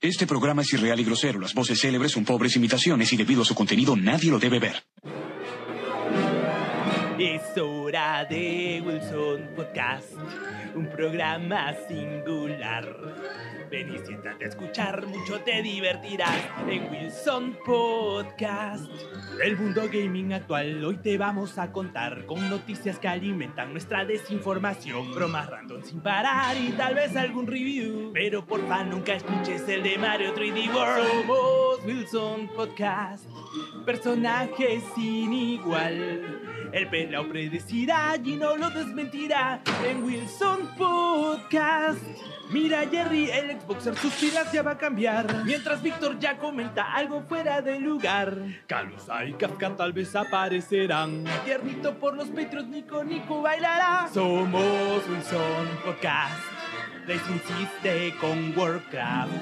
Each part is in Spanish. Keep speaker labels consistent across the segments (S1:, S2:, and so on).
S1: Este programa es irreal y grosero. Las voces célebres son pobres imitaciones y debido a su contenido nadie lo debe ver.
S2: Es hora de Wilson Podcast, un programa singular. Ven y siéntate a escuchar, mucho te divertirás en Wilson Podcast. El mundo gaming actual hoy te vamos a contar con noticias que alimentan nuestra desinformación, bromas random sin parar y tal vez algún review. Pero porfa nunca escuches el de Mario 3D World. Somos Wilson Podcast, personajes sin igual. El pelao predecirá y no lo desmentirá en Wilson Podcast. Mira, Jerry, el Xboxer sus pilas ya va a cambiar. Mientras Víctor ya comenta algo fuera de lugar. Calusa y Kafka tal vez aparecerán. Tiernito por los petros, Nico Nico bailará. Somos Wilson Podcast. Les insiste con Warcraft.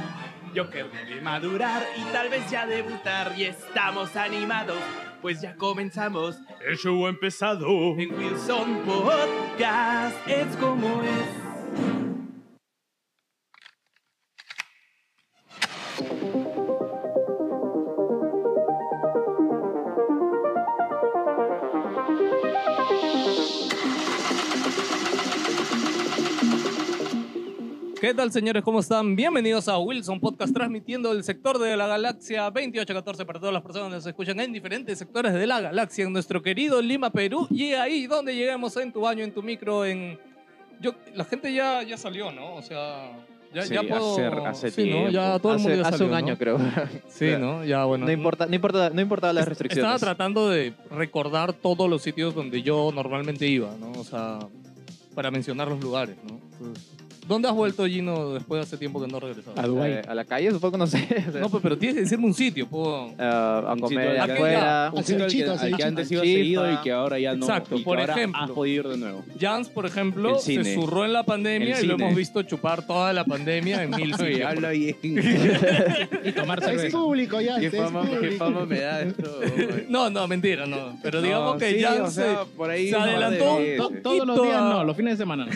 S2: Joker debe madurar y tal vez ya debutar. Y estamos animados, pues ya comenzamos.
S3: El show ha empezado.
S2: En Wilson Podcast es como es.
S4: ¿Qué tal, señores? ¿Cómo están? Bienvenidos a Wilson Podcast, transmitiendo el sector de la galaxia 2814 para todas las personas que nos escuchan en diferentes sectores de la galaxia, en nuestro querido Lima, Perú, y ahí donde llegamos, en tu baño, en tu micro, en... Yo, la gente ya, ya salió, ¿no? O sea, ya,
S5: Sí,
S4: ya puedo...
S5: hace, hace
S4: sí,
S5: tiempo.
S4: ¿no? Ya todo
S5: hace,
S4: el mundo ya
S5: hace
S4: salió,
S5: un año,
S4: ¿no?
S5: creo.
S4: Sí, ¿no? Ya, bueno.
S5: No, importa, no, importa, no importaba las
S4: Estaba
S5: restricciones.
S4: tratando de recordar todos los sitios donde yo normalmente iba, ¿no? O sea, para mencionar los lugares, ¿no?
S5: Pues,
S4: Entonces, ¿Dónde has vuelto, Gino, después de hace tiempo que no regresabas?
S5: Eh, a la calle, supongo, no sé. O sea,
S4: No, pues, pero tienes que decirme un sitio, po.
S5: eh, a comer
S4: al que-
S5: afuera.
S6: Un sitio al que, al que antes iba seguido y que ahora ya no.
S4: Exacto,
S6: y que
S4: por
S6: ahora
S4: ejemplo.
S6: Has podido ir de nuevo.
S4: Jans, por ejemplo,
S5: El
S4: se
S5: cine.
S4: zurró en la pandemia
S5: El
S4: y lo
S5: cine.
S4: hemos visto chupar toda la pandemia en mil sitios.
S5: y tomar
S6: cerveza. cerveza. Es público
S7: este,
S6: ya,
S5: ¿Qué fama, qué fama me da esto? güey.
S4: No, no, mentira, no. Pero digamos
S5: No,
S4: que
S5: sí,
S4: Jans
S5: o sea, por ahí
S4: se
S5: un par de
S4: adelantó un
S5: veces.
S4: to- Todos los días no, los
S6: fines de semana.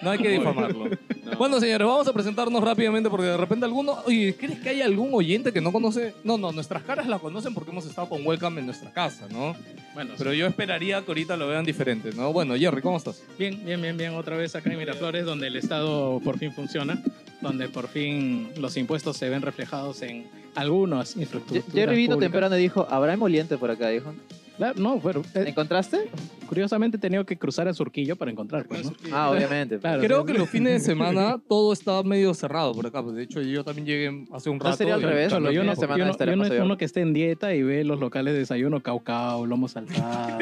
S4: No hay que difamarlo. Bueno, señores, vamos a presentarnos rápidamente porque de repente alguno. Oye, ¿crees que hay algún oyente que no conoce? No, no, nuestras caras las conocen porque hemos estado con Welcome en nuestra casa, ¿no?
S8: Bueno,
S4: Pero yo esperaría que ahorita lo vean diferente, ¿no? Bueno, Jerry, ¿cómo estás?
S8: bien, bien, bien, bien. Otra vez acá en Miraflores, donde el Estado por fin funciona, donde por fin los impuestos se ven reflejados en algunas
S5: Ye-
S8: infraestructuras.
S5: Jerry vino
S8: públicas.
S5: temprano y dijo, ¿habrá emoliente por acá? Dijo,
S8: La- No, pero eh,
S5: ¿encontraste?
S8: curiosamente he tenido que cruzar a Surquillo para encontrar. Pues, ¿no?
S5: Ah, obviamente.
S8: Claro,
S4: Creo
S8: o
S4: que
S8: sea,
S4: los fines de semana todo estaba medio cerrado por acá. pues, De hecho, yo también llegué hace un
S5: No
S4: rato.
S5: sería al
S4: y-
S5: revés.
S8: Cholo,
S5: los
S8: yo no,
S5: fines de semana
S8: yo no- yo no
S5: estaremos
S8: es
S5: abiertos.
S8: uno que esté en dieta y ve los locales de desayuno, caucao, lomo
S5: Ah,
S8: saltado.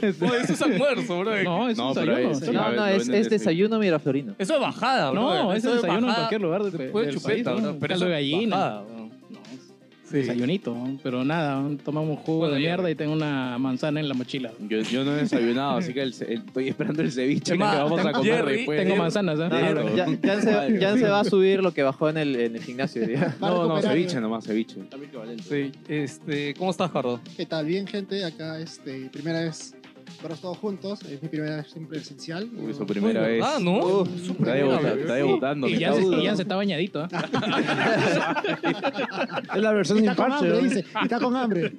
S8: Este,
S4: No, eso es almuerzo, bro.
S8: no, es un
S6: No, pero
S8: desayuno.
S6: es-
S8: solo-
S5: No, no, es, es desayuno miraflorino.
S4: Eso es bajada, bro.
S8: No, es
S4: eso
S8: desayuno en
S4: bajada.
S8: cualquier lugar del,
S4: Puede
S8: del país,
S4: chupeta,
S8: ¿no?
S4: bro,
S8: Un
S4: Pero
S8: caldo
S4: eso
S8: de
S4: es
S8: gallina.
S4: bajada, bro.
S8: No, es-
S4: Sí.
S8: desayunito, ¿no? pero nada, ¿no? tomamos un jugo
S4: Bueno,
S8: de
S4: ya.
S8: mierda y tengo una manzana en la mochila.
S6: Yo, yo no he desayunado, así que el ce- el- estoy esperando el ceviche
S4: Ma,
S6: que vamos a
S4: tengo-
S6: comer
S4: Jerry,
S5: Pues,
S6: después.
S8: Tengo manzanas, ¿eh?
S5: No, no,
S6: Claro.
S5: ya, ya se, ya se va a subir lo que bajó en el, en el gimnasio. diga.
S7: Va a
S6: No, no,
S7: recuperar,
S6: ceviche
S7: ¿no?
S6: nomás, ceviche.
S4: Sí, este, ¿cómo estás, Cardo?
S7: ¿Qué tal? Bien, gente. Acá, este, primera vez vernos todos juntos. Es mi primera vez en presencial.
S6: Uy, su primera vez.
S4: Ah, ¿no?
S6: Pues, Uf,
S4: Su
S6: está,
S4: primera
S6: debuta-
S4: vez.
S6: está debutando.
S8: Y
S6: mi
S8: ya se,
S6: causa.
S8: y ya se está bañadito. ¿eh?
S6: Es la versión
S7: Y está con hambre, dice. Y está con hambre.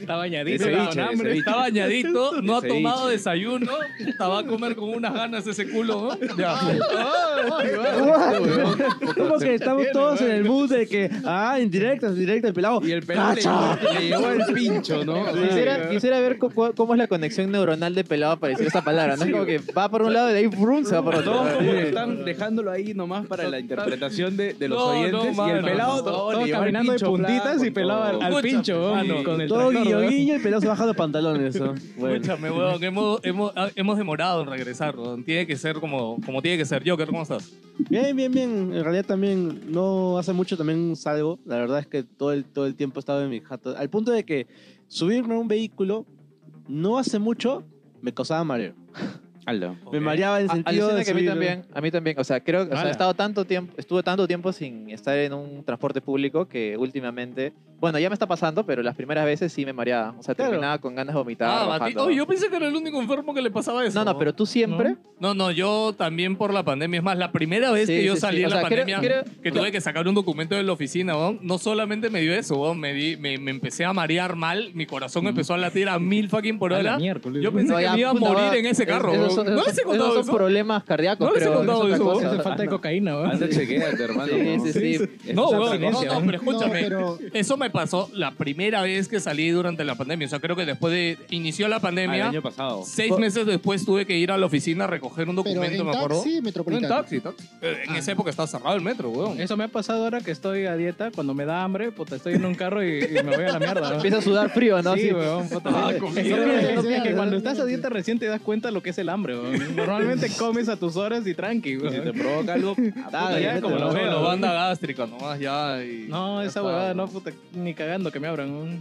S8: Está bañadito.
S6: De
S8: está
S6: ceviche,
S8: con hambre.
S6: de
S4: Está bañadito, no ha
S6: Ceviche.
S4: tomado desayuno, hasta va a comer con unas ganas ese culo, ¿no? Ah, Ya.
S9: Como que estamos todos en el mood de que, ah, en directo, en directo, el pelado.
S6: Y el pelado le, le llevó el pincho, ¿no?
S5: Quisiera, quisiera ver co- cómo, es la conexión neuronal de pelado para decir esa palabra. No es como que va por un lado y de ahí brum, se va por otro.
S6: No, como que están dejándolo ahí nomás para la interpretación de, de los
S4: No, no,
S6: oyentes. y el
S4: mano,
S6: pelado
S4: no,
S6: todo,
S8: Todo
S6: le llevó el
S8: caminando de
S6: pincho
S8: puntitas
S6: flaco,
S8: y pelado al,
S6: todo.
S8: al
S4: Escucha, Ah,
S8: pincho
S4: mano.
S8: ¿no? con el
S9: Todo
S8: tractor,
S9: guiño,
S8: ¿no?
S9: guiño, el pelado se baja los pantalones. ¿no? Bueno.
S4: Escúchame, weón, hemos, hemos, ah, hemos demorado en regresar, weón. Tiene que ser como, como tiene que ser. Joker, ¿cómo estás?
S9: Bien, bien, bien. En realidad también, no hace mucho también salgo. La verdad es que todo el, todo el tiempo he estado en mi jato. Al punto de que subirme a un vehículo, no hace mucho, me causaba mareo.
S10: Aldo.
S9: Me mareaba en
S5: A-
S9: sentido
S5: alucina
S9: de
S5: que a mí
S9: subir-
S5: también, a mí también, o sea, creo que o sea, he
S8: Ala.
S5: estado tanto tiempo, estuve tanto tiempo sin estar en un transporte público que últimamente, bueno, ya me está pasando, pero las primeras veces sí me mareaba, o sea,
S9: Claro.
S5: terminaba con ganas de vomitar.
S4: Ah, Bati-
S5: bajando.
S4: Oye, yo pensé que era el único enfermo que le pasaba eso.
S5: no, no, pero tú siempre.
S4: No, no, yo también por la pandemia. Es más, la primera vez
S5: Sí,
S4: que yo
S5: sí, sí.
S4: salí
S5: O
S4: en la
S5: sea, creo-
S4: pandemia,
S5: creo-
S4: que tuve que sacar un documento de la oficina, weón, no solamente me dio eso, weón, me, di- me, me empecé a marear mal, mi corazón empezó a latir a mil fucking por hora.
S8: miércoles.
S4: Yo pensé
S5: No,
S4: que
S5: ya,
S4: me iba a
S5: puta,
S4: morir
S5: va.
S4: en ese
S5: Es-
S4: carro.
S5: esos
S4: weón.
S5: son-
S4: ¿No les he
S5: esos
S4: contado
S5: son
S4: eso?
S5: problemas cardíacos,
S4: No les he
S5: creo, es
S4: contado
S5: otra
S4: eso,
S5: cosa.
S4: ¿no?
S8: Hace falta de cocaína, weón.
S6: Anda, chequeate, hermano.
S5: Sí, sí,
S4: No,
S5: sí.
S8: Esa
S4: weón, no,
S8: abstinencia,
S4: no,
S8: ¿eh?
S4: pero escúchame.
S7: No, pero
S4: Eso me pasó la primera vez que salí durante la pandemia. O sea, creo que después de. Inició la
S10: Ah, el
S4: pandemia.
S10: año pasado.
S4: Seis meses después tuve que ir a la oficina a recoger un
S7: Pero
S4: documento,
S7: en
S4: me acuerdo.
S7: taxi
S4: No, en
S7: metropolitano.
S4: taxi, taxi. Eh, En esa época estaba cerrado el metro, weón.
S8: Eso me ha pasado ahora que estoy a dieta, cuando me da hambre, puta, estoy en un carro y, y me voy a la mierda.
S5: Empieza a sudar frío, ¿no?
S8: Sí,
S5: Sí.
S8: weón, puta.
S4: Ah,
S8: Es
S4: con
S8: que-
S7: eso.
S8: es que- es que cuando estás a dieta recién te das cuenta lo que es el hambre, weón. Normalmente comes a tus horas y tranqui,
S6: Si te
S8: weón.
S6: provoca algo,
S8: Puta,
S6: Ah,
S8: ya como lo veo,
S4: Bueno,
S8: weón.
S4: banda gástrica nomás, ya. y-
S8: No,
S4: ya
S8: esa
S4: está,
S8: huevada,
S4: weón.
S8: no, puta, ni cagando que me abran. weón.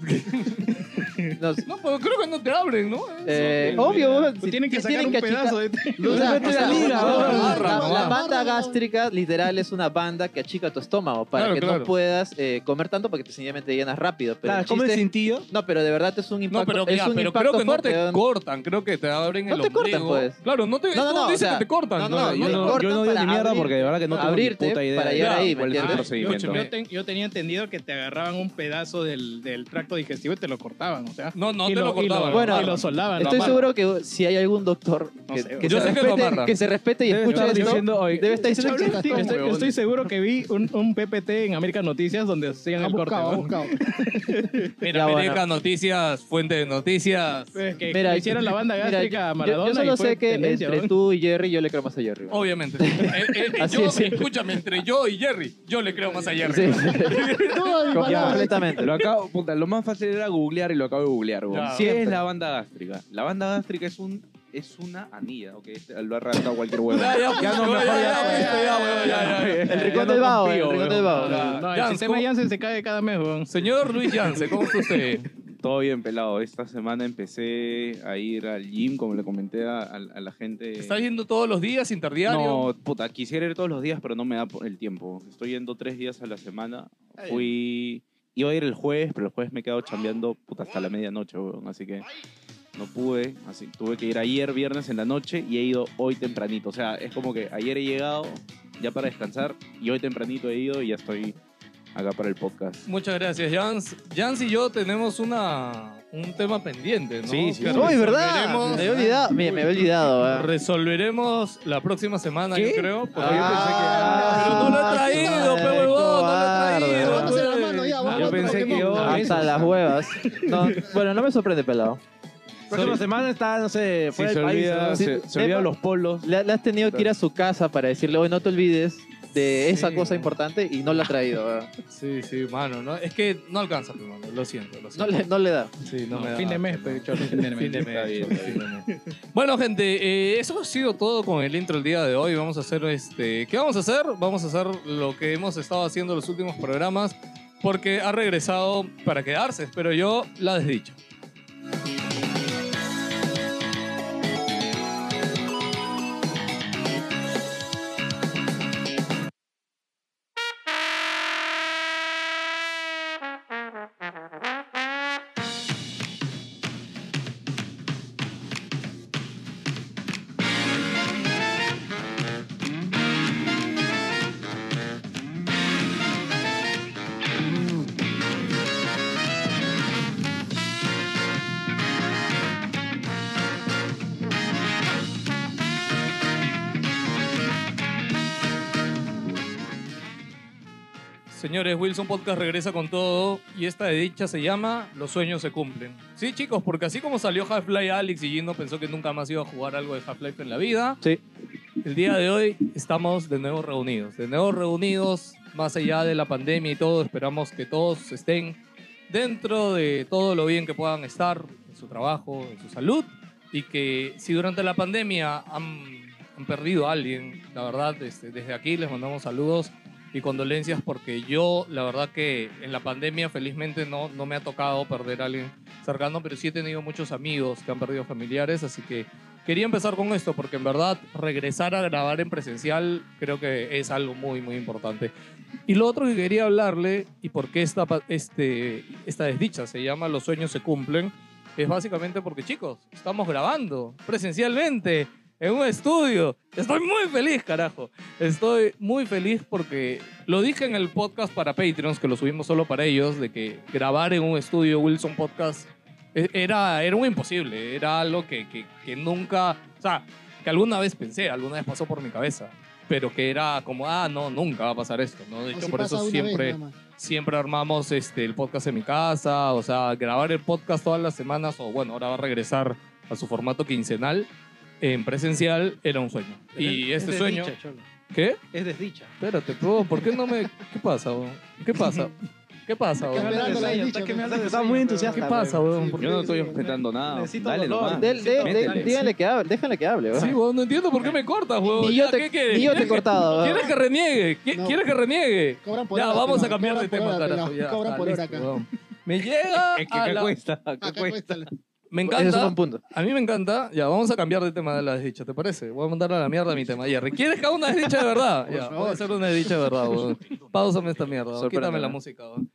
S5: Nos-
S4: No, pero creo que no te abren, ¿no? Eso.
S5: eh, obvio,
S8: Pues
S5: si-
S8: tienen que
S5: si
S8: sacar un
S5: achicar-
S8: pedazo de este.
S4: Ah,
S5: O sea, o sea,
S7: liga,
S5: la-
S7: weón.
S5: la-
S7: Barra,
S5: La
S7: weón.
S5: banda gástrica, literal, es una banda que achica tu estómago para
S4: Claro,
S5: que
S4: claro.
S5: no puedas eh, comer tanto porque te- sencillamente te llenas rápido. Pero
S9: Claro,
S5: el
S9: como el
S5: chiste-
S9: cintillo.
S5: No, pero de verdad es un
S4: No,
S5: impacto.
S4: pero,
S5: es
S4: ya,
S5: un
S4: pero creo
S5: impacto
S4: que no te
S5: fuerte, weón.
S4: cortan, creo que te abren
S5: No
S4: el
S5: te cortan,
S4: ombligo.
S5: pues.
S4: Claro, no te,
S5: No, no, no,
S4: dicen
S5: o sea,
S4: que te cortan.
S5: no, no,
S4: yo
S5: no,
S4: no,
S5: no, cortan
S6: yo no digo
S5: para
S6: ni mierda
S5: abrir-
S6: porque de verdad que no tengo ni
S5: abrirte
S6: puta idea.
S5: para
S6: de
S5: llegar ahí, ¿me
S6: cuál es el
S5: entiendes?
S6: procedimiento.
S4: Yo-
S8: Yo, ten- yo tenía entendido que te agarraban un pedazo del, del tracto digestivo y te lo cortaban, o sea.
S4: no, no
S8: y
S4: te lo
S8: y
S4: cortaban.
S5: Bueno,
S8: y lo soldaban.
S5: Estoy
S8: lo amarran.
S5: seguro que si hay algún doctor
S8: No
S5: que,
S8: sé,
S5: que
S4: yo
S5: se
S4: sé que lo amarran.
S5: respete, que se respete y
S8: Debe
S5: escuche
S8: estar
S5: esto,
S8: diciendo hoy-
S5: debe estar diciendo
S8: Estoy-
S5: "Chica,
S8: Estoy, estoy seguro que vi un, un PPT en América Noticias donde hacían
S7: Ha
S8: el corte.
S7: buscado, ha
S8: ¿no?
S7: buscado.
S4: Mira,
S5: Ya, bueno.
S4: América Noticias, fuente de noticias.
S8: Es que
S5: Mira,
S8: hicieron la banda
S5: mira,
S8: gástrica
S5: yo-
S8: a
S5: yo-
S8: Maradona.
S5: Yo solo
S8: y fue
S5: sé que
S8: tendencia,
S5: entre
S8: ¿no?
S5: tú y Jerry yo le creo más a Jerry. weón.
S4: Obviamente. Eh, eh, eh,
S5: Así
S4: yo,
S5: es.
S4: escúchame, entre yo y Jerry, yo le creo más a Jerry.
S5: Sí, sí.
S7: Todo el
S5: Ya,
S7: balón.
S5: completamente.
S6: Lo, acabo, puta, lo más fácil era googlear y lo acabo de googlear.
S4: Ya.
S6: weón. ¿Qué es
S5: Siempre.
S6: la banda gástrica? La banda gástrica es un es una anilla, ok. este- Lo ha arrancado cualquier huevo.
S4: Ya, ya,
S6: no,
S4: ya,
S6: mejor
S4: ya, ya,
S6: ya, ya,
S4: ya, ya, ya, ya, ya.
S5: pues. El rincón
S8: no
S5: del vago,
S8: confío,
S5: el rincón del
S8: No,
S5: vago.
S8: no, el
S4: Jans,
S8: sistema
S4: ¿cómo-
S8: Janssen se cae cada mes, weón.
S4: Señor Luis Yance, ¿cómo está usted?
S6: Todo bien pelado. Esta semana empecé a ir al gym, como le comenté a, a- a la gente.
S4: ¿Está yendo todos los días, interdiario?
S6: No, puta, quisiera ir todos los días, pero no me da po- el tiempo. Estoy yendo tres días a la semana. Fui. Iba a ir el jueves, pero el jueves me he quedado chambeando puta, hasta la medianoche, weón. Así que no pude. Así tuve que ir ayer viernes en la noche y he ido hoy tempranito. O sea, es como que ayer he llegado ya para descansar y hoy tempranito he ido y ya estoy acá para el podcast.
S4: Muchas gracias, Jans. Jans y yo tenemos una, un tema pendiente, ¿no?
S6: Sí, sí.
S4: Que
S5: No, es verdad.
S4: resolveremos-
S5: Me había olvidado. Mira, me había olvidado. ¿eh? weón.
S4: Resolveremos la próxima semana, yo creo. porque yo pensé que-
S5: Ah,
S4: Pero no lo he traído,
S5: qué
S4: pe huevón, no lo he traído.
S5: cobarde.
S7: Levantándose la mano, ya, vamos
S6: Yo
S7: para
S6: pensé que
S7: Pokémon.
S6: yo-
S5: Hasta las huevas. No, bueno, no me sorprende, pelado.
S9: Próxima semana está, no sé,
S6: Sí,
S9: fuera
S6: se
S9: del país.
S6: olvida,
S9: ¿no?
S6: se,
S5: Sí,
S6: se olvida
S5: tema-
S6: los polos.
S5: Le, le has tenido que ir a su casa para decirle, hoy no te olvides de esa cosa importante y no la ha traído. weón.
S4: Sí, sí, mano, no, es que no alcanza, pe, mano, lo siento, lo
S5: No
S4: siento.
S5: le, no le da.
S4: Sí, no
S8: No,
S4: me da,
S8: fin de mes,
S4: pe,
S8: pe,
S4: mano.
S8: cholo, fin de mes.
S4: Fin de mes,
S6: Está bien,
S4: cholo,
S6: está
S4: fin de mes. Bueno, gente, eh, eso ha sido todo con el intro el día de hoy. Vamos a hacer este. ¿Qué vamos a hacer? Vamos a hacer lo que hemos estado haciendo los últimos programas. Porque ha regresado para quedarse, pero yo la desdicho. Señores, Wilson Podcast regresa con todo y esta dicha se llama Los sueños se cumplen. Sí, chicos, porque así como salió Half-Life, Alex y Gino pensó que nunca más iba a jugar algo de Half-Life en la vida.
S5: Sí.
S4: El día de hoy estamos de nuevo reunidos. De nuevo reunidos, más allá de la pandemia y todo, esperamos que todos estén dentro de todo lo bien que puedan estar en su trabajo, en su salud y que si durante la pandemia han, han perdido a alguien, la verdad, este, desde aquí les mandamos saludos y condolencias porque yo, la verdad que en la pandemia felizmente no, no me ha tocado perder a alguien cercano, pero sí he tenido muchos amigos que han perdido familiares, así que quería empezar con esto porque en verdad regresar a grabar en presencial creo que es algo muy, muy importante. Y lo otro que quería hablarle y por qué esta, pa- este, esta desdicha se llama Los sueños se cumplen es básicamente porque chicos, estamos grabando presencialmente en un estudio. Estoy muy feliz, carajo. Estoy muy feliz porque lo dije en el podcast para Patreons, que lo subimos solo para ellos, de que grabar en un estudio Wilson Podcast e- era, era un imposible, era algo que, que- que nunca, o sea, que alguna vez pensé, alguna vez pasó por mi cabeza, pero que era como, ah, no, nunca va a pasar esto, ¿no? De
S7: O
S4: hecho,
S7: si
S4: por
S7: pasa
S4: eso
S7: una
S4: siempre
S7: vez nada más.
S4: siempre armamos este, el podcast en mi casa, o sea, grabar el podcast todas las semanas, o bueno, ahora va a regresar a su formato quincenal en presencial, era un sueño. Y este sueño... ¿Qué?
S8: Es desdicha.
S4: Espérate, bro, ¿por qué no me...? ¿Qué pasa, weón? ¿Qué pasa? ¿Qué pasa,
S7: Está
S4: weón?
S7: esperando la
S8: Está
S7: desdicha,
S8: que me
S7: pues.
S8: habla de
S11: Estaba muy entusiasta.
S4: ¿Qué pasa, weón?
S7: Sí,
S4: ¿Por
S6: Yo
S4: qué?
S6: no estoy enfrentando nada.
S8: Necesito
S6: Dale
S8: dolor.
S6: nomás.
S5: Del- de- de-
S6: Métele.
S5: díganle que hable, déjale que hable.
S4: Sí,
S5: weón.
S4: weón, no entiendo por qué me cortas, weón.
S5: Ni
S4: Ya,
S5: yo te,
S4: ¿qué quieres?
S5: ni yo te he
S4: ¿Quieres que-
S5: cortado.
S4: ¿Quieres que reniegue? ¿Qui-
S7: No.
S4: ¿Quieres que reniegue?
S7: Cobran por
S4: Ya,
S7: hora,
S4: vamos a
S7: pelado,
S4: cambiar de
S7: cobran por
S4: tema,
S7: hora,
S4: carajo.
S7: pelado,
S4: ya,
S7: Cobran
S4: está,
S7: por hora
S4: listo,
S7: acá.
S4: weón. Me llega
S6: Es que
S4: a
S6: acá
S4: la-
S6: cuesta, acá
S7: Acá
S6: cuesta.
S7: cuesta.
S4: Me
S5: Ese es un
S4: encanta
S5: buen punto.
S4: A mí me encanta. Ya, vamos a cambiar de tema de la desdicha, ¿te parece? Voy a mandar a la mierda mi tema. Jerry, ¿quieres que haga una desdicha de verdad?
S7: Por
S4: Ya, voy a
S7: favor.
S4: hacer una desdicha de verdad, weón. Páusame esta mierda, weón. quítame la
S5: Sorpréndeme.
S4: música, weón.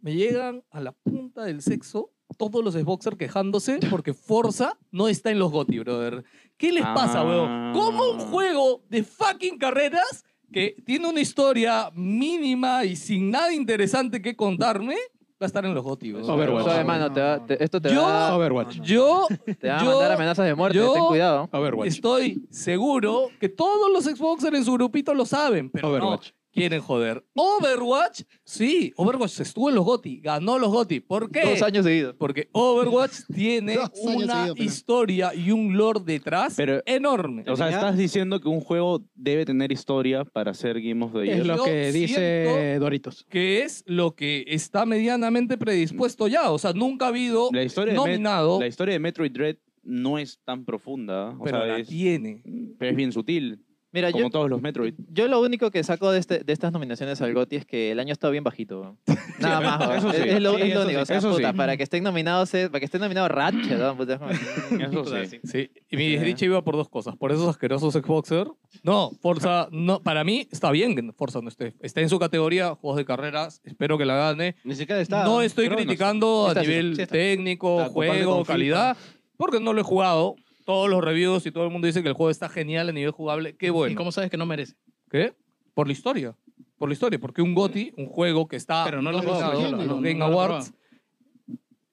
S4: Me llegan a la punta del sexo todos los Xboxer quejándose porque Forza no está en los GOTY, brother. ¿Qué les pasa,
S6: Ah.
S4: weón? ¿Cómo un juego de fucking carreras que tiene una historia mínima y sin nada interesante que contarme va a estar en los GOTY, weón?
S8: Overwatch.
S5: Suave, mano, te va- te- esto te
S4: Yo-
S5: va,
S8: Overwatch.
S4: Yo,
S5: te va a
S4: yo-
S5: mandar amenazas de muerte.
S4: yo-
S5: Ten cuidado.
S8: Overwatch.
S4: Estoy seguro que todos los Xboxers en su grupito lo saben, pero
S8: Overwatch.
S4: no quieren joder. Overwatch, sí, Overwatch estuvo en los GOTY, ganó los GOTY. ¿Por qué?
S5: Dos años seguidos.
S4: Porque Overwatch tiene
S7: Dos años
S4: una
S7: seguido, pero-
S4: historia y un lore detrás
S6: Pero-
S4: enorme.
S6: O sea,
S11: Tenía-
S6: estás diciendo que un juego debe tener historia para ser Game of the
S8: Es
S6: Year.
S4: Yo
S8: lo que dice
S4: siento-
S8: Doritos.
S4: que es lo que está medianamente predispuesto ya. O sea, nunca ha habido
S6: La historia, de Met-
S4: nominado,
S6: la historia de Metroid Dread no es tan profunda, o
S4: pero
S6: sea,
S4: la
S6: es,
S4: tiene.
S6: pero es bien sutil,
S5: Mira,
S6: como
S5: yo,
S6: todos los Metroid.
S5: yo lo único que saco de, este, de estas nominaciones al GOTY es que el año ha estado bien bajito. weón. Nada más. weón.
S6: eso sí.
S5: es, es lo,
S6: Sí,
S5: es lo
S6: eso
S5: único.
S6: sí,
S5: o sea,
S6: eso sí.
S5: puta, para que estén nominados, es- para que estén nominados Ratchet. weón, puta, es como-
S6: Eso sí.
S4: Sí, y mi desdicha iba por dos cosas. Por esos asquerosos Xboxer. No, Forza, no, para mí está bien que Forza no esté. Está en su categoría, juegos de carreras, espero que la gane.
S11: Ni siquiera está.
S4: no estoy
S6: Cronos.
S4: criticando a
S5: Está, sí,
S4: nivel
S5: sí está.
S4: técnico,
S6: Está comparable
S4: juego,
S6: con FIFA.
S4: calidad, porque no lo he jugado. Todos los reviews y todo el mundo dice que el juego está genial a nivel jugable. Qué
S8: ¿Y
S4: bueno.
S8: cómo sabes que no merece?
S4: ¿Qué? Por la historia. Por la historia, porque un GOTI, un juego que está
S8: Pero no lo
S4: nominado
S8: hemos
S4: a los
S7: jugado, no,
S4: Game
S8: no lo he
S4: Awards.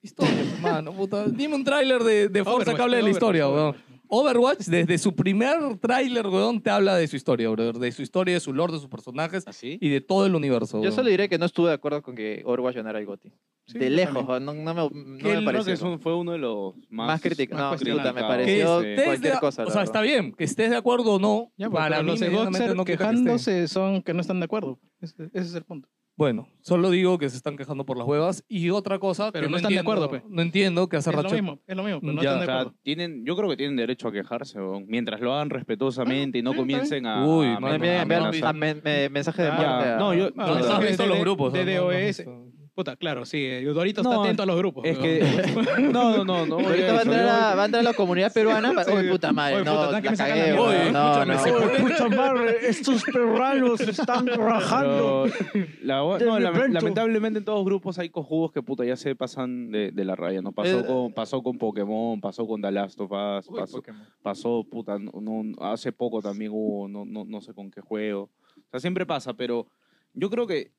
S4: Historia, hermano, puta. Dime un tráiler de, de Forza
S8: Overwatch,
S4: que hable de la historia,
S8: Overwatch,
S4: weón. Overwatch, desde su primer tráiler, weón, te habla de su historia, brother. De su historia, de su lore, de sus personajes
S6: ¿Así?
S4: y de todo el universo,
S5: Yo
S4: weón.
S5: solo diré que no estuve de acuerdo con que Overwatch ganara el GOTY. de lejos, weón, no, no me, no me pareció.
S6: que son- fue uno de los más,
S5: más crítica. No, puta, me
S6: criticados.
S4: Que
S5: pareció
S6: Sí.
S4: estés
S5: cualquier
S4: de-
S5: cosa.
S4: O
S5: la
S4: sea,
S5: verdad.
S4: está bien, que estés de acuerdo o no.
S8: Ya, pues,
S4: para
S8: pero
S4: mí,
S8: los
S4: medianamente,
S8: Xboxer
S4: no queja que esté.
S8: quejándose son que no están de acuerdo. Ese, ese es el punto.
S4: Bueno, solo digo que se están quejando por las huevas. Y otra cosa
S8: Pero
S4: que
S8: no
S4: no
S8: están de
S4: entiendo-
S8: acuerdo, pe.
S4: No entiendo que hace
S8: Es lo
S4: rato
S8: mismo, es lo mismo, pero no
S4: Ya,
S8: están
S4: o
S8: de
S6: O sea,
S8: acuerdo.
S6: tienen, yo creo que tienen derecho a quejarse, weón, mientras lo hagan respetuosamente y no
S8: Sí,
S6: comiencen a...
S4: Uy,
S6: a-
S4: madre
S5: También
S4: mía,
S6: a-
S5: enviar
S4: no,
S5: un-
S4: no,
S5: a- men- me- mensaje de
S8: Ah,
S5: muerte. a-
S6: no, yo-
S5: a-
S8: no,
S4: No,
S8: no,
S4: has
S8: no,
S4: visto
S8: no,
S4: los
S8: no,
S4: grupos. Ah,
S8: de
S4: ¿no? No, no,
S8: DOS.
S4: no.
S8: Puta, claro, sí. eh, Dorito
S6: No,
S8: está atento a los grupos.
S6: Es
S8: weón.
S6: que... No, no, no. no voy a
S5: Ahorita va a
S6: eso,
S5: entrar
S6: yo-
S5: a, va a entrar a la comunidad peruana.
S8: Sí.
S5: Uy, puta madre,
S8: Oye,
S5: no,
S8: puta, que
S5: la
S8: me sacan la
S5: cagué,
S8: mierda.
S5: weón,
S4: Escúchame,
S5: no, no.
S4: se fue.
S9: Puta madre, estos perranos están rajando.
S6: Pero la- no,
S9: De
S6: lame-
S9: repente.
S6: lamentablemente en todos grupos hay cojudos que puta ya se pasan de, de la raya. ¿no? Pasó,
S5: Eh,
S6: con, pasó con Pokémon, pasó con The Last of Us,
S8: Uy,
S6: pasó,
S8: Pokémon.
S6: pasó, puta, no- no- hace poco también hubo, no, no, no sé con qué juego. O sea, siempre pasa, pero yo creo que,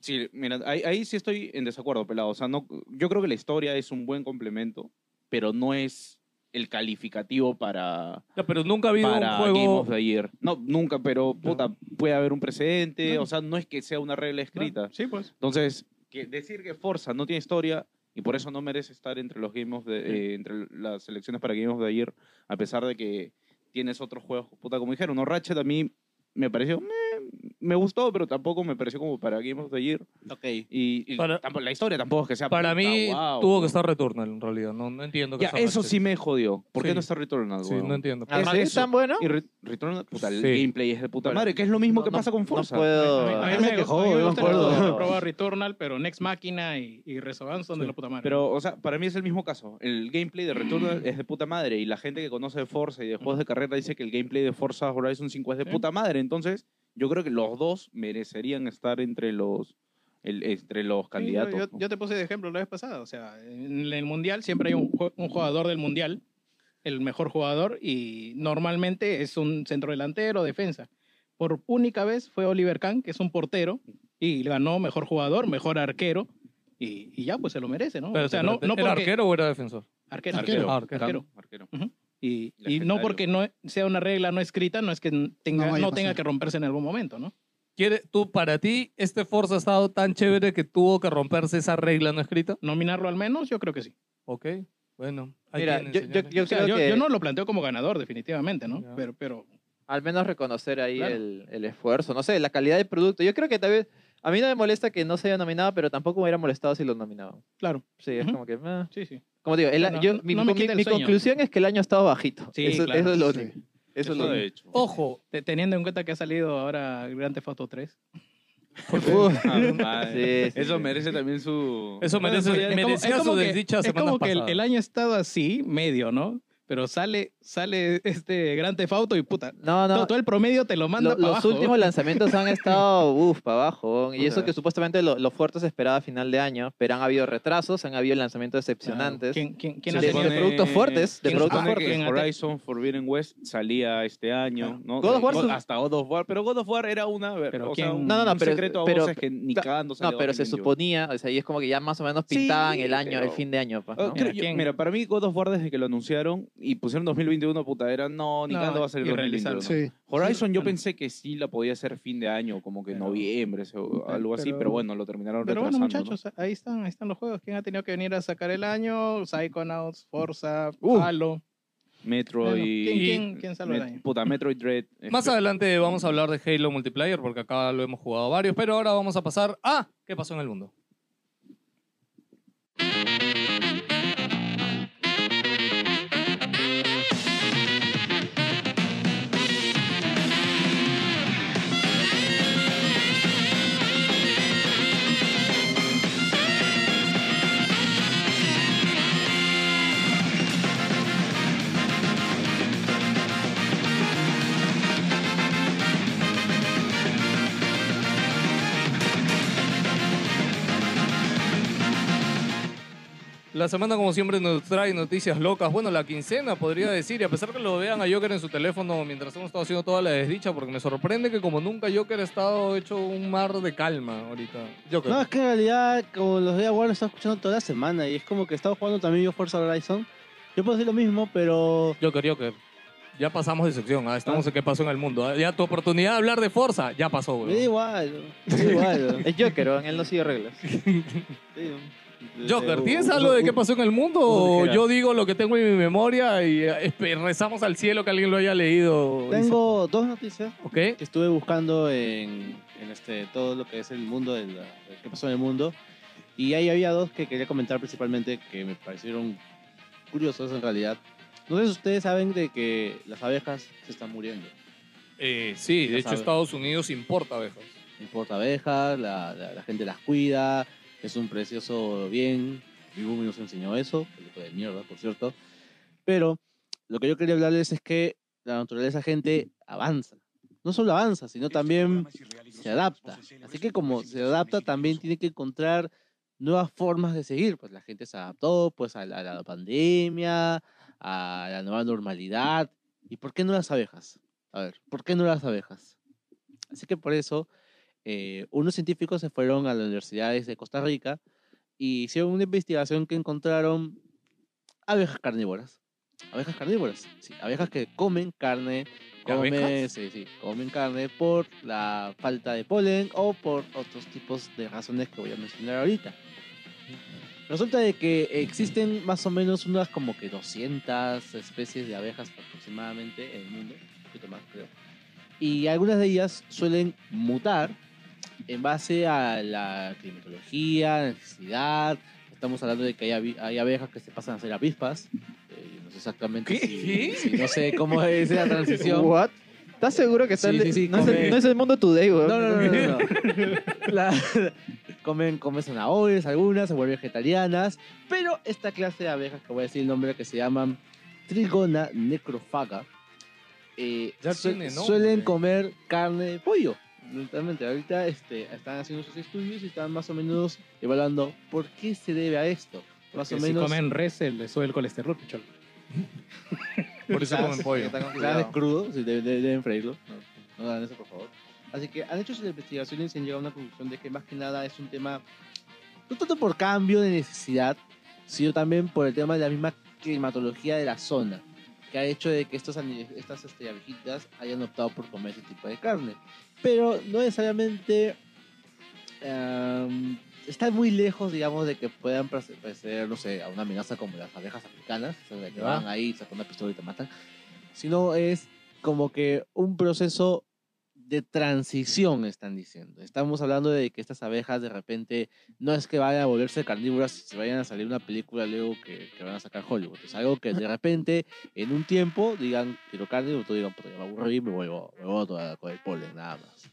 S6: sí, mira, ahí, ahí sí estoy en desacuerdo, pelado. O sea, no, yo creo que la historia es un buen complemento, pero no es el calificativo para,
S4: Ya, Pero nunca ha habido
S6: para
S4: un
S6: Game
S4: juego.
S6: of the Year. No, nunca, pero puta, puede haber un precedente. O sea, no es que sea una regla escrita.
S8: Sí, pues.
S6: Entonces, que decir que Forza no tiene historia y por eso no merece estar entre los Game of the- eh, entre las selecciones para Game of the Year, a pesar de que tienes otros juegos, puta, como dijeron, no Ratchet a mí me pareció meh, me gustó, pero tampoco me pareció como para Game of the Year.
S12: Ok.
S6: Y, y
S4: Para-
S6: tampoco- la historia tampoco es que sea.
S4: Para
S6: puta,
S4: mí
S6: guau.
S4: tuvo que estar Returnal en realidad. No, no entiendo que
S6: Ah, Ya, eso sí me jodió. ¿Por qué
S4: Sí.
S6: no está Returnal?
S4: Sí,
S6: weón?
S4: no entiendo.
S8: Ah,
S6: Es
S5: Además, ¿es
S6: eso.
S5: tan bueno?
S6: Y Re- Returnal, puta, el
S4: Sí.
S6: gameplay es de puta
S5: Bueno,
S6: madre, que es lo mismo
S5: no-
S6: que pasa con Forza.
S5: No puedo...
S8: A mí
S9: Ah,
S8: me
S9: se quejó,
S8: gustó, a mí me
S9: yo me
S8: gusta el
S9: acuerdo.
S8: juego, he probado Returnal, pero Next Machina y, y Resogun son de la puta madre.
S6: Pero, o sea, para mí es el mismo caso. El gameplay de Returnal es de puta madre. Y la gente que conoce de Forza y de juegos de carrera dice que el gameplay de Forza Horizon 5 es de
S8: Sí.
S6: puta madre. Entonces, yo creo que los dos merecerían estar entre los, el- entre los
S8: Sí, yo-
S6: candidatos.
S8: Yo, yo te puse de ejemplo la vez pasada. O sea, en el mundial siempre hay un, jue- un jugador del mundial, el mejor jugador, y normalmente es un centro delantero, defensa. Por única vez fue Oliver Kahn, que es un portero, y ganó mejor jugador, mejor arquero, y, y ya, pues se lo merece, ¿no?
S4: Pero,
S8: o sea, no, no
S4: ¿Era
S8: porque-
S4: arquero o era defensor?
S8: Arquero.
S4: Arquero.
S8: Arquero.
S4: Arquero.
S8: arquero.
S6: Arquero.
S8: Y, y
S6: Legendario.
S8: no porque no sea una regla no escrita, no es que tenga,
S7: No
S8: no,
S7: vaya a
S8: tenga
S7: pasar.
S8: que romperse en algún momento, ¿no?
S4: ¿Quiere, tú, para ti, este Forza ha estado tan chévere que tuvo que romperse esa regla no escrita?
S8: Nominarlo al menos, yo creo que sí.
S4: Ok, bueno. ahí
S5: Mira,
S4: tienen,
S5: yo, yo,
S4: señores.
S5: yo
S8: O sea,
S5: creo
S8: yo,
S5: que
S8: yo no lo planteo como ganador, definitivamente, ¿no?
S4: Ya.
S8: Pero, pero
S5: al menos reconocer ahí
S8: Claro.
S5: el, el esfuerzo, no sé, la calidad del producto. Yo creo que tal vez... A mí no me molesta que no se haya nominado, pero tampoco me hubiera molestado si lo nominaban.
S8: Claro.
S5: Sí, es
S8: Ujú.
S5: como que... meh.
S8: sí, sí.
S5: Como digo, el-
S8: Bueno,
S5: yo-
S8: no-
S5: mi,
S8: no me
S5: con- mi-
S8: quita el
S5: mi
S8: sueño.
S5: conclusión es que el año ha estado bajito.
S8: Sí,
S5: eso,
S8: claro.
S5: eso es lo
S7: Sí.
S5: único. Eso es lo
S6: de
S5: único.
S6: hecho.
S4: Ojo,
S8: Te- Teniendo en cuenta que ha salido ahora Grand Theft Auto 3.
S5: Uf.
S6: Ah, madre.
S5: Sí, sí,
S6: Eso
S5: sí.
S6: merece también su.
S4: eso merece,
S8: Bueno, es como-
S4: merecía
S8: es como
S4: su
S8: que-
S4: desdicha
S8: es
S4: semana
S8: como que el,
S4: pasada.
S8: el año ha estado así, medio, ¿no? Pero sale, sale este Grand Theft Auto y puta.
S5: No, no.
S8: todo- Todo el promedio te lo manda
S5: Lo-
S8: para
S5: los
S8: abajo.
S5: últimos lanzamientos han estado, uff, para abajo. Y
S8: O
S5: eso
S8: sea.
S5: que supuestamente lo, lo fuerte se esperaba a final de año, pero han habido retrasos, han habido lanzamientos decepcionantes.
S8: ¿Quién, quién, quién
S5: Sí,
S8: ha
S5: de-
S8: tenido-
S5: de productos fuertes, de
S8: ¿Quién
S5: productos
S8: supone
S6: Supone
S5: fuertes. Ah,
S6: que
S8: fuertes.
S6: Horizon Forbidden West salía este año, ¿no?
S5: God of
S6: Eh,
S5: War
S6: God-
S5: su-
S6: hasta God of War, pero God of War era una,
S8: Pero
S6: o sea,
S8: ¿quién-
S6: un,
S5: No, no, no,
S6: un
S5: pero-
S6: secreto a
S5: pero-
S6: voces que ni
S5: ta-
S6: cagando salió
S5: No, pero se
S6: 2021.
S5: suponía, o sea, y es como que ya más o menos
S6: Sí,
S5: pintaban el año, el
S6: pero-
S5: fin de año. pues, ¿no?
S6: Ah, creo
S8: Mira,
S6: yo-
S8: ¿quién?
S6: mira, para mí God of War desde que lo anunciaron y pusieron 2021, puta, era no, ni
S8: No,
S6: cagando va a salir
S8: irrealizable.
S6: 2021.
S7: Sí.
S6: Horizon yo
S8: Bueno.
S6: pensé que sí la podía hacer fin de año, como que
S8: Pero-
S6: noviembre, se- algo así,
S8: pero-
S6: pero bueno, lo terminaron
S8: Pero bueno,
S6: retrasando.
S8: muchachos, ahí están, ahí están los juegos. ¿Quién ha tenido que venir a sacar el año? Psychonauts, Forza,
S6: Uh.
S8: Halo.
S6: ¿no? Metroid...
S8: Bueno, ¿quién- quién- quién salva el
S6: Met-
S8: año?
S6: Puta, Metroid Dread. eh,
S4: Más adelante vamos a hablar de Halo Multiplayer porque acá lo hemos jugado varios, pero ahora vamos a pasar a qué pasó en el mundo. La semana, como siempre, nos trae noticias locas. Bueno, la quincena, podría decir. Y a pesar que lo vean a Joker en su teléfono mientras hemos estado haciendo toda la desdicha, porque me sorprende que como nunca Joker ha estado hecho un mar de calma ahorita. Joker.
S9: No, es que en realidad, como los días bueno, he estado escuchando toda la semana y es como que he estado jugando también yo Forza Horizon. Yo puedo decir lo mismo, pero
S4: Joker, Joker. Ya pasamos de sección. ah, Estamos en qué pasó en el mundo. ah. Ya tu oportunidad de hablar de Forza, ya pasó,
S9: me da
S4: güey.
S9: igual. Me da igual.
S5: Es Joker, weón, él no sigue reglas.
S9: Sí.
S4: Joker,
S9: Eh,
S4: ¿tienes
S9: u-
S4: algo de
S9: u-
S4: qué pasó en el mundo?
S9: u-
S4: O
S9: ligera.
S4: yo digo lo que tengo en mi memoria y eh, espe- rezamos al cielo que alguien lo haya leído.
S9: Tengo dos noticias
S4: ¿Ok?
S9: que estuve buscando en, en este, todo lo que es el mundo, de la- de qué pasó en el mundo. Y ahí había dos que quería comentar principalmente que me parecieron curiosos en realidad. No sé si ustedes saben de que las abejas se están muriendo.
S4: Eh, sí,
S9: Ya
S4: de hecho
S9: sabe.
S4: Estados Unidos importa abejas.
S9: Importa abejas, la, la- la gente las cuida, es un precioso bien. Mi boom nos enseñó eso, película de mierda, por cierto. Pero lo que yo quería hablarles es que la naturaleza, gente, avanza. No solo avanza, sino
S1: Este
S9: también se adapta. Así que como se adapta, también tiene que encontrar nuevas formas de seguir. Pues la gente se adaptó pues a la, a la pandemia, a la nueva normalidad. ¿Y por qué no las abejas? A ver, ¿por qué no las abejas? Así que por eso, eh, unos científicos se fueron a las universidades de Costa Rica y hicieron una investigación que encontraron abejas carnívoras. Abejas carnívoras, sí, abejas que comen carne,
S4: ¿Y abejas?
S9: comen, sí, sí, comen carne por la falta de polen o por otros tipos de razones que voy a mencionar ahorita. Resulta de que existen más o menos unas como que 200 especies de abejas aproximadamente en el mundo, un poquito más creo. Y algunas de ellas suelen mutar en base a la climatología, la necesidad. Estamos hablando de que hay, avi- hay abejas que se pasan a ser avispas. Eh, no sé exactamente si- si- No sé cómo es la transición.
S5: What? ¿Estás seguro que está
S9: Sí,
S5: el de-
S9: sí, sí,
S5: no, es
S9: come.
S5: el, no es el mundo today, weón?
S9: No, no, no, no, no. La- comen, comen zanahorias algunas, se vuelven vegetarianas, pero esta clase de abejas, que voy a decir el nombre, que se llaman Trigona necrofaga, eh,
S4: Ya
S9: sue-
S4: tiene nombre.
S9: suelen comer carne de pollo. Literalmente, ahorita este, están haciendo sus estudios y están más o menos evaluando por qué se debe a esto. Más
S8: Que
S9: o
S8: si
S9: menos.
S8: comen res, se les sube el colesterol, pichón.
S9: Por
S5: eso comen pollo. Está con
S9: Claro,
S5: cuidado.
S9: es crudo, sí, deben, deben- deben freírlo. No, no hagan eso, por favor. Así que han hecho sus investigaciones y han llegado a una conclusión de que más que nada es un tema, no tanto por cambio de necesidad, sino también por el tema de la misma climatología de la zona, que ha hecho de que estos, ani- estas este, abejitas hayan optado por comer ese tipo de carne. Pero no necesariamente ehm, están muy lejos, digamos, de que puedan pase- parecer, no sé, a una amenaza como las abejas africanas, o sea, de que
S4: Ya.
S9: van ahí, sacan una pistola y te matan, sino es como que un proceso de transición, están diciendo. Estamos hablando de que estas abejas de repente no es que vayan a volverse carnívoras y se vayan a salir una película luego que, que van a sacar Hollywood. Es algo que de repente, en un tiempo, digan, quiero carne, y otro digan, puta, ya me aburrí y me vuelvo, me vuelvo a con el polen, nada más.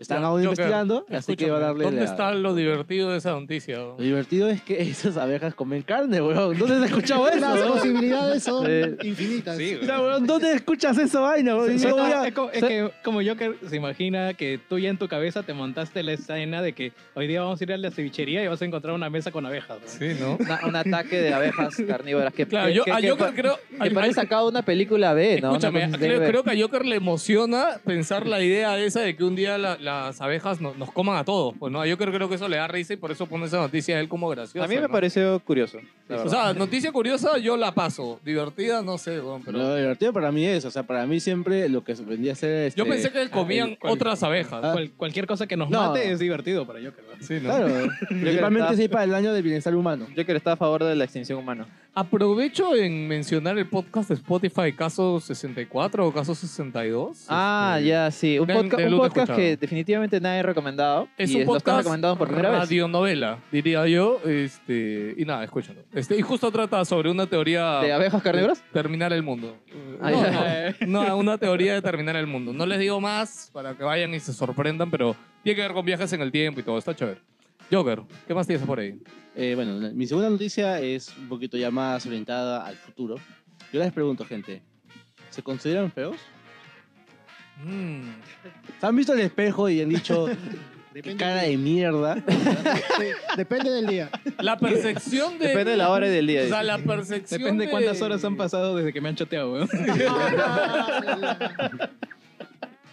S9: Están
S4: Ya,
S9: aún
S4: Joker,
S9: investigando, así que va
S4: Escúchame,
S9: a darle
S4: ¿Dónde
S9: la-
S4: está lo divertido de esa noticia?
S9: Lo divertido es que esas abejas comen carne, weón. ¿Dónde has escuchado eso?
S7: Las
S9: weón?
S7: posibilidades son
S9: Eh,
S7: infinitas.
S8: Sí,
S9: O sea, weón, ¿Dónde escuchas esa vaina, weón? Yo voy a-
S8: Es como- es que como Joker se imagina que tú ya en tu cabeza te montaste la escena de que hoy día vamos a ir a la cevichería y vas a encontrar una mesa con abejas. ¿no?
S4: Sí, ¿no?
S5: Una- un ataque de abejas carnívoras que,
S4: Claro,
S5: que-
S4: yo,
S5: que-
S4: a
S5: que
S4: Joker
S5: pa-
S4: creo...
S5: que
S4: al-
S5: parece
S4: al-
S5: sacado de una película B, ¿no? Una
S4: Escúchame,
S5: cosa así
S4: creo,
S5: de-
S4: creo que a Joker le emociona pensar la idea esa de que un día la- las abejas no- nos coman a todos. Pues no, a Joker creo que eso le da risa y por eso pone esa noticia a él como graciosa.
S5: A mí me
S4: ¿no?
S5: pareció curioso. la
S4: O
S5: verdad.
S4: sea, noticia curiosa yo la paso. Divertida, no sé, weón, pero...
S9: Lo divertido para mí es, o sea, para mí siempre lo que vendía a ser...
S4: Yo
S9: este,
S4: pensé que comían
S8: cual-
S4: otras abejas.
S9: Ah.
S8: Cual- cualquier cosa que nos
S9: No.
S8: mate es divertido para Joker. ¿no?
S4: Sí, ¿no?
S9: Claro, principalmente
S5: está-
S9: sí para el año del bienestar humano.
S5: Joker está a favor de la extinción humana.
S4: Aprovecho en mencionar el podcast de Spotify Caso 64 o Caso 62.
S5: Ah,
S4: Este,
S5: ya, sí. Un,
S4: Nen-
S5: podca-
S4: de
S5: un
S4: Luto
S5: podcast que
S4: Escuchado.
S5: definitivamente nadie ha recomendado.
S4: Es
S5: y
S4: un
S5: lo están
S4: podcast
S5: recomendando por primera vez.
S4: radionovela, diría yo. Este, y nada, escúchalo. Este, y justo trata sobre una teoría
S5: ¿De abejas carnívoras?
S4: terminar el mundo.
S5: Ah,
S4: no,
S5: ya.
S4: no, no, una teoría de terminar el mundo. No les digo más para que vayan y se sorprendan, pero tiene que ver con viajes en el tiempo y todo. Está chévere. Joker, ¿qué más tienes por ahí?
S9: Eh, bueno, la- mi segunda noticia es un poquito ya más orientada al futuro. Yo les pregunto, gente, ¿se consideran feos?
S4: Mm,
S9: ¿Se han visto el espejo y han dicho, qué
S7: Depende,
S9: cara de mierda?
S7: sí, depende del día.
S4: La percepción de...
S5: Depende de la hora y del día.
S4: O sea,
S5: dice.
S4: la percepción
S8: Depende de cuántas horas han pasado desde que me han choteado, weón.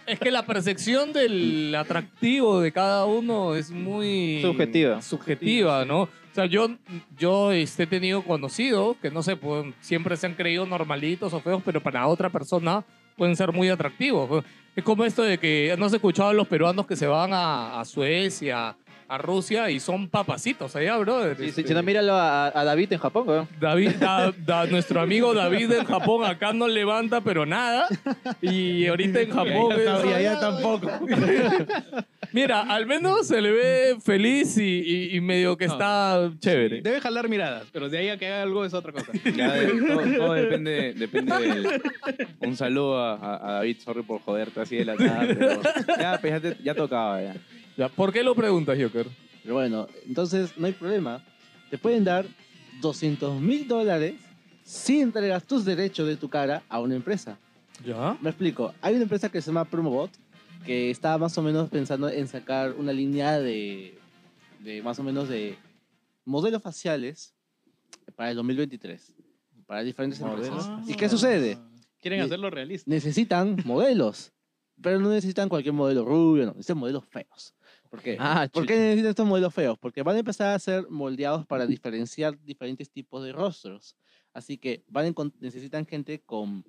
S4: Es que la percepción del atractivo de cada uno es muy...
S5: Subjetiva.
S4: Subjetiva, ¿no? O sea, yo, yo este, he tenido conocidos que, no sé, pues, siempre se han creído normalitos o feos, pero para otra persona pueden ser muy atractivos. Es como esto de que, ¿no has escuchado a los peruanos que se van a, a Suecia, a Rusia y son papacitos allá, brother?
S5: Sí, sí,
S4: Este,
S5: si no, míralo a, a David en Japón, weón.
S4: David, da- da- nuestro amigo David en Japón acá no levanta pero nada y ahorita en Japón es-
S8: tampoco.
S4: mira al menos se le ve feliz y, y- y medio que
S8: No.
S4: está chévere
S8: Debe jalar miradas, pero de ahí a que haga algo es otra cosa.
S6: Ya, de- todo, todo depende, depende del- Un saludo a, a- a David, sorry por joderte así de la nada, pero ya, pues, ya, te- ya tocaba ya.
S4: Ya, ¿por qué lo preguntas Joker?
S9: Pero bueno, entonces no hay problema. Te pueden dar 200 mil dólares si entregas tus derechos de tu cara a una empresa.
S4: ya
S9: Me explico. Hay una empresa que se llama Promobot que está más o menos pensando en sacar una línea de, de más o menos de modelos faciales para el 2023. Para diferentes empresas. ¿Y qué sucede?
S8: Quieren
S9: Ni-
S8: hacerlo realista.
S9: Necesitan modelos. Pero no necesitan cualquier modelo rubio, no. Necesitan modelos feos. ¿Por qué?
S5: Ah,
S9: ¿Por qué necesitan estos modelos feos? Porque van a empezar a ser moldeados para diferenciar diferentes tipos de rostros. Así que van a encon- necesitan gente con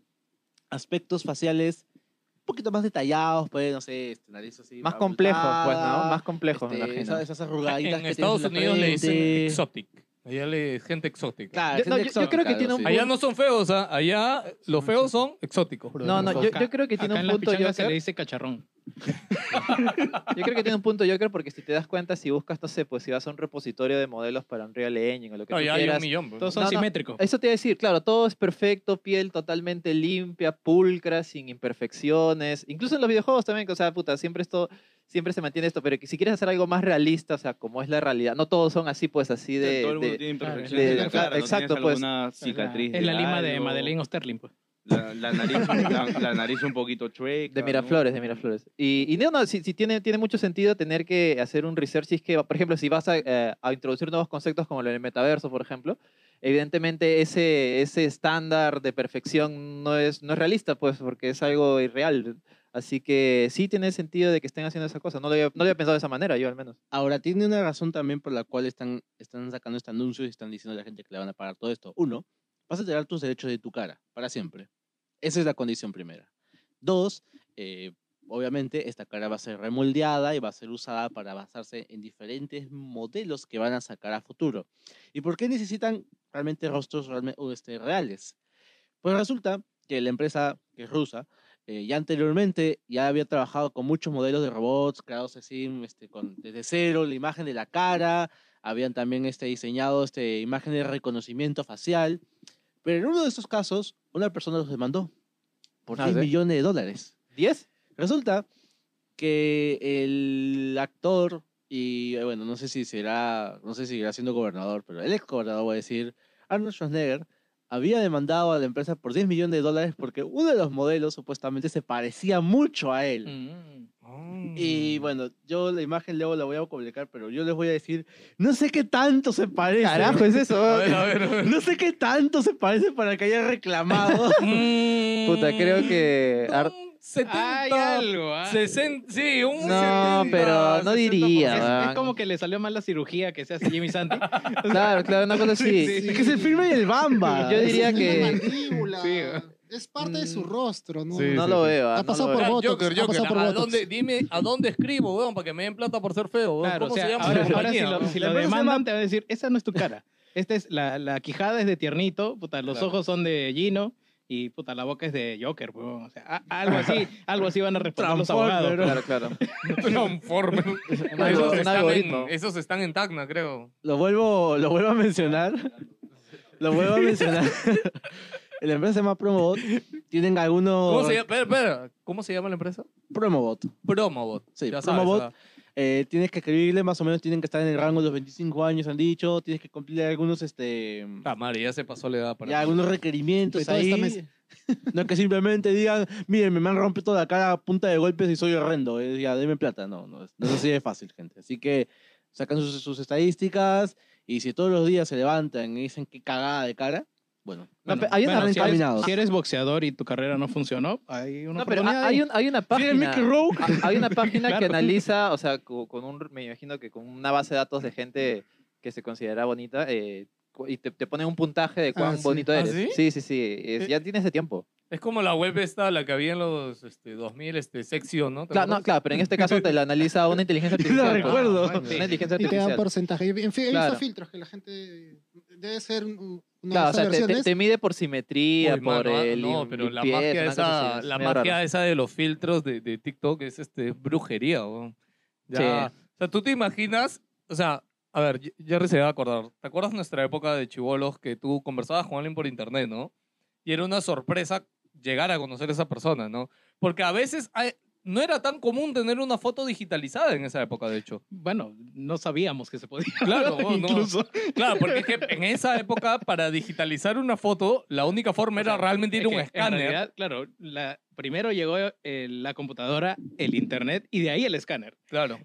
S9: aspectos faciales un poquito más detallados, pues, no sé, este, nariz así.
S5: Más complejos, pues, ¿no?
S9: abultada,
S5: Más complejos, me
S9: este,
S5: imagino.
S9: esa- esas arrugaditas
S4: en
S9: que
S4: Estados
S9: tienes en la
S4: Unidos le dicen
S9: frente.
S4: exotic Allá le gente exótica.
S9: Claro,
S5: Yo-
S9: gente
S5: no, yo- yo
S9: exótica,
S5: creo que
S9: algo
S5: tiene un
S9: así.
S5: punto.
S4: Allá no son feos, ¿ah? allá los feos son exóticos.
S5: No, no, yo, yo creo que tiene
S8: Acá en
S5: un
S8: las
S5: punto
S8: pichangas se
S5: Joker.
S8: le dice cacharrón.
S5: Yo creo que tiene un punto Joker porque si te das cuenta, si buscas, no sé, pues si vas a un repositorio de modelos para Unreal Engine o lo que
S4: No,
S5: tú
S4: ya hay un
S5: quieras.
S4: millón. pues.
S8: Todos son
S5: No, no.
S8: simétricos.
S5: Eso te iba a decir, claro, todo es perfecto, piel totalmente limpia, pulcra, sin imperfecciones. Incluso en los videojuegos también, que, o sea, puta, siempre esto, siempre se mantiene esto, pero que si quieres hacer algo más realista, o sea, como es la realidad, no todos son así, pues así de...
S6: Todo el mundo
S5: de-
S6: tiene
S8: de-
S6: imperfecciones. en la cara, no
S5: exacto,
S6: tienes
S5: pues.
S6: alguna cicatriz.
S8: Es la lima de
S6: algo,
S8: Madeleine Osterling, pues.
S6: La, la nariz, la, la nariz un poquito chueca.
S5: De
S6: ¿no?
S5: Miraflores, de Miraflores. Y, y no, no, si, si tiene, tiene mucho sentido tener que hacer un research si es que, por ejemplo, si vas a, eh, a introducir nuevos conceptos como el del metaverso, por ejemplo, evidentemente ese, ese estándar de perfección no es, no es realista, pues, porque es algo irreal. Así que sí tiene sentido de que estén haciendo esa cosa. No lo había, no lo había pensado de esa manera, yo al menos.
S9: Ahora, tiene una razón también por la cual están, están sacando este anuncio y están diciendo a la gente que le van a pagar todo esto. Uno, vas a tener tus derechos de tu cara para siempre. Esa es la condición primera. Dos, eh, obviamente esta cara va a ser remoldeada y va a ser usada para basarse en diferentes modelos que van a sacar a futuro. ¿Y por qué necesitan realmente rostros realme- o, este, reales? Pues resulta que la empresa, que es rusa, eh, ya anteriormente ya había trabajado con muchos modelos de robots creados así este, con, desde cero, la imagen de la cara, habían también este, diseñado este, imagen de reconocimiento facial, pero en uno de estos casos una persona los demandó por
S5: Ah,
S9: 10
S5: ¿sí?
S9: millones de dólares.
S5: ¿Diez?
S9: Resulta que el actor, y eh, bueno, no sé si será, no sé si seguirá siendo gobernador, pero el ex gobernador, voy a decir, Arnold Schwarzenegger, había demandado a la empresa por 10 millones de dólares porque uno de los modelos supuestamente se parecía mucho a él.
S5: Mm.
S4: Mm.
S9: Y bueno, yo la imagen luego la voy a publicar, pero yo les voy a decir, no sé qué tanto se parece.
S5: Carajo, es eso.
S4: A ver, a ver, a ver.
S9: No sé qué tanto se parece para que haya reclamado.
S5: Puta, creo que... Ar-
S4: Mm. Un 70,
S8: Hay algo, ah.
S4: 60, sí, un 70,
S5: No, pero no
S4: 60%.
S5: diría.
S8: Es,
S5: weón.
S8: es como que le salió mal la cirugía que se hace Jimmy Santi.
S5: Claro, claro, una cosa así.
S9: Es que se firme el Bamba.
S5: Yo diría
S7: Es
S5: que- Mm.
S7: una mandíbula.
S8: Sí, ah.
S7: Es parte de su rostro, ¿no?
S4: Sí,
S5: No
S4: sí,
S5: lo
S4: sí.
S5: veo. ah,
S7: Ha
S5: no
S7: pasado
S5: lo
S7: por
S5: veo.
S4: Ah,
S7: Botox,
S4: Joker,
S7: ha pasado
S4: Joker,
S7: por
S4: ¿a
S7: Botox.
S4: dónde, dime, ¿a dónde escribo, weón? Para que me den plata por ser feo, weón.
S8: Claro,
S4: ¿Cómo
S8: o sea,
S4: se llama
S8: ahora,
S4: la
S8: ahora si
S4: compañía,
S8: lo,
S4: weón?
S8: si lo
S9: La empresa se
S8: demandan, te va a decir, esa no es tu cara. Esta es la, la quijada es de tiernito, puta, los
S4: Claro.
S8: ojos son de Gino y puta, la boca es de Joker, weón. O sea, a- algo así, algo así van a responder los abogados. pues.
S9: Transformer,
S5: Claro, claro.
S4: Transformer.
S5: Un algo-
S4: esos,
S5: un
S4: están
S5: algoritmo.
S4: en, esos están en Tacna, creo.
S9: Lo vuelvo, lo vuelvo a mencionar. Lo vuelvo a mencionar. La empresa se llama Promobot. Tienen algunos.
S4: ¿Cómo se llama? Espera, espera. ¿Cómo se llama la empresa?
S9: Promobot.
S4: Promobot.
S9: Sí,
S4: ya
S9: Promobot.
S4: sabes, ah.
S9: Eh, tienes que escribirle, más o menos tienen que estar en el rango de los 25 años, han dicho. Tienes que cumplir algunos, este,
S4: Ah, madre, ya se pasó la edad para
S9: ya, algunos requerimientos
S7: De toda esta
S9: ahí.
S7: mesa.
S9: No es que simplemente digan, miren, me han rompido la cara a punta de golpes y soy horrendo. eh, ya, denme plata. No, no, es- no es así de fácil, gente. Así que sacan sus, sus estadísticas y si todos los días se levantan y dicen qué cagada de cara, bueno,
S5: No, pero hay una
S8: si, eres,
S9: encaminados.
S8: si eres boxeador y tu carrera no funcionó, hay una
S5: No, pero
S8: oportunidad
S5: ha-
S8: ahí.
S5: hay, un- hay una página.
S9: Mickey Rourke.
S5: ha- Hay una página que
S8: Claro.
S5: analiza, o sea, co- con un, me imagino que con una base de datos de gente que se considera bonita eh, cu- y te, te pone un puntaje de cuán
S7: sí.
S5: bonito
S4: ¿Ah,
S5: eres.
S4: sí?
S5: sí, sí, sí, es-
S4: Eh,
S5: ya tiene ese tiempo.
S4: Es como la web esta, la que había en los este, 2000, este, sexy o no. ¿Te
S5: Claro, no,
S4: acuerdas?
S5: claro, pero en este caso te la analiza una inteligencia
S9: Yo la
S5: artificial. pues.
S9: recuerdo.
S5: Una inteligencia
S7: Y te dan
S5: artificial.
S7: porcentaje. En fin, he
S5: Claro.
S7: visto filtros que la gente debe ser un- un- una
S5: Claro, o
S7: de
S5: sea, te-
S7: esas
S5: te,
S7: versiones.
S5: te mide por simetría,
S4: Uy,
S5: por
S4: mano, ah,
S5: el
S4: no, pero la magia, esa, la magia esa de los filtros de, de TikTok es este, brujería. weón. Ya, O sea, tú te imaginas, o sea, a ver, Ye- Jerry se va a acordar. ¿Te acuerdas nuestra época de chivolos que tú conversabas con alguien por internet, no? Y era una sorpresa llegar a conocer a esa persona, ¿no? Porque a veces hay- no era tan común tener una foto digitalizada en esa época, de hecho.
S8: Bueno, no sabíamos que se podía.
S4: Claro, vos, no.
S8: incluso.
S4: Claro, porque es que en esa época, para digitalizar una foto, la única forma era
S8: O sea,
S4: realmente ir a
S8: Es
S4: un
S8: que, En
S4: escáner.
S8: realidad, claro, la, primero llegó eh, la computadora, el internet y de ahí el escáner.
S4: Claro.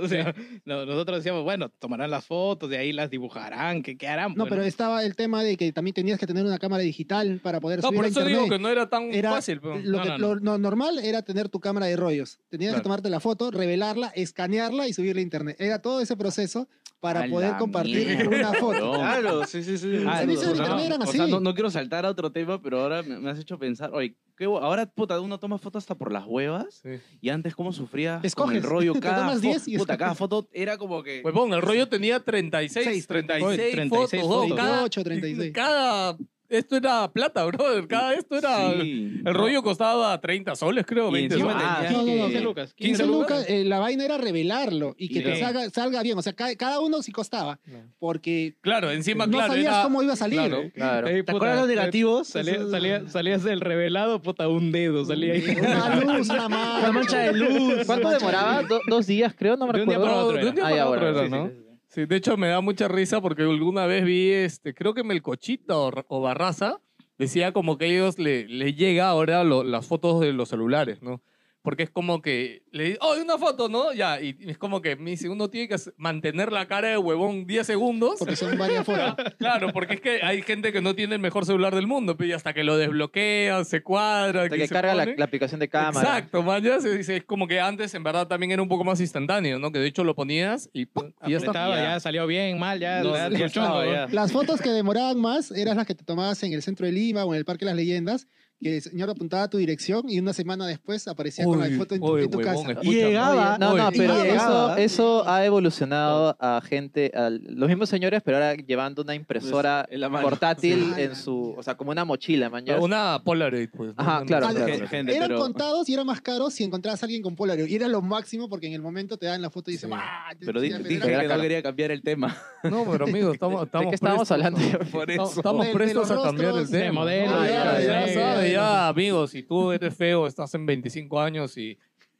S8: O sea, no- nosotros decíamos, bueno, tomarán las fotos, de ahí las dibujarán, ¿qué, qué harán?
S7: No,
S8: pues,
S7: pero estaba el tema de que también tenías que tener una cámara digital para poder
S4: No,
S7: subir
S4: por
S7: a
S4: eso
S7: internet.
S4: digo que no era tan
S7: Era
S4: fácil. pues. pero-
S7: Lo,
S8: No,
S7: que-
S8: no,
S7: lo- lo normal era tener tu cámara de rollos. Tenías
S4: Claro.
S7: que tomarte la foto, revelarla, escanearla y subirla a internet. Era todo ese proceso para
S6: A
S7: poder
S6: la
S7: compartir
S6: mierda,
S7: una foto.
S6: weón.
S9: Claro, sí, sí, sí.
S6: Ah,
S7: servicios de
S6: no,
S7: internet eran
S6: o
S7: así.
S6: sea, no, no quiero saltar a otro tema, pero ahora me, me has hecho pensar, oye, qué hue- ahora puta, uno toma fotos hasta por las huevas y antes cómo sufría con
S7: Escoges.
S6: el rollo
S7: Te
S6: cada,
S7: tomas
S6: fo-
S7: 10 y
S6: puta, cada
S7: escoges.
S6: foto era como que
S4: Huevón, el rollo tenía 36,
S7: Seis,
S4: 36,
S8: oye, 36
S4: fotos. ¿no?
S8: fotos.
S4: Cada,
S7: 38, 36.
S4: cada- Esto era plata, brother. Cada esto era...
S6: Sí.
S4: El rollo costaba 30 soles, creo,
S6: Y
S4: 20
S6: encima
S4: soles.
S6: tenías
S7: no, no, no,
S6: que-
S8: 15 lucas.
S7: 15
S4: 15
S7: lucas, eh, la vaina era revelarlo y que
S6: Y
S7: te
S6: lo-
S7: salga, salga bien. O sea, ca- cada uno sí costaba. Porque
S4: Claro, encima,
S7: no
S4: claro,
S7: sabías
S4: era-
S7: cómo iba a salir.
S4: claro.
S7: ¿eh?
S5: Claro.
S8: Ey,
S9: ¿Te
S8: puta,
S9: acuerdas los
S8: te-
S9: negativos?
S8: salía-
S9: Esos-
S8: salía- salías del revelado, puta, un dedo. Salía ahí.
S7: Una luz, una mano.
S13: Una mancha de luz.
S5: ¿Cuánto demoraba? Do- dos días, creo, no me
S8: De un día
S5: recuerdo.
S8: para
S4: No,
S8: otro
S4: de un día
S5: era.
S4: para
S5: Ah, ya,
S4: otro
S5: bueno,
S4: era, ¿no? Sí, de hecho me da mucha risa porque alguna vez vi, este, creo que Melcochita o, o Barraza decía como que a ellos le, le llega ahora lo- las fotos de los celulares, ¿no? Porque es como que le di- oh, hay una foto, ¿no? Ya, y es como que me dice, uno tiene que hacer- mantener la cara de huevón 10 segundos.
S7: Porque son varias fotos.
S4: Claro, porque es que hay gente que no tiene el mejor celular del mundo, pero y hasta que lo desbloquea, se cuadra.
S5: Hasta que
S4: se
S5: carga la,
S4: pone.
S5: la aplicación de cámara.
S4: Exacto, man, ya se dice, es como que antes en verdad también era un poco más instantáneo, ¿no? Que de hecho lo ponías y, ¡pum! y ya está.
S8: Estaba, ya salió bien, mal, ya.
S6: No,
S8: ya,
S6: ya
S8: chongo,
S6: estaba,
S8: ¿no?
S6: ya.
S7: Las fotos que demoraban más eran las que te tomabas en el centro de Lima o en el Parque de las Leyendas, que el señor apuntaba tu dirección y una semana después aparecía con la
S4: Uy,
S7: foto en tu,
S4: uy,
S7: en tu
S4: huevón,
S7: casa.
S4: escúchame.
S9: Llegaba.
S5: No, no,
S4: Oye,
S5: pero
S7: y
S5: eso,
S8: Ah,
S9: llegaba.
S5: eso ha evolucionado a gente, a los mismos señores, pero ahora llevando una impresora
S4: Pues,
S6: en la mano.
S5: portátil
S7: Sí.
S5: en su, o sea, como una mochila, man. ya.
S4: Una Polaroid, pues. ¿no?
S5: Ajá,
S4: Una-
S5: claro,
S7: Ah,
S5: claro.
S7: es-
S6: Gente,
S7: eran
S6: pero-
S7: contados y era más caro si encontrabas a alguien con Polaroid. Y era lo máximo porque en el momento te dan la foto y dices, "Bah, te-
S6: Pero
S7: te-
S6: di-
S7: te-
S6: dije
S7: te-
S6: que
S5: cara.
S6: no quería cambiar el tema.
S4: No, pero amigo, estamos,
S5: ¿De
S4: estamos
S5: qué estábamos
S4: prestos,
S5: hablando?
S4: ¿no?
S6: Por
S4: Estamos-
S6: eso.
S4: Estamos
S7: De- de
S4: prestos
S7: los
S4: a cambiar el
S7: rostros,
S4: tema.
S8: de modelo,
S4: Ah, ya,
S7: de-
S4: ya
S7: de-
S4: sabes,
S7: de-
S4: ya, amigo, si tú eres feo, estás en 25 años y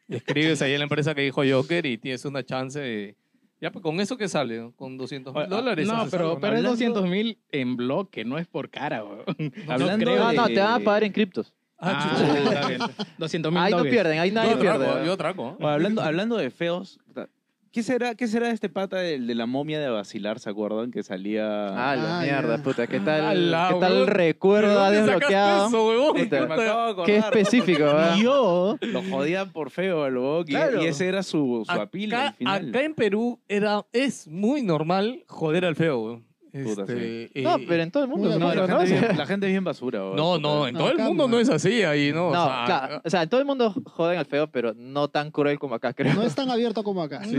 S4: escribes ahí en la empresa que dijo Joker y tienes una chance de... Ya, pues con eso que sale, ¿no? con 200 mil dólares.
S8: Ah, No,
S4: haces
S8: pero,
S4: algo,
S8: pero es
S4: Hablando-
S8: 200 mil en bloque, no es por cara, weón.
S6: Hablando
S8: creo.
S5: No,
S6: de-
S5: Ah, no, te van a pagar en criptos.
S4: Ah,
S8: Ah, está bien. 200 mil
S5: Ahí no
S8: dólares.
S5: pierden, ahí nadie
S4: yo
S5: pierde.
S4: atraco, yo
S5: ¿verdad?
S4: atraco. ¿eh?
S6: Bueno, hablando, hablando de feos, puta, ¿qué será, qué será este pata del- de, la momia de vacilar, se acuerdan? Que salía...
S5: Ah, la
S7: Ah,
S5: mierda,
S7: ya.
S5: puta, ¿qué
S4: Ah,
S5: tal,
S4: la
S5: qué tal
S4: huevón. ¿De
S5: recuerdo ha
S4: dónde sacaste
S5: desbloqueado?
S4: eso, huevón?
S5: Puta,
S4: Puta.
S6: me acabo de
S5: Qué
S6: acordar,
S5: específico, ¿verdad?
S6: Y yo lo jodían por feo al Bok y, y ese era su, su apil al
S4: Acá,
S6: final.
S4: acá en Perú era, es muy normal joder al feo. weón.
S6: Puta,
S4: Este, eh,
S5: No, pero en todo el mundo.
S7: Muy
S5: No,
S6: no, la
S5: no,
S6: gente, es bien, la gente es bien basura. weón.
S4: no, no, en
S7: No,
S4: todo el
S7: acá
S4: mundo
S7: no.
S4: no es así ahí, ¿no? O sea,
S5: claro, o sea, en todo el mundo joden al feo, pero no tan cruel como acá, creo.
S7: No es tan abierto como acá.
S8: No,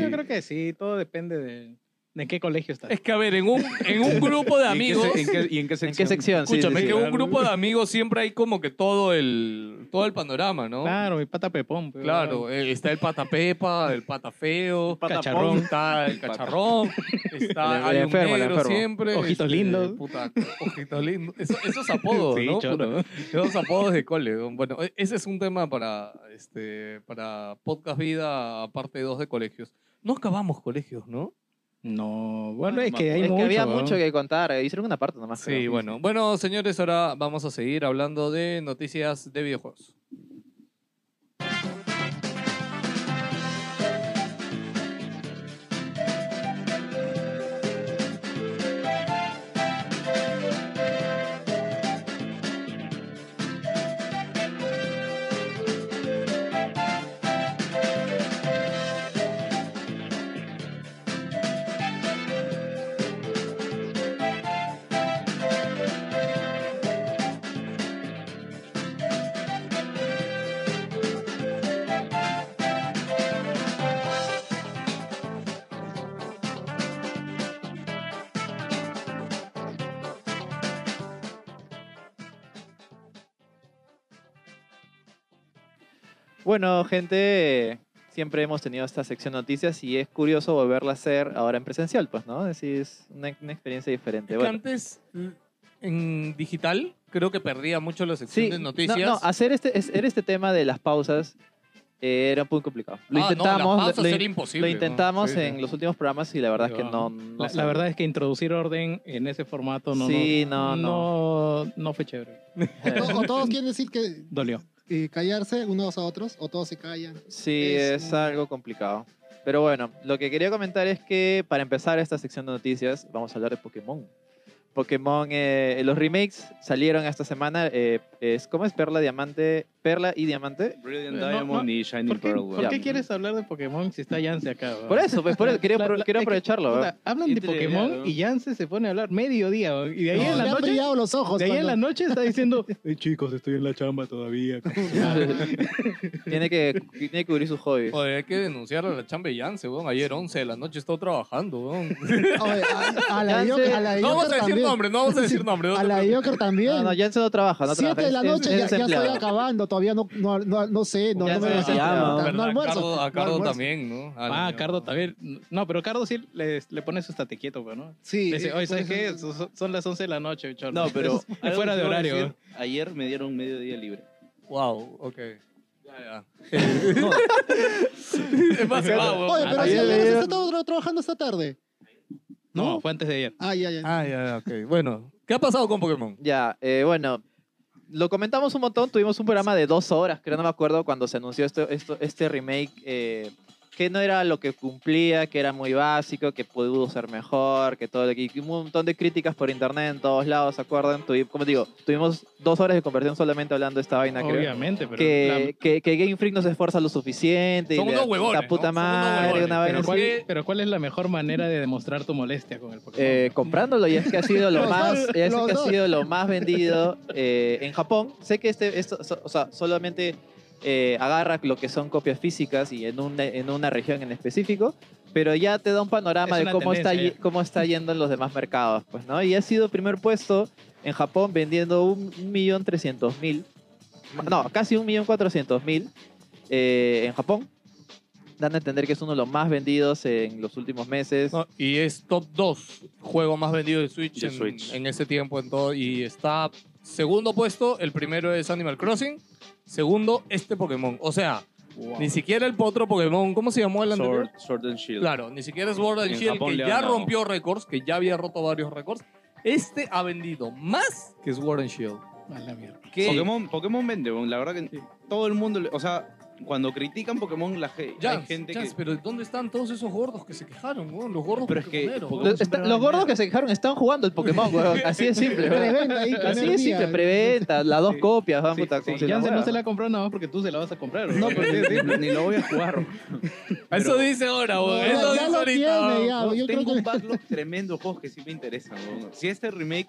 S8: yo creo que sí, todo depende de, de qué colegio estás.
S4: Es que, a ver, en un, en un grupo de
S6: ¿Y en qué
S4: amigos...
S6: se- ¿En qué, y en qué
S5: ¿En qué
S6: sección?
S5: sección? Sí,
S4: Escúchame,
S5: sí,
S4: que
S5: sí.
S4: en un grupo de amigos siempre hay como que todo el, todo el panorama, ¿no?
S8: Claro, mi pata pepón. pues, pero-
S4: Claro, eh, está el pata pepa, el pata feo,
S8: pata
S4: cacharrón,
S8: pon.
S4: está el cacharrón, está
S5: El- el
S4: hay un
S5: enfermo, el
S4: negro
S5: enfermo.
S4: siempre. Este,
S8: Ojitos lindos.
S4: puta, ojitos lindos. Eso- esos apodos,
S8: Sí,
S4: ¿no?
S8: cholo.
S4: Puta, esos apodos de cole. ¿no? Bueno, e- ese es un tema para, este, para Podcast Vida, parte 2 de colegios. No acabamos colegios, ¿no?
S8: No, bueno, es que hay
S5: Es
S8: mucho.
S5: que había
S8: weón.
S5: mucho que contar. eh, Hicieron una parte nomás.
S4: Sí,
S5: creo.
S4: bueno. Bueno, señores, ahora vamos a seguir hablando de noticias de videojuegos.
S5: Bueno, gente, siempre hemos tenido esta sección noticias y es curioso volverla a hacer ahora en presencial, pues, ¿no? Es decir, es una, una experiencia diferente.
S4: Es que
S5: Bueno,
S4: antes, mm, en digital, creo que perdía mucho la sección
S5: sí,
S4: de
S5: no,
S4: noticias.
S5: no, hacer este, es- era este tema de las pausas eh, era un poco complicado. Lo
S4: Ah, no,
S5: intentamos,
S4: las pausas
S5: lo,
S4: era
S5: lo
S4: imposible, ¿no?
S5: intentamos
S4: Sí, sí.
S5: en los últimos programas y la verdad es que no. no
S8: La, la
S5: salió.
S8: verdad es que introducir orden en ese formato no,
S5: Sí,
S8: no,
S5: no,
S8: no, no fue chévere.
S7: To- O todos quieren decir que
S8: Dolió.
S7: eh, callarse unos a otros, o todos se callan.
S5: Sí,
S7: Es
S5: es,
S7: un-
S5: algo complicado. Pero bueno, lo que quería comentar es que para empezar esta sección de noticias, vamos a hablar de Pokémon. Pokémon, eh, los remakes salieron esta semana. eh, es, ¿Cómo es Perla Diamante? Perla y Diamante.
S6: Brilliant
S8: No,
S6: Diamond
S8: no.
S6: y Shining
S8: ¿Por qué,
S6: Pearl,
S8: por
S6: weón.
S8: qué quieres hablar de Pokémon si está Yance acá? weón?
S5: Por eso, pues, por eso, quería,
S8: La-
S5: apro-
S8: la-
S5: quería
S8: es que,
S5: aprovecharlo.
S8: puta,
S5: weón.
S8: hablan de
S6: Qué trivial,
S8: Pokémon
S6: weón.
S8: y Yance se pone a hablar mediodía. weón, Y de ahí
S7: No,
S8: en la
S7: le han
S8: noche.
S7: brillado los ojos.
S8: De ahí en
S7: cuando-
S8: la noche está diciendo, "Eh, chicos, estoy en la chamba todavía.
S5: Tiene, que, tiene que cubrir sus hobbies.
S4: Joder, hay que denunciar a la chamba de Yance, weón. Ayer 11 de la noche estaba trabajando, weón.
S7: Oye, a, a la
S5: Ya
S7: Joker,
S5: sé.
S7: a la
S4: No vamos
S7: Joker
S4: a decir
S7: también.
S4: nombre, no vamos a decir nombre. no
S7: A
S4: te
S7: la
S4: preocupes.
S7: Joker también.
S5: No, no, Jance no trabaja, no
S7: Siete
S5: trabaja.
S7: de
S5: es-
S7: la
S5: es- es
S7: noche, ya, ya estoy
S5: desempleado.
S7: acabando, todavía no, no, no, no sé, no,
S5: Ya
S7: no me
S5: se
S7: das-
S5: llama, ¿verdad?
S7: no, no
S4: ¿Verdad?
S7: almuerzo.
S4: Cardo- a
S7: no
S4: Cardo
S7: almuerzo.
S4: también, ¿no?
S8: Ah,
S4: no.
S8: Cardo también. No, pero Cardo sí le, le pone su estate quieto, pues, ¿no?
S7: Sí. pues,
S8: Le dice, oye, ¿sabes
S7: por
S8: qué?
S7: eso-
S8: Son, son las 11 de la noche, cholo.
S6: No, pero.
S8: Es fuera de
S6: algo que
S8: horario. ¿eh?
S6: quiero decir, Ayer me dieron medio día libre.
S4: Wow, ok. Ya, ya. es más, se va, weón.
S7: Oye, pero si
S5: Ayer-
S7: ayer está todo tra- trabajando esta tarde.
S8: No, fue antes de ayer.
S7: Ay, ay, ay.
S4: Ah, ya, ya, ok. Bueno, ¿qué ha pasado con Pokémon?
S5: Ya, eh, bueno, lo comentamos un montón. Tuvimos un programa de dos horas, creo, no me acuerdo, cuando se anunció esto, esto, este remake, eh, que no era lo que cumplía, que era muy básico, que pudo ser mejor, que todo. Y un montón de críticas por internet en todos lados, ¿se acuerdan? Tuvi- como digo, tuvimos dos horas de conversión solamente hablando de esta vaina, creo.
S8: Obviamente, pero...
S5: Que,
S8: la-
S5: que, que Game Freak no se esfuerza lo suficiente.
S4: Son
S5: y
S4: unos
S5: la-
S4: huevones,
S5: La puta
S4: ¿no? Son unos
S5: madre,
S4: huevones,
S5: una vaina
S8: pero,
S5: así.
S8: ¿cuál,
S4: que-
S8: pero ¿cuál es la mejor manera de demostrar tu molestia con el Pokémon?
S5: Eh, comprándolo y es que ha sido lo
S7: Los
S5: más
S7: dos,
S5: es
S7: los
S5: que ha
S7: dos.
S5: sido lo más vendido eh, en Japón sé que este esto so- o sea solamente eh, agarra lo que son copias físicas y en una, en una región en específico pero ya te da un panorama
S8: Es
S5: de
S8: una
S5: cómo está
S8: tendencia,
S5: ye- cómo está yendo en los demás mercados pues no y ha sido primer puesto en Japón vendiendo un millón trescientos mil no casi un millón cuatrocientos mil eh, en Japón dando a entender que es uno de los más vendidos en los últimos meses
S4: No, y es top 2 juego más vendido de Switch,
S6: De
S4: en,
S6: Switch.
S4: en ese tiempo en todo. Y está segundo puesto, el primero es Animal Crossing, segundo este Pokémon. O sea, ni siquiera el otro Pokémon, ¿cómo se llamó el anterior?
S6: Sword, Sword and Shield.
S4: Claro, ni siquiera es Sword and
S6: En
S4: Shield,
S6: Japón
S4: que
S6: le ha
S4: ya
S6: ganado.
S4: rompió récords, que ya había roto varios récords. Este ha vendido más que Sword and Shield.
S8: A la mierda.
S4: ¿Qué?
S6: Pokémon, Pokémon vende, weón. la verdad que todo el mundo, le- o sea, cuando critican Pokémon, la ge- hay
S4: Jans,
S6: gente
S4: Jans,
S6: que...
S4: pero ¿dónde están todos esos gordos que se quejaron, weón? Los gordos
S6: Pero es que
S4: pokemoneros,
S6: Pokémon
S4: weón.
S5: Los, está- los gordos que se quejaron están jugando el Pokémon, weón. Así es simple, weón.
S7: Preventa ahí,
S5: Así
S7: primer
S5: es
S7: día.
S5: simple, preventa, las dos
S6: Sí,
S5: copias, van
S6: sí,
S5: puta, como si
S6: sí.
S5: la
S8: Yance no
S5: fuera.
S8: se la compró nada más porque tú se la vas a comprar.
S6: No,
S8: ¿verdad?
S6: pero sí, sí, ni lo voy a jugar. weón.
S4: Eso
S6: Pero-
S4: dice ahora, weón.
S7: Ya-
S4: Eso
S7: ya
S4: dice
S7: lo
S4: ahorita.
S7: tiene,
S4: weón.
S7: ya.
S6: No,
S7: yo creo
S6: tengo
S7: que-
S6: un backlog tremendo de juegos que sí me interesan. weón. Si este remake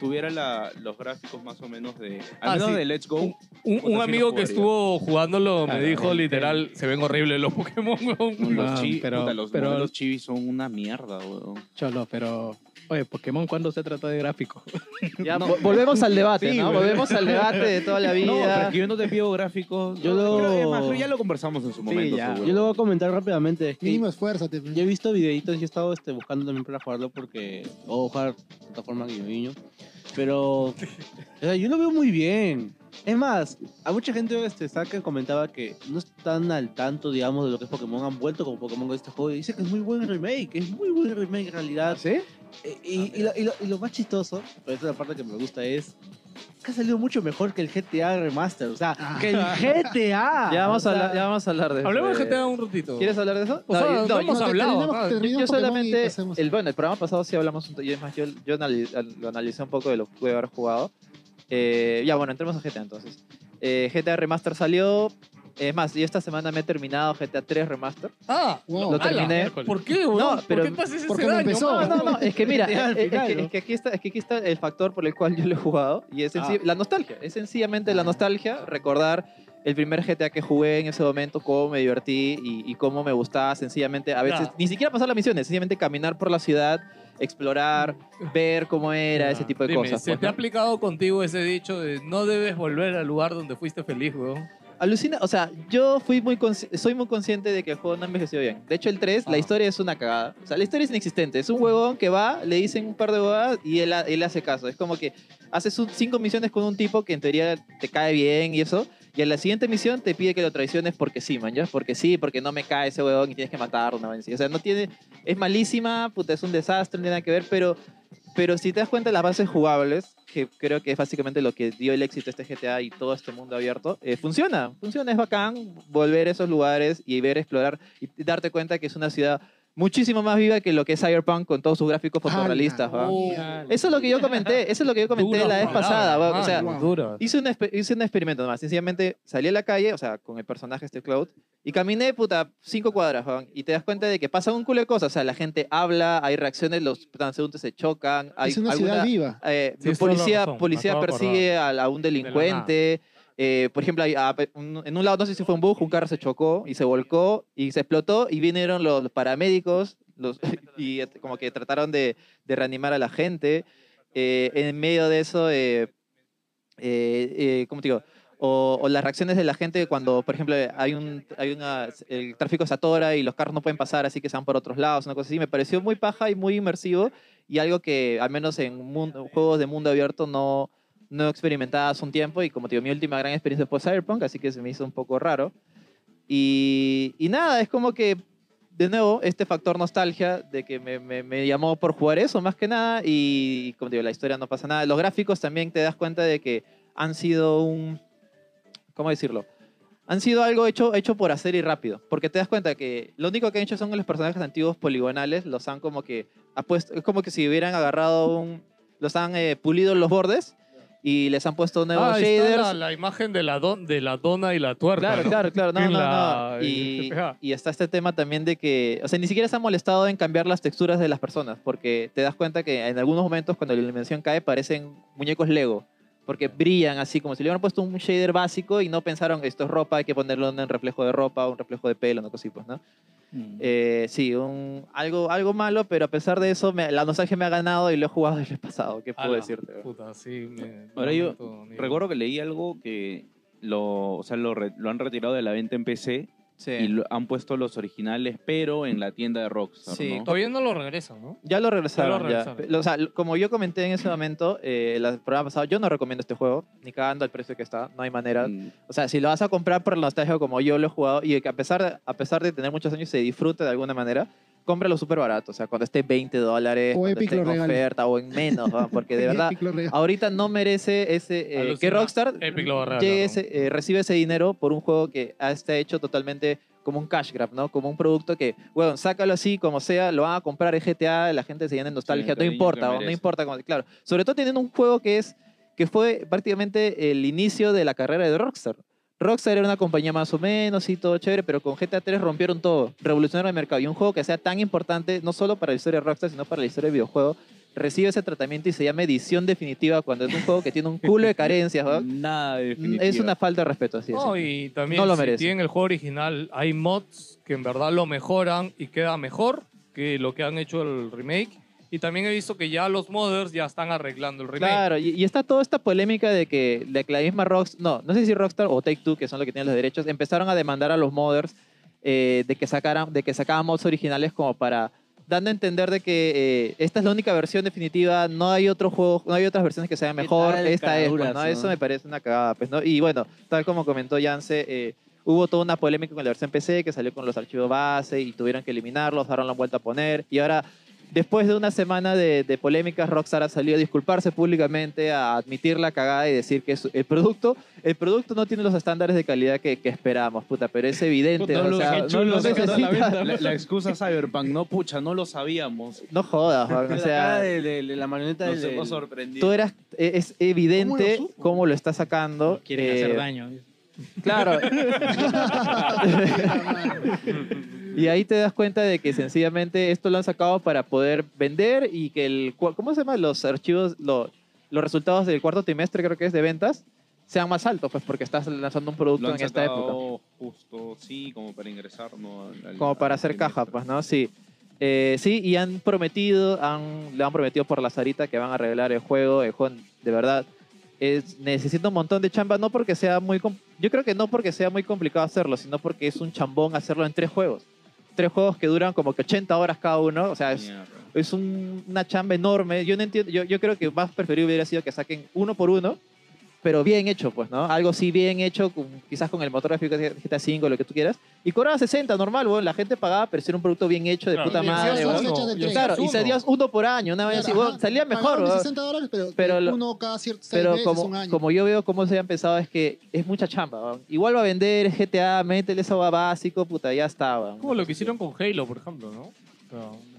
S6: tuviera la- los gráficos más o menos de... Al
S4: Ah,
S6: menos
S4: sí.
S6: de Let's Go.
S4: Un, un
S6: Puta,
S4: amigo
S6: sí lo
S4: que
S6: jugaría.
S4: estuvo jugándolo me
S8: Claro,
S4: dijo
S8: el-
S4: literal, se ven horribles los Pokémon. weón".
S8: No,
S6: los, chi-
S8: pero-
S6: puta, los
S8: pero-
S6: modelos chivis son una mierda, weón.
S8: Cholo, pero... Oye, Pokémon, ¿cuándo se trata de gráfico?
S5: Ya, vo- volvemos al debate,
S8: Sí,
S5: ¿no?
S8: weón.
S5: Volvemos al debate de toda la
S6: No, pero es
S5: vida.
S6: que yo no te pido gráficos.
S9: Yo
S6: No,
S9: lo-
S6: creo- es más, creo ya lo conversamos en su momento.
S8: ya.
S6: seguro.
S9: Yo lo voy a comentar rápidamente. Es que
S7: Mínimo esfuérzate. pues. pe.
S9: yo he visto videitos y he estado este, buscando también para jugarlo porque o jugar de plataforma que yo niño. Pero o sea, yo lo veo muy bien. Es más, a mucha gente este, saca comentaba que no están al tanto, digamos, de lo que es Pokémon. Han vuelto con Pokémon con este juego y dice que es muy buen remake. Es muy buen remake en realidad.
S5: ¿Sí? Ah,
S9: Eh, Y, y lo, y lo- y lo más chistoso, pero esta es la parte que me gusta, es que ha salido mucho mejor que el GTA Remaster. O sea, que el GTA.
S5: Ya vamos, a
S9: O sea,
S5: hablar, ya vamos a hablar de eso.
S4: Hablemos de
S5: eh.
S4: GTA un ratito.
S5: ¿Quieres hablar de eso?
S4: O sea,
S5: yo-
S4: no hemos
S7: No, te-
S4: hablado
S7: terminamos-
S4: acá.
S7: terminamos
S5: Yo
S7: Pokémon y
S5: solamente,
S7: pasemos.
S5: el, bueno, el programa pasado sí hablamos un yo, es más, yo, yo anali- al- lo analicé un poco de lo que pude haber jugado. Eh, ya, bueno, entremos a GTA entonces. Eh, GTA Remaster salió, es más, yo esta semana me he terminado GTA 3 Remaster.
S4: Ah,
S7: Wow.
S5: Lo
S4: ala,
S5: terminé.
S4: ¿por qué, weón?
S5: No,
S4: ¿Por
S5: pero-
S4: qué pasas ese
S7: porque me
S4: daño,
S7: empezó.
S4: mano?
S5: No, no, no, es que mira,
S9: Al
S5: es, es
S9: final,
S5: que,
S9: ¿no?
S5: es que aquí está, es que aquí está el factor por el cual yo lo he jugado y es
S4: Ah.
S5: senci- la nostalgia, es sencillamente la nostalgia, recordar el primer GTA que jugué en ese momento, cómo me divertí y, y cómo me gustaba sencillamente, a veces
S4: Ya.
S5: ni siquiera pasar las misiones, sencillamente caminar por la ciudad, explorar, ver cómo era,
S8: Ya.
S5: ese tipo de
S4: Ah, Dime,
S5: cosas.
S4: ¿se
S5: pues,
S4: te ha
S5: ¿no?
S4: aplicado contigo ese dicho de no debes volver al lugar donde fuiste feliz, weón?
S5: Alucina, o sea, yo fui muy consci- soy muy consciente de que el juego no ha envejecido bien. De hecho, el 3, la
S4: Ah.
S5: historia es una cagada. O sea, la historia es inexistente. Es un huevón que va, le dicen un par de huevadas y él, ha- él hace caso. Es como que haces un- cinco misiones con un tipo que en teoría te cae bien y eso. Y en la siguiente misión te pide que lo traiciones porque sí, man, ¿ya? Porque sí, porque no me cae ese huevón y tienes que matarlo. una vaina así. O sea, no tiene... Es malísima, puta, es un desastre, no tiene nada que ver, pero... Pero si te das cuenta de las bases jugables, que creo que es básicamente lo que dio el éxito a este GTA y todo este mundo abierto, eh, funciona, funciona, es bacán volver a esos lugares y ver, explorar y darte cuenta que es una ciudad muchísimo más viva que lo que es Cyberpunk con todos sus gráficos fotorrealistas. ¿va? Ah.
S4: Oh.
S5: Eso es lo que yo comenté, eso es lo que yo comenté
S4: Duras
S5: la vez
S4: palabras,
S5: pasada. ¿va? O sea,
S4: man, duras.
S5: hice un, espe- hice un experimento nomás. Sencillamente salí a la calle, o sea, con el personaje este Cloud, y caminé, puta, cinco cuadras, weón, y te das cuenta de que pasan un culo de cosas. O sea, la gente habla, hay reacciones, los transeúntes se chocan. Hay
S7: Es una ciudad
S5: alguna-
S7: viva.
S5: eh,
S7: Sí, esto es la
S5: policía
S7: razón, me
S5: policía
S7: acabo de
S5: persigue a, a un delincuente. eh, por ejemplo, hay- a- un- en un lado, no sé si fue un bug, un carro se chocó y se volcó y se explotó y vinieron los, los paramédicos los, y este, como que trataron de, de reanimar a la gente. Eh, en medio de eso, eh, eh, eh, ¿cómo te digo? O, o las reacciones de la gente cuando, por ejemplo, hay un, hay una, el tráfico se atora y los carros no pueden pasar, así que se van por otros lados, una cosa así. Me pareció muy paja y muy inmersivo y algo que, al menos en mun- juegos de mundo abierto, no, no experimentaba hace un tiempo y como te digo, mi última gran experiencia fue Cyberpunk, así que se me hizo un poco raro. Y, y nada, es como que, de nuevo, este factor nostalgia de que me, me- me llamó por jugar eso más que nada. Y como te digo, la historia no pasa nada. Los gráficos también te das cuenta de que han sido un. ¿Cómo decirlo? Han sido algo hecho, hecho por hacer y rápido. Porque te das cuenta que lo único que han hecho son los personajes antiguos poligonales. Los han como que. ha puesto- es como que si hubieran agarrado un. Los han eh, pulido los bordes y les han puesto nuevos
S4: Ah, ahí está
S5: shaders.
S4: la, la imagen de la, don- de la dona y la tuerca.
S5: Claro,
S4: ¿no?
S5: claro, claro. No,
S4: En
S5: no,
S4: la-
S5: no.
S4: en
S5: Y,
S4: GPA.
S5: y está este tema también de que, o sea, ni siquiera se ha molestado en cambiar las texturas de las personas, porque te das cuenta que en algunos momentos cuando la iluminación cae parecen muñecos Lego, porque brillan así, como si le hubieran puesto un shader básico y no pensaron, esto es ropa, hay que ponerlo en un reflejo de ropa, un reflejo de pelo, una cosa así, pues, ¿no? Eh, sí, un, algo, algo malo, pero a pesar de eso, me- la nostalgia me ha ganado y lo he jugado desde el pasado, ¿qué puedo
S14: Ala,
S5: decirte?
S4: Puta, sí, me-
S6: Ahora yo
S4: lamento, Nico.
S6: recuerdo que leí algo que lo, o sea, lo, re- lo han retirado de la venta en PC y lo- han puesto los originales, pero en la tienda de Rockstar.
S5: Sí,
S6: ¿no?
S14: Todavía no lo regresan, ¿no?
S5: Ya lo regresaron.
S14: Ya
S5: Ya
S14: lo regresaron.
S5: O sea, lo- como yo comenté en ese momento, eh, el programa pasado, yo no recomiendo este juego, ni cagando al precio que está, no hay manera.
S7: Mm.
S6: Mm,
S5: O sea, si lo vas a comprar por nostalgia como yo lo he jugado, y que a pesar, de, a pesar de tener muchos años se disfruta de alguna manera, cómpralo súper barato. O sea, cuando esté 20 dólares,
S7: O
S5: cuando
S7: Epic
S5: esté
S7: lo
S5: en
S7: regala.
S5: oferta o en menos, ¿no? porque de
S7: Y
S5: verdad,
S7: Epic lo regala.
S5: ahorita no merece ese... eh, que
S4: Alucina.
S5: Rockstar
S4: Epic lo va a regalar,
S5: llegue
S4: ¿no?
S5: ese- eh, recibe ese dinero por un juego que ha- está hecho totalmente como un cash grab, ¿no? Como un producto que, bueno, sácalo así, como sea, lo van a comprar en GTA, la gente se llena de nostalgia, no
S6: cariño que
S5: importa, ¿no? no
S6: merece.
S5: importa. como- claro, sobre todo teniendo un juego que es que fue prácticamente el inicio de la carrera de Rockstar. Rockstar era una compañía más o menos y todo chévere, pero con GTA 3 rompieron todo, revolucionaron el mercado. Y un juego que sea tan importante, no solo para la historia de Rockstar, sino para la historia del videojuego, recibe ese tratamiento y se llama edición definitiva cuando es un juego que tiene un culo de carencias. ¿verdad? Mm,
S6: Nada definitiva.
S5: Es una falta de respeto, así es.
S4: No, y también
S5: No lo
S4: si
S5: merece.
S4: tienen el juego original, hay mods que en verdad lo mejoran y queda mejor que lo que han hecho el remake. Y también he visto que ya los modders ya están arreglando el remake.
S5: Claro, y, y está toda esta polémica de que, de que la misma Rockstar, no, no sé si Rockstar o Take Two, que son los que tienen los derechos, empezaron a demandar a los modders eh, de que sacaran, de que sacaban mods originales como para dando a entender de que eh, esta es la única versión definitiva, no hay otro juego, no hay otras versiones que sean mejor,
S9: tal
S5: esta es, pues,
S9: cagaduras,
S5: ¿no?
S9: no?
S5: Eso me parece una cagada, pues, ¿no? Y bueno, tal como comentó Yance, eh, hubo toda una polémica con la versión PC que salió con los archivos base y tuvieron que eliminarlos, daron la vuelta a poner y ahora Después de una semana de, de polémicas, Rockstar ha salido a disculparse públicamente, a admitir la cagada y decir que su- el producto, el producto no tiene los estándares de calidad que, que esperamos, puta, pero es evidente.
S6: Puta,
S5: o
S6: lo-
S5: sea,
S6: qué
S5: no
S6: chulo,
S5: lo
S6: sacando a la
S5: necesita.
S6: venta, la, la excusa Cyberpunk, no pucha, no lo sabíamos.
S5: No jodas, Juan, o
S9: la cara
S5: sea,
S9: de, de- de la marioneta
S6: Nos
S9: del-
S6: hemos
S9: del-
S6: sorprendido.
S5: tú eras, e- es evidente cómo lo, está sacando.
S8: Quieren
S5: eh,
S8: hacer daño.
S5: Claro. y ahí te das cuenta de que sencillamente esto lo han sacado para poder vender y que el... cua- ¿Cómo se llama? Los archivos, lo- los resultados del cuarto trimestre creo que es de ventas sean más altos, pues porque estás lanzando un producto
S6: Lo han
S5: en esta época.
S6: sacado justo, sí, como para ingresar. ¿no? Al- al-
S5: Como para
S6: al
S5: hacer
S6: trimestre.
S5: caja, pues, ¿no? Sí. Eh, sí, y han prometido, han, le han prometido por la zarita que van a arreglar el juego. El juego, de verdad, es, necesita un montón de chamba, no porque sea muy... com- Yo creo que no porque sea muy complicado hacerlo, sino porque es un chambón hacerlo en tres juegos. Tres juegos que duran como que 80 horas cada uno, o sea, es,
S6: Mierda.
S5: es un- una chamba enorme. Yo no entiendo, yo, yo creo que más preferible hubiera sido que saquen uno por uno, pero bien hecho, pues, ¿no? Algo sí bien hecho, con- quizás con el motor gráfico de GTA V, lo que tú quieras. Y cobraba 60, normal, weón. La gente pagaba, pero si era un producto bien hecho, de
S4: Claro,
S5: puta
S4: y
S5: madre,
S4: hacías
S5: weón.
S4: uno,
S7: y hacías
S5: Claro, y
S7: uno.
S5: salías uno por año, una vez,
S7: Claro,
S5: y, weón,
S7: ajá.
S5: salía mejor,
S7: Pagaron mis
S5: weón.
S7: 60 dólares, pero,
S5: Pero lo-
S7: uno cada cierto
S5: Pero
S7: meses,
S5: como,
S7: un año.
S5: como yo veo cómo se han pensado, es que es mucha chamba, weón. Igual va a vender es GTA, métele esa va básico, puta, ya está, weón.
S4: Como lo que hicieron con Halo, por ejemplo, ¿no?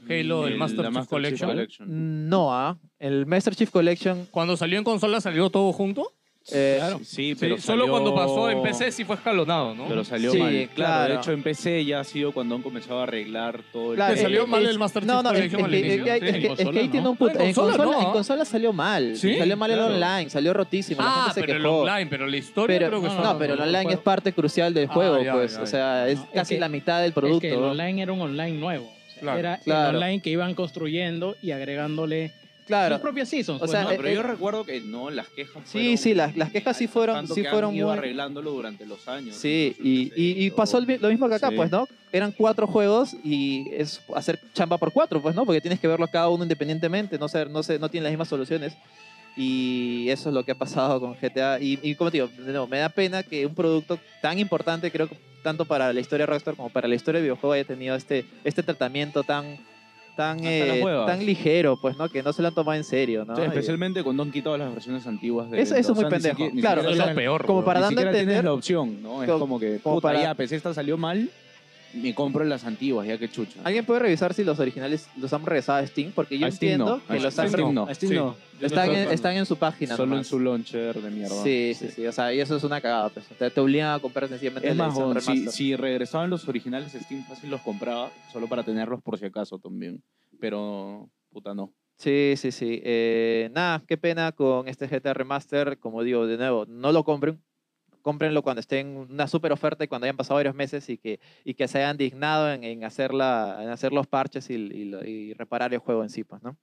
S4: Halo, el,
S6: El-
S4: Master
S6: la
S4: Chief
S6: Master Chief
S4: Collection. Mm,
S6: Collection.
S5: No, ah. El Master Chief Collection.
S4: Cuando salió en consola, ¿salió todo junto?
S5: eh,
S6: Sí,
S4: Sí,
S6: pero
S4: solo
S6: salió-
S4: cuando pasó en PC sí fue escalonado, ¿no?
S6: Pero salió
S5: Sí,
S6: mal. Claro,
S5: claro.
S6: de hecho en PC ya ha sido cuando han comenzado a arreglar todo el...
S5: claro,
S4: Pues ¿Te salió
S5: es-
S4: mal el
S5: es-
S4: Master
S5: no,
S4: Chief
S5: no, es-
S4: Collection
S5: es
S4: al
S5: que-
S4: inicio?
S5: es que- es
S4: En
S5: que- es que
S8: consola,
S5: ahí tiene
S8: no.
S5: un punto.
S4: Ah, en
S5: En
S4: consola
S5: consola-
S4: no,
S5: en
S4: ah.
S5: consola salió mal.
S4: Sí,
S5: Salió mal el
S4: claro.
S5: online, salió rotísimo. La
S4: Ah,
S5: gente se
S4: pero el
S5: quejó.
S4: online, pero la historia
S5: Pero,
S4: creo que
S5: no, pero el online es parte crucial del
S4: Ah,
S5: juego,
S4: ya,
S5: pues.
S4: ya,
S5: o sea, es
S8: Es
S5: casi
S8: que-
S5: la mitad del
S8: Es
S5: producto.
S8: que el
S5: ¿no?
S8: online era un online nuevo. O sea,
S4: Claro.
S8: era el
S5: Claro.
S8: online que iban construyendo y agregándole
S5: Claro.
S8: sus propias seasons.
S5: O
S8: pues,
S5: sea,
S8: ¿no?
S6: No, Ah, pero
S5: eh,
S6: yo recuerdo que no, las quejas
S5: Sí, sí, las, las quejas sí fueron,
S6: tanto
S5: sí
S6: que han
S5: fueron
S6: ido
S5: muy...
S6: arreglándolo durante los años.
S5: Sí, y, y- y
S6: todo.
S5: pasó el mi- lo mismo que acá,
S6: Sí.
S5: pues, ¿no? Eran cuatro juegos y es hacer chamba por cuatro, pues, ¿no? Porque tienes que verlo cada uno independientemente, no ser, no sé, no tienen las mismas soluciones. Y eso es lo que ha pasado con GTA. Y, y como te digo, de nuevo, me da pena que un producto tan importante, creo que tanto para la historia de Rockstar como para la historia del videojuego haya tenido este, este tratamiento tan, tan,
S6: Hasta las
S5: eh,
S6: huevas.
S5: tan ligero, pues, ¿no? Que no se lo han tomado en serio, ¿no?
S6: Sí,
S5: Y-
S6: especialmente cuando han quitado las versiones antiguas de
S5: Eso- eso es
S6: o sea,
S5: muy
S6: ni
S5: pendejo.
S6: siquiera- ni
S5: Claro,
S6: siquiera
S5: o sea,
S6: tienes-
S4: peor.
S5: como
S4: ¿no?
S5: para
S6: ni
S5: dando a
S6: siquiera tienes
S5: entender...
S6: la opción, ¿no? Es
S5: como-
S6: como, que
S5: como
S6: puta,
S5: para-
S6: ya PC esta salió mal, me compro las antiguas, ya que chucha.
S5: ¿Alguien puede revisar si los originales los han regresado a Steam? Porque yo
S6: A Steam
S5: entiendo
S6: no,
S5: que
S6: a
S5: los
S6: Steam
S5: han
S6: no.
S9: A Steam
S4: Sí.
S9: no.
S5: Están en, están en su página.
S6: Solo en
S5: nomás.
S6: su launcher de mierda.
S5: Sí, sí, sí. O sea, y eso es una cagada. Pues. Te, te obligan a comprar sencillamente
S6: Es
S5: la
S6: más,
S5: edición
S6: bon, si,
S5: remaster.
S6: si regresaban los originales, Steam fácil los compraba solo para tenerlos por si acaso también. Pero, puta, no.
S5: Sí, sí, sí. Eh, nada, qué pena con este GTA Remaster. Como digo, de nuevo, no lo compren. Cómprenlo cuando esté en una super oferta y cuando hayan pasado varios meses y que, y que se hayan dignado en, en hacer, la- en hacer los parches y, y lo- y reparar el juego en sí, pues, ¿no?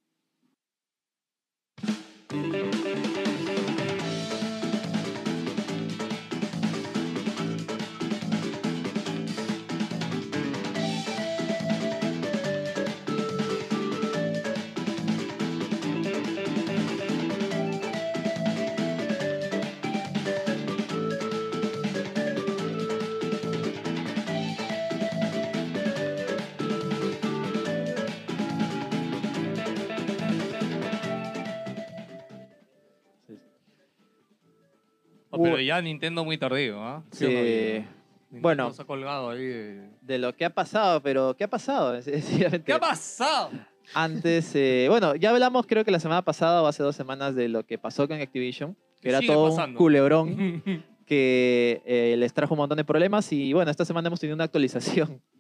S4: No, Ah, pero ya Nintendo muy tardío, ¿ah? ¿Sí o no,
S5: Sí.
S4: Diego? Nintendo
S5: Bueno.
S4: Se ha colgado ahí de-
S5: Eh, De lo que ha pasado, pero ¿qué ha pasado? Sinceramente.
S4: ¿Qué ha pasado?
S5: Antes, eh, bueno, ya hablamos creo que la semana pasada o hace dos semanas de lo que pasó con Activision, que era
S4: Sigue
S5: todo un
S4: pasando.
S5: culebrón que eh, les trajo un montón de problemas y bueno, esta semana hemos tenido una actualización.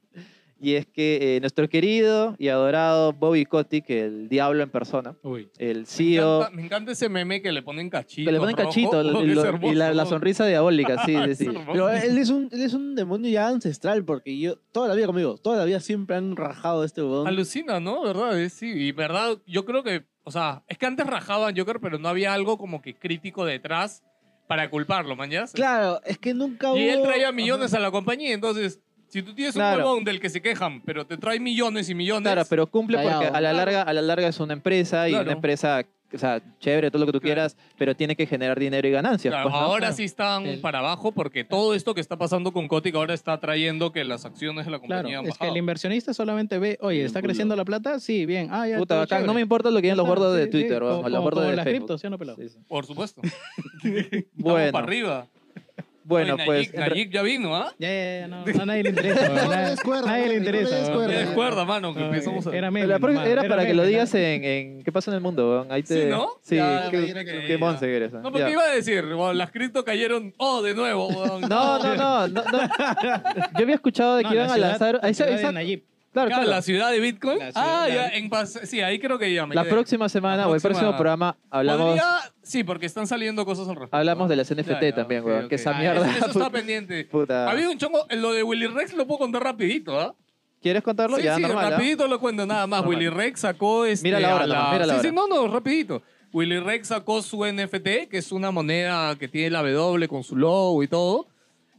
S5: Y es que eh, nuestro querido y adorado Bobby Kotick, el diablo en persona,
S8: Uy.
S5: el
S4: Me
S5: CEO,
S4: encanta, me encanta ese meme que le ponen cachito.
S5: que le ponen
S4: rojo.
S5: cachito el-
S4: Oh,
S5: el-
S4: es
S5: y la,
S4: hermoso.
S5: la sonrisa diabólica, sí, sí,
S4: Es
S5: sí.
S4: hermoso.
S9: Pero él es, un, él es un demonio ya ancestral, porque yo, toda la vida conmigo, toda la vida siempre han rajado a este huevón.
S4: Alucina, ¿no? ¿Verdad? Es- Sí, y verdad, yo creo que, o sea, es que antes rajaban Joker, pero no había algo como que crítico detrás para culparlo, mañas.
S9: Claro, es que nunca hubo...
S4: Y él traía millones a la compañía, entonces, si tú tienes
S5: Claro.
S4: un huevón del que se quejan, pero te trae millones y millones.
S5: Claro, pero cumple porque
S9: Callado.
S5: a la larga, a la larga es una empresa y
S4: Claro.
S5: una empresa, o sea, chévere, todo lo que tú
S4: Claro.
S5: quieras, pero tiene que generar dinero y ganancias.
S4: Claro,
S5: pues, ¿no?
S4: ahora
S5: Claro.
S4: sí están
S8: El-
S4: para abajo porque todo esto que está pasando con Kotick ahora está trayendo que las acciones de la compañía
S8: Claro,
S4: han
S8: es que
S4: bajado.
S8: el inversionista solamente ve, oye, ¿está creciendo la plata? Sí, bien. Ah, ya,
S5: Puta,
S8: todo
S5: bacán,
S8: chévere.
S5: no me importa lo que digan los
S8: Ya está,
S5: gordos de
S8: sí, sí,
S5: Twitter
S8: como-
S5: o los
S8: como-
S5: gordos
S8: como
S5: de
S8: las
S5: Facebook.
S8: criptos, ¿sí o no, pelado?
S5: Sí, sí.
S4: Por supuesto. Vamos para
S5: Bueno,
S4: arriba.
S5: bueno,
S4: Oye,
S5: pues
S4: Nayik,
S5: en re-
S4: Nayik ya vino, ¿ah?
S8: Ya, ya, ya, no, no, a nadie le interesa.
S7: No
S8: weón,
S7: le
S8: a-
S7: des cuerda,
S8: nadie le
S7: no le des
S8: interesa. weón.
S7: cuerda.
S4: Ya
S7: Pero-
S4: Recuerda, mano, que
S8: Ay,
S4: empezamos a...
S8: Era
S5: la
S8: meme,
S5: pro-
S8: nomás,
S5: Ah, era para que lo
S8: meme,
S5: digas en, en ¿Qué pasa en el mundo? weón? Ahí te,
S4: Sí, ¿no?
S5: Sí,
S4: Ya,
S5: qué,
S4: ya,
S5: qué
S4: ya.
S5: monse que eres, ¿eh?
S4: No, porque
S5: Ya.
S4: iba a decir, bueno, las cripto cayeron, oh, de nuevo. weón.
S5: no, no, no, no, no. Yo había escuchado de
S8: No,
S5: que iban
S8: la
S5: a
S8: ciudad-
S5: lanzar...
S8: la
S5: ahí se-
S8: ciudad de
S5: exacto,
S8: Nayib.
S5: claro,
S4: Claro,
S5: claro.
S4: la ciudad de Bitcoin.
S8: La ciudad,
S4: ah, ya,
S8: claro.
S4: en pas- sí, ahí creo que ya me
S5: La
S4: quedé.
S5: próxima semana
S4: La
S5: o el próximo
S4: próxima-
S5: programa hablamos,
S4: Podría- Sí, porque están saliendo cosas al respecto.
S5: hablamos de las NFT
S4: Ya, ya,
S5: también,
S4: ok,
S5: weón.
S4: ok.
S5: Que esa
S4: Ah,
S5: mierda...
S4: Eso, eso está
S5: puta-
S4: pendiente.
S5: puta.
S4: Había un chongo, lo de Willy Rex lo puedo contar rapidito, ¿ah?
S5: ¿Quieres contarlo?
S4: Sí,
S5: ya,
S4: sí,
S5: normal, ¿ah?
S4: rapidito lo cuento nada más.
S5: Normal.
S4: Willy Rex sacó este,
S5: Mira la hora,
S4: a
S5: nomás, mira la
S4: sí,
S5: hora.
S4: sí, no, no, rapidito. Willy Rex sacó su NFT, que es una moneda que tiene la W con su logo y todo.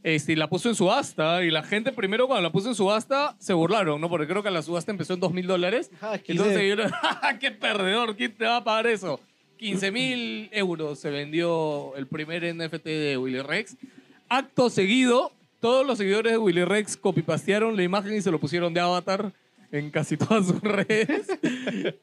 S4: Este, y la puso en subasta. Y la gente primero cuando la puso en subasta se burlaron, ¿no? Porque creo que la subasta empezó en 2 mil dólares.
S5: Ah,
S4: Entonces se dijeron, "Ja, ¡qué perdedor! ¿Quién te va a pagar eso? 15 mil euros se vendió el primer NFT de Willy Rex. Acto seguido, todos los seguidores de Willy Rex copipastearon la imagen y se lo pusieron de avatar en casi todas sus redes.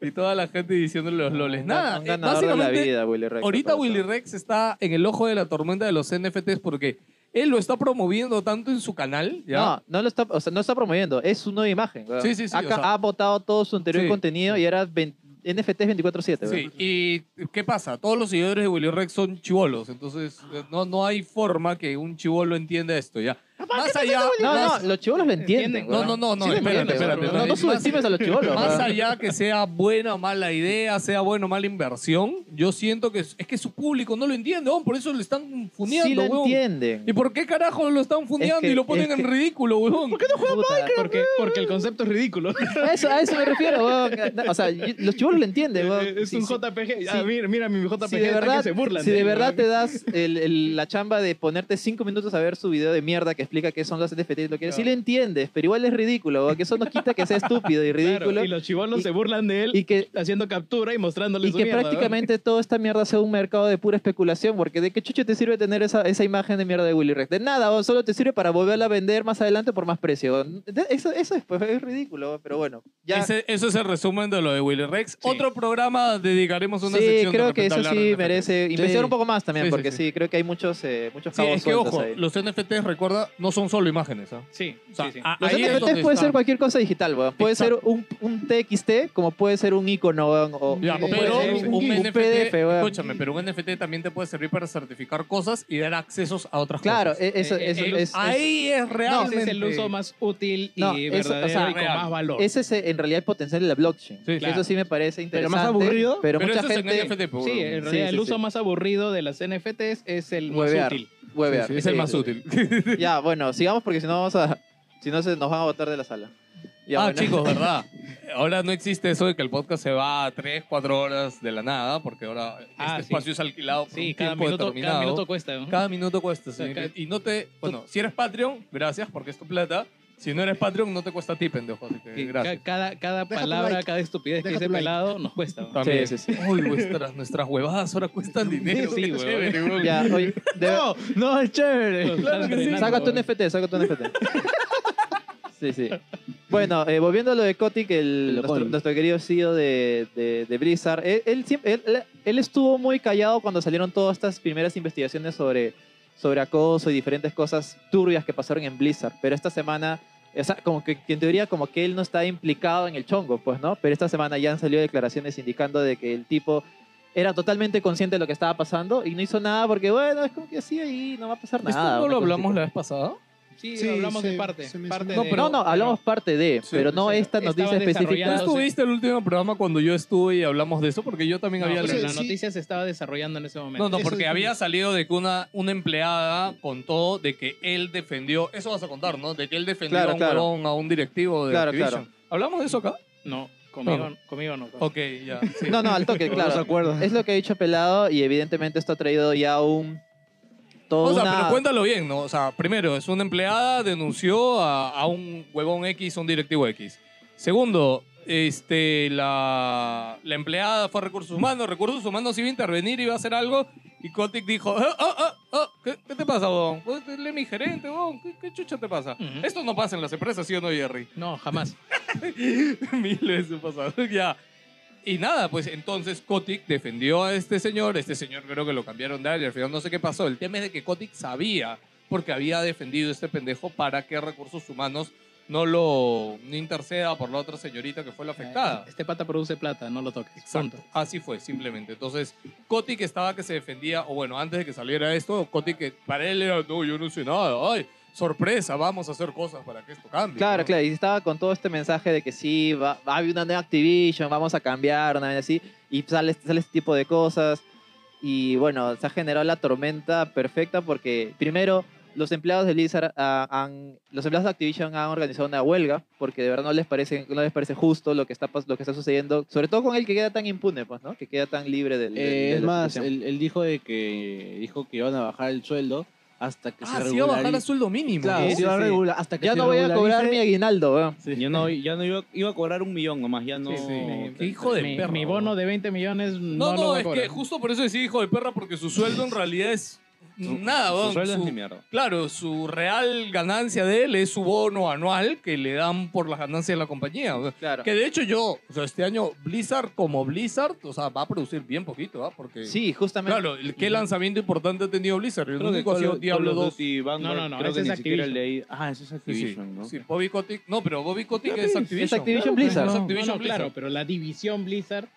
S4: y toda la gente diciéndole los loles. Nada,
S5: Un
S4: eh,
S5: ganador de la
S4: básicamente,
S5: vida, Willy Rex.
S4: ahorita
S5: me parece.
S4: Willy Rex está en el ojo de la tormenta de los NFTs porque él lo está promoviendo tanto en su canal, ¿ya?
S5: No, no lo está, o sea, no está promoviendo, es su nueva imagen. weón.
S4: Sí, sí, sí,
S5: Ha,
S4: o sea-
S5: ha botado todo su anterior
S4: Sí.
S5: contenido y era 20 NFTs 24-7.
S4: Sí,
S5: weón.
S4: y ¿qué pasa? Todos los seguidores de Willy Rex son chivolos, entonces eh, no, no hay forma que un chivolo entienda esto, ¿ya? Más allá...
S5: No,
S4: más-
S5: no, los chivolos lo entienden.
S4: Entienden, no,
S5: weón.
S4: no, no, no,
S5: Sí lo
S4: espérate,
S5: entienden,
S4: espérate,
S5: weón. No,
S4: espérate.
S5: no subestimes a los chivolos.
S4: Más
S5: weón.
S4: allá que sea buena o mala idea, sea buena o mala inversión, yo siento que es, es que su público no lo entiende, weón, por eso lo están fundiando,
S5: Sí lo
S4: weón.
S5: entienden.
S4: ¿Y por qué carajo lo están fundiando
S5: que-
S4: y lo ponen
S5: es que-
S4: en ridículo, weón? ¿Por qué no
S5: Puta,
S8: Porque, porque el concepto es ridículo.
S5: A eso, a eso me refiero, weón. O sea, yo- los chivolos lo entienden,
S4: Eh,
S5: weón.
S8: es
S5: Sí,
S8: un
S5: sí.
S8: JPG. Ah,
S5: sí.
S8: mira, mira mi JPG.
S5: Si de
S8: está que
S5: verdad,
S8: se burlan
S5: si de
S8: él,
S5: verdad
S8: ¿no?
S5: te das el- el- la chamba de ponerte cinco minutos a ver su video de mierda que explica qué son los NFTs, lo que sí le entiendes, pero igual es ridículo, weón, que eso no quita que sea estúpido y
S8: Claro,
S5: ridículo.
S8: y los chivolos
S5: Y-
S8: se burlan de él
S5: y que-
S8: haciendo captura y mostrándole
S5: Y
S8: su
S5: que
S8: mierda, ¿no?
S5: prácticamente toda esta mierda sea un mercado de pura especulación, porque ¿de qué chucho te sirve tener esa, esa imagen de mierda de Willy Rex? De nada, o solo te sirve para volverla a vender más adelante por más precio. De- Eso, eso es, pues, es ridículo, pero bueno. Ya.
S4: Ese- eso es el resumen de lo de Willy Rex. Otro programa dedicaremos una
S5: sí,
S4: sección. de
S5: creo
S4: repente
S5: que
S4: a
S5: eso
S4: hablar
S5: sí
S4: de
S5: merece
S4: NFT.
S5: investigar un poco más también,
S4: Sí, sí,
S5: porque sí,
S4: sí.
S5: creo que hay muchos, eh, muchos
S4: Sí,
S5: cabos
S4: es que
S5: sueltos
S4: ojo,
S5: ahí.
S4: los NFTs, recuerda, no son solo imágenes. ¿ah?
S8: Sí,
S4: O sea,
S8: sí, sí.
S4: a-
S5: Los
S4: ahí es
S5: NFTs
S4: donde
S5: puede
S4: está.
S5: ser cualquier cosa digital, weón. Puede ser un, un TXT, como puede ser un icono, weón, o,
S4: Ya,
S5: o puede
S4: pero
S5: ser
S4: un, NFT,
S5: PDF, weón.
S4: escúchame, pero un NFT también te puede servir para certificar cosas y dar accesos a otras
S5: Claro,
S4: cosas.
S5: e- eso,
S8: Eh,
S5: eso-
S8: eh,
S5: es- es-
S4: Ahí es
S8: Ese
S4: realmente.
S8: es el uso más útil y
S5: No, eso,
S8: verdadero
S5: o sea,
S8: y con
S4: real.
S8: más valor.
S5: ese es eh, en realidad el potencial de la blockchain.
S4: Sí,
S5: Que
S8: claro.
S5: Eso sí me parece
S15: Pero
S5: interesante.
S15: más aburrido.
S5: Pero,
S4: Pero
S5: mucha
S4: eso es en
S5: gente...
S4: NFT, pues,
S8: Sí, en
S5: Sí,
S8: realidad
S5: sí,
S8: el
S5: sí.
S8: uso más aburrido de las NFTs es el más
S5: Huevear.
S8: útil.
S5: Huevear.
S4: es el
S5: Sí,
S4: más
S5: sí, sí.
S4: útil.
S5: Ya, bueno, sigamos porque si no vamos a... Si no, se nos van a botar de la sala. Ya,
S4: ah,
S5: bueno.
S4: chicos, ¿verdad? Ahora no existe eso de que el podcast se va a 3, 4 horas de la nada, porque ahora
S8: Ah,
S4: este
S8: sí.
S4: espacio es alquilado por
S8: Sí,
S4: un
S8: cada
S4: tiempo
S8: minuto, cada
S4: determinado.
S8: minuto cuesta. ¿no?
S4: Cada minuto cuesta,
S8: sea,
S4: señor.
S8: cada-
S4: Y no te. Bueno, si eres Patreon, gracias, porque es tu plata. Si no eres Patreon, no te cuesta a ti, pendejo. Así que
S8: Sí, ca-
S4: gracias.
S8: Cada, cada
S7: Deja tu
S8: palabra,
S7: like.
S8: cada estupidez
S7: Deja
S8: que dice
S7: tu like.
S8: pelado nos cuesta. ¿no?
S4: También.
S5: Sí, sí, sí.
S4: Uy, nuestras, nuestras huevadas ahora cuestan dinero.
S8: Sí,
S4: qué
S8: huevón.
S4: chévere, huevón.
S5: Ya, oye, de-
S15: No, es chévere.
S8: Claro que sí.
S5: Saca tu NFT, saca tu NFT. Sí, sí. Bueno, eh, volviendo a lo de Kotick, el,
S15: Lo
S5: nuestro,
S15: pone.
S5: nuestro querido CEO de, de, de Blizzard, él, él, siem- él- él- él estuvo muy callado cuando salieron todas estas primeras investigaciones sobre, sobre acoso y diferentes cosas turbias que pasaron en Blizzard. Pero esta semana, o sea, como que, que en teoría como que él no está implicado en el chongo, pues, ¿no? Pero esta semana ya han salido declaraciones indicando de que el tipo era totalmente consciente de lo que estaba pasando y no hizo nada porque, bueno, es como que así ahí no va a pasar
S4: ¿Esto
S5: nada.
S4: no
S5: una
S4: lo
S5: cosa
S4: hablamos
S5: así.
S4: la vez pasada?
S8: Sí,
S7: Sí,
S8: hablamos
S7: se-
S8: de parte.
S7: se mencionó.
S8: parte
S4: No,
S8: de-
S5: No, no, hablamos parte de,
S4: Sí,
S5: pero no
S8: sí.
S5: esta noticia
S8: Estaban
S4: ¿Tú
S5: específica.
S8: desarrollando-
S4: estuviste el último programa cuando yo estuve y hablamos de eso? Porque yo también
S8: No,
S4: había
S8: pero
S7: sí,
S8: la
S7: sí.
S8: noticia se estaba desarrollando en ese
S4: No,
S8: momento.
S4: no,
S7: Eso
S4: porque
S7: es-
S4: había salido de que una, una empleada contó de que él defendió, eso vas a contar, ¿no? De que él defendió
S5: Claro,
S4: a un
S5: claro.
S4: huevón, a un directivo de
S5: Claro,
S4: Activision. ¿Hablamos de eso acá?
S8: No, conmigo conmigo no.
S4: Ok, ya. sí.
S5: No, no, al toque, claro. Es lo que ha dicho Pelado y evidentemente esto ha traído ya un... Todo
S4: O sea,
S5: una-
S4: pero cuéntalo bien, ¿no? O sea, primero, es una empleada, denunció a, a un huevón X, un directivo X. Segundo, este, la, la empleada fue a Recursos Humanos, Recursos Humanos iba a intervenir, iba a hacer algo, y Kotick dijo, "Ah, ah, ah, ah, ¿qué, qué te pasa, huevón? Pues, Dile a mi gerente, huevón, ¿qué, qué chucha te pasa?
S8: Ujú.
S4: Esto no pasa en las empresas, ¿sí o no, Jerry?
S8: No, jamás.
S4: Mil veces pasado, ya. Y nada, pues entonces Kotick defendió a este señor. Este señor creo que lo cambiaron de área. Al final no sé qué pasó. El tema es de que Kotick sabía porque había defendido a este pendejo para que Recursos Humanos no lo no interceda por la otra señorita que fue
S5: Ah,
S4: la afectada.
S8: Este pata produce plata, no lo toques.
S4: Exacto. Así fue, simplemente. Entonces, Kotick estaba que se defendía, o bueno, antes de que saliera esto, Kotick que para él era, no, yo no sé nada. Ay, sorpresa, vamos a hacer cosas para que esto cambie.
S5: Claro,
S4: ¿no?
S5: claro, y estaba con todo este mensaje de que sí, va, va a haber una nueva Activision, vamos a cambiar, una vez así, y sale, sale este tipo de cosas. Y bueno, se ha generado la tormenta perfecta porque, primero, los empleados de Blizzard ah, han, los empleados de Activision han organizado una huelga porque de verdad no les parece, no les parece justo lo que está, pas- lo que está sucediendo, sobre todo con él que queda tan impune, pues, ¿no? Que queda tan libre del. del-
S15: Eh,
S5: de
S15: es
S5: la
S15: más,
S5: situación.
S15: él, él dijo de que dijo que iban a bajar el sueldo hasta que
S4: Ah,
S15: se
S4: sí, iba a bajar
S15: regularice.
S4: el sueldo mínimo.
S15: Claro,
S5: Sí,
S15: se iba a
S5: sí, sí.
S15: regular- hasta que
S5: Ya
S15: se
S5: no voy a cobrar
S15: regularice.
S5: mi aguinaldo, weón.
S6: Yo no, ya no iba, iba a cobrar un millón nomás, ya no.
S4: Qué hijo de
S8: Mi,
S4: perra,
S8: mi
S4: huevón.
S8: bono de 20 millones no,
S4: No, no,
S8: lo voy a
S4: es
S8: cobrar.
S4: que justo por eso decía hijo de perra, porque su sueldo en realidad es nada,
S6: su
S4: weón.
S6: sueldo es
S4: Su-
S6: ni mierda.
S4: Claro, su real ganancia de él es su bono anual que le dan por las ganancias de la compañía. o sea,
S5: Claro.
S4: Que de hecho yo, o sea, este año Blizzard como Blizzard, o sea, va a producir bien poquito, ¿ah? Porque...
S5: Sí, justamente.
S4: Claro, el- ¿qué lanzamiento importante ha tenido Blizzard? El
S6: Creo que
S4: único ha
S6: Call
S4: sido
S6: of-
S4: Diablo
S6: Call of
S4: 2.
S6: Duty, Vanguard,
S8: No, no, no,
S6: creo
S8: ese
S6: que
S8: es
S6: ni siquiera
S8: Activision.
S6: leí. Ah, eso es
S4: Sí,
S6: Activision, ¿no?
S4: sí, Bobby Kotick, no, pero Bobby Kotick
S8: Ya,
S4: es
S8: pues,
S4: Activision.
S5: es Activision
S4: pues,
S5: Blizzard.
S4: Es
S8: No,
S4: Activision
S8: no, claro,
S4: Blizzard.
S8: pero la división Blizzard.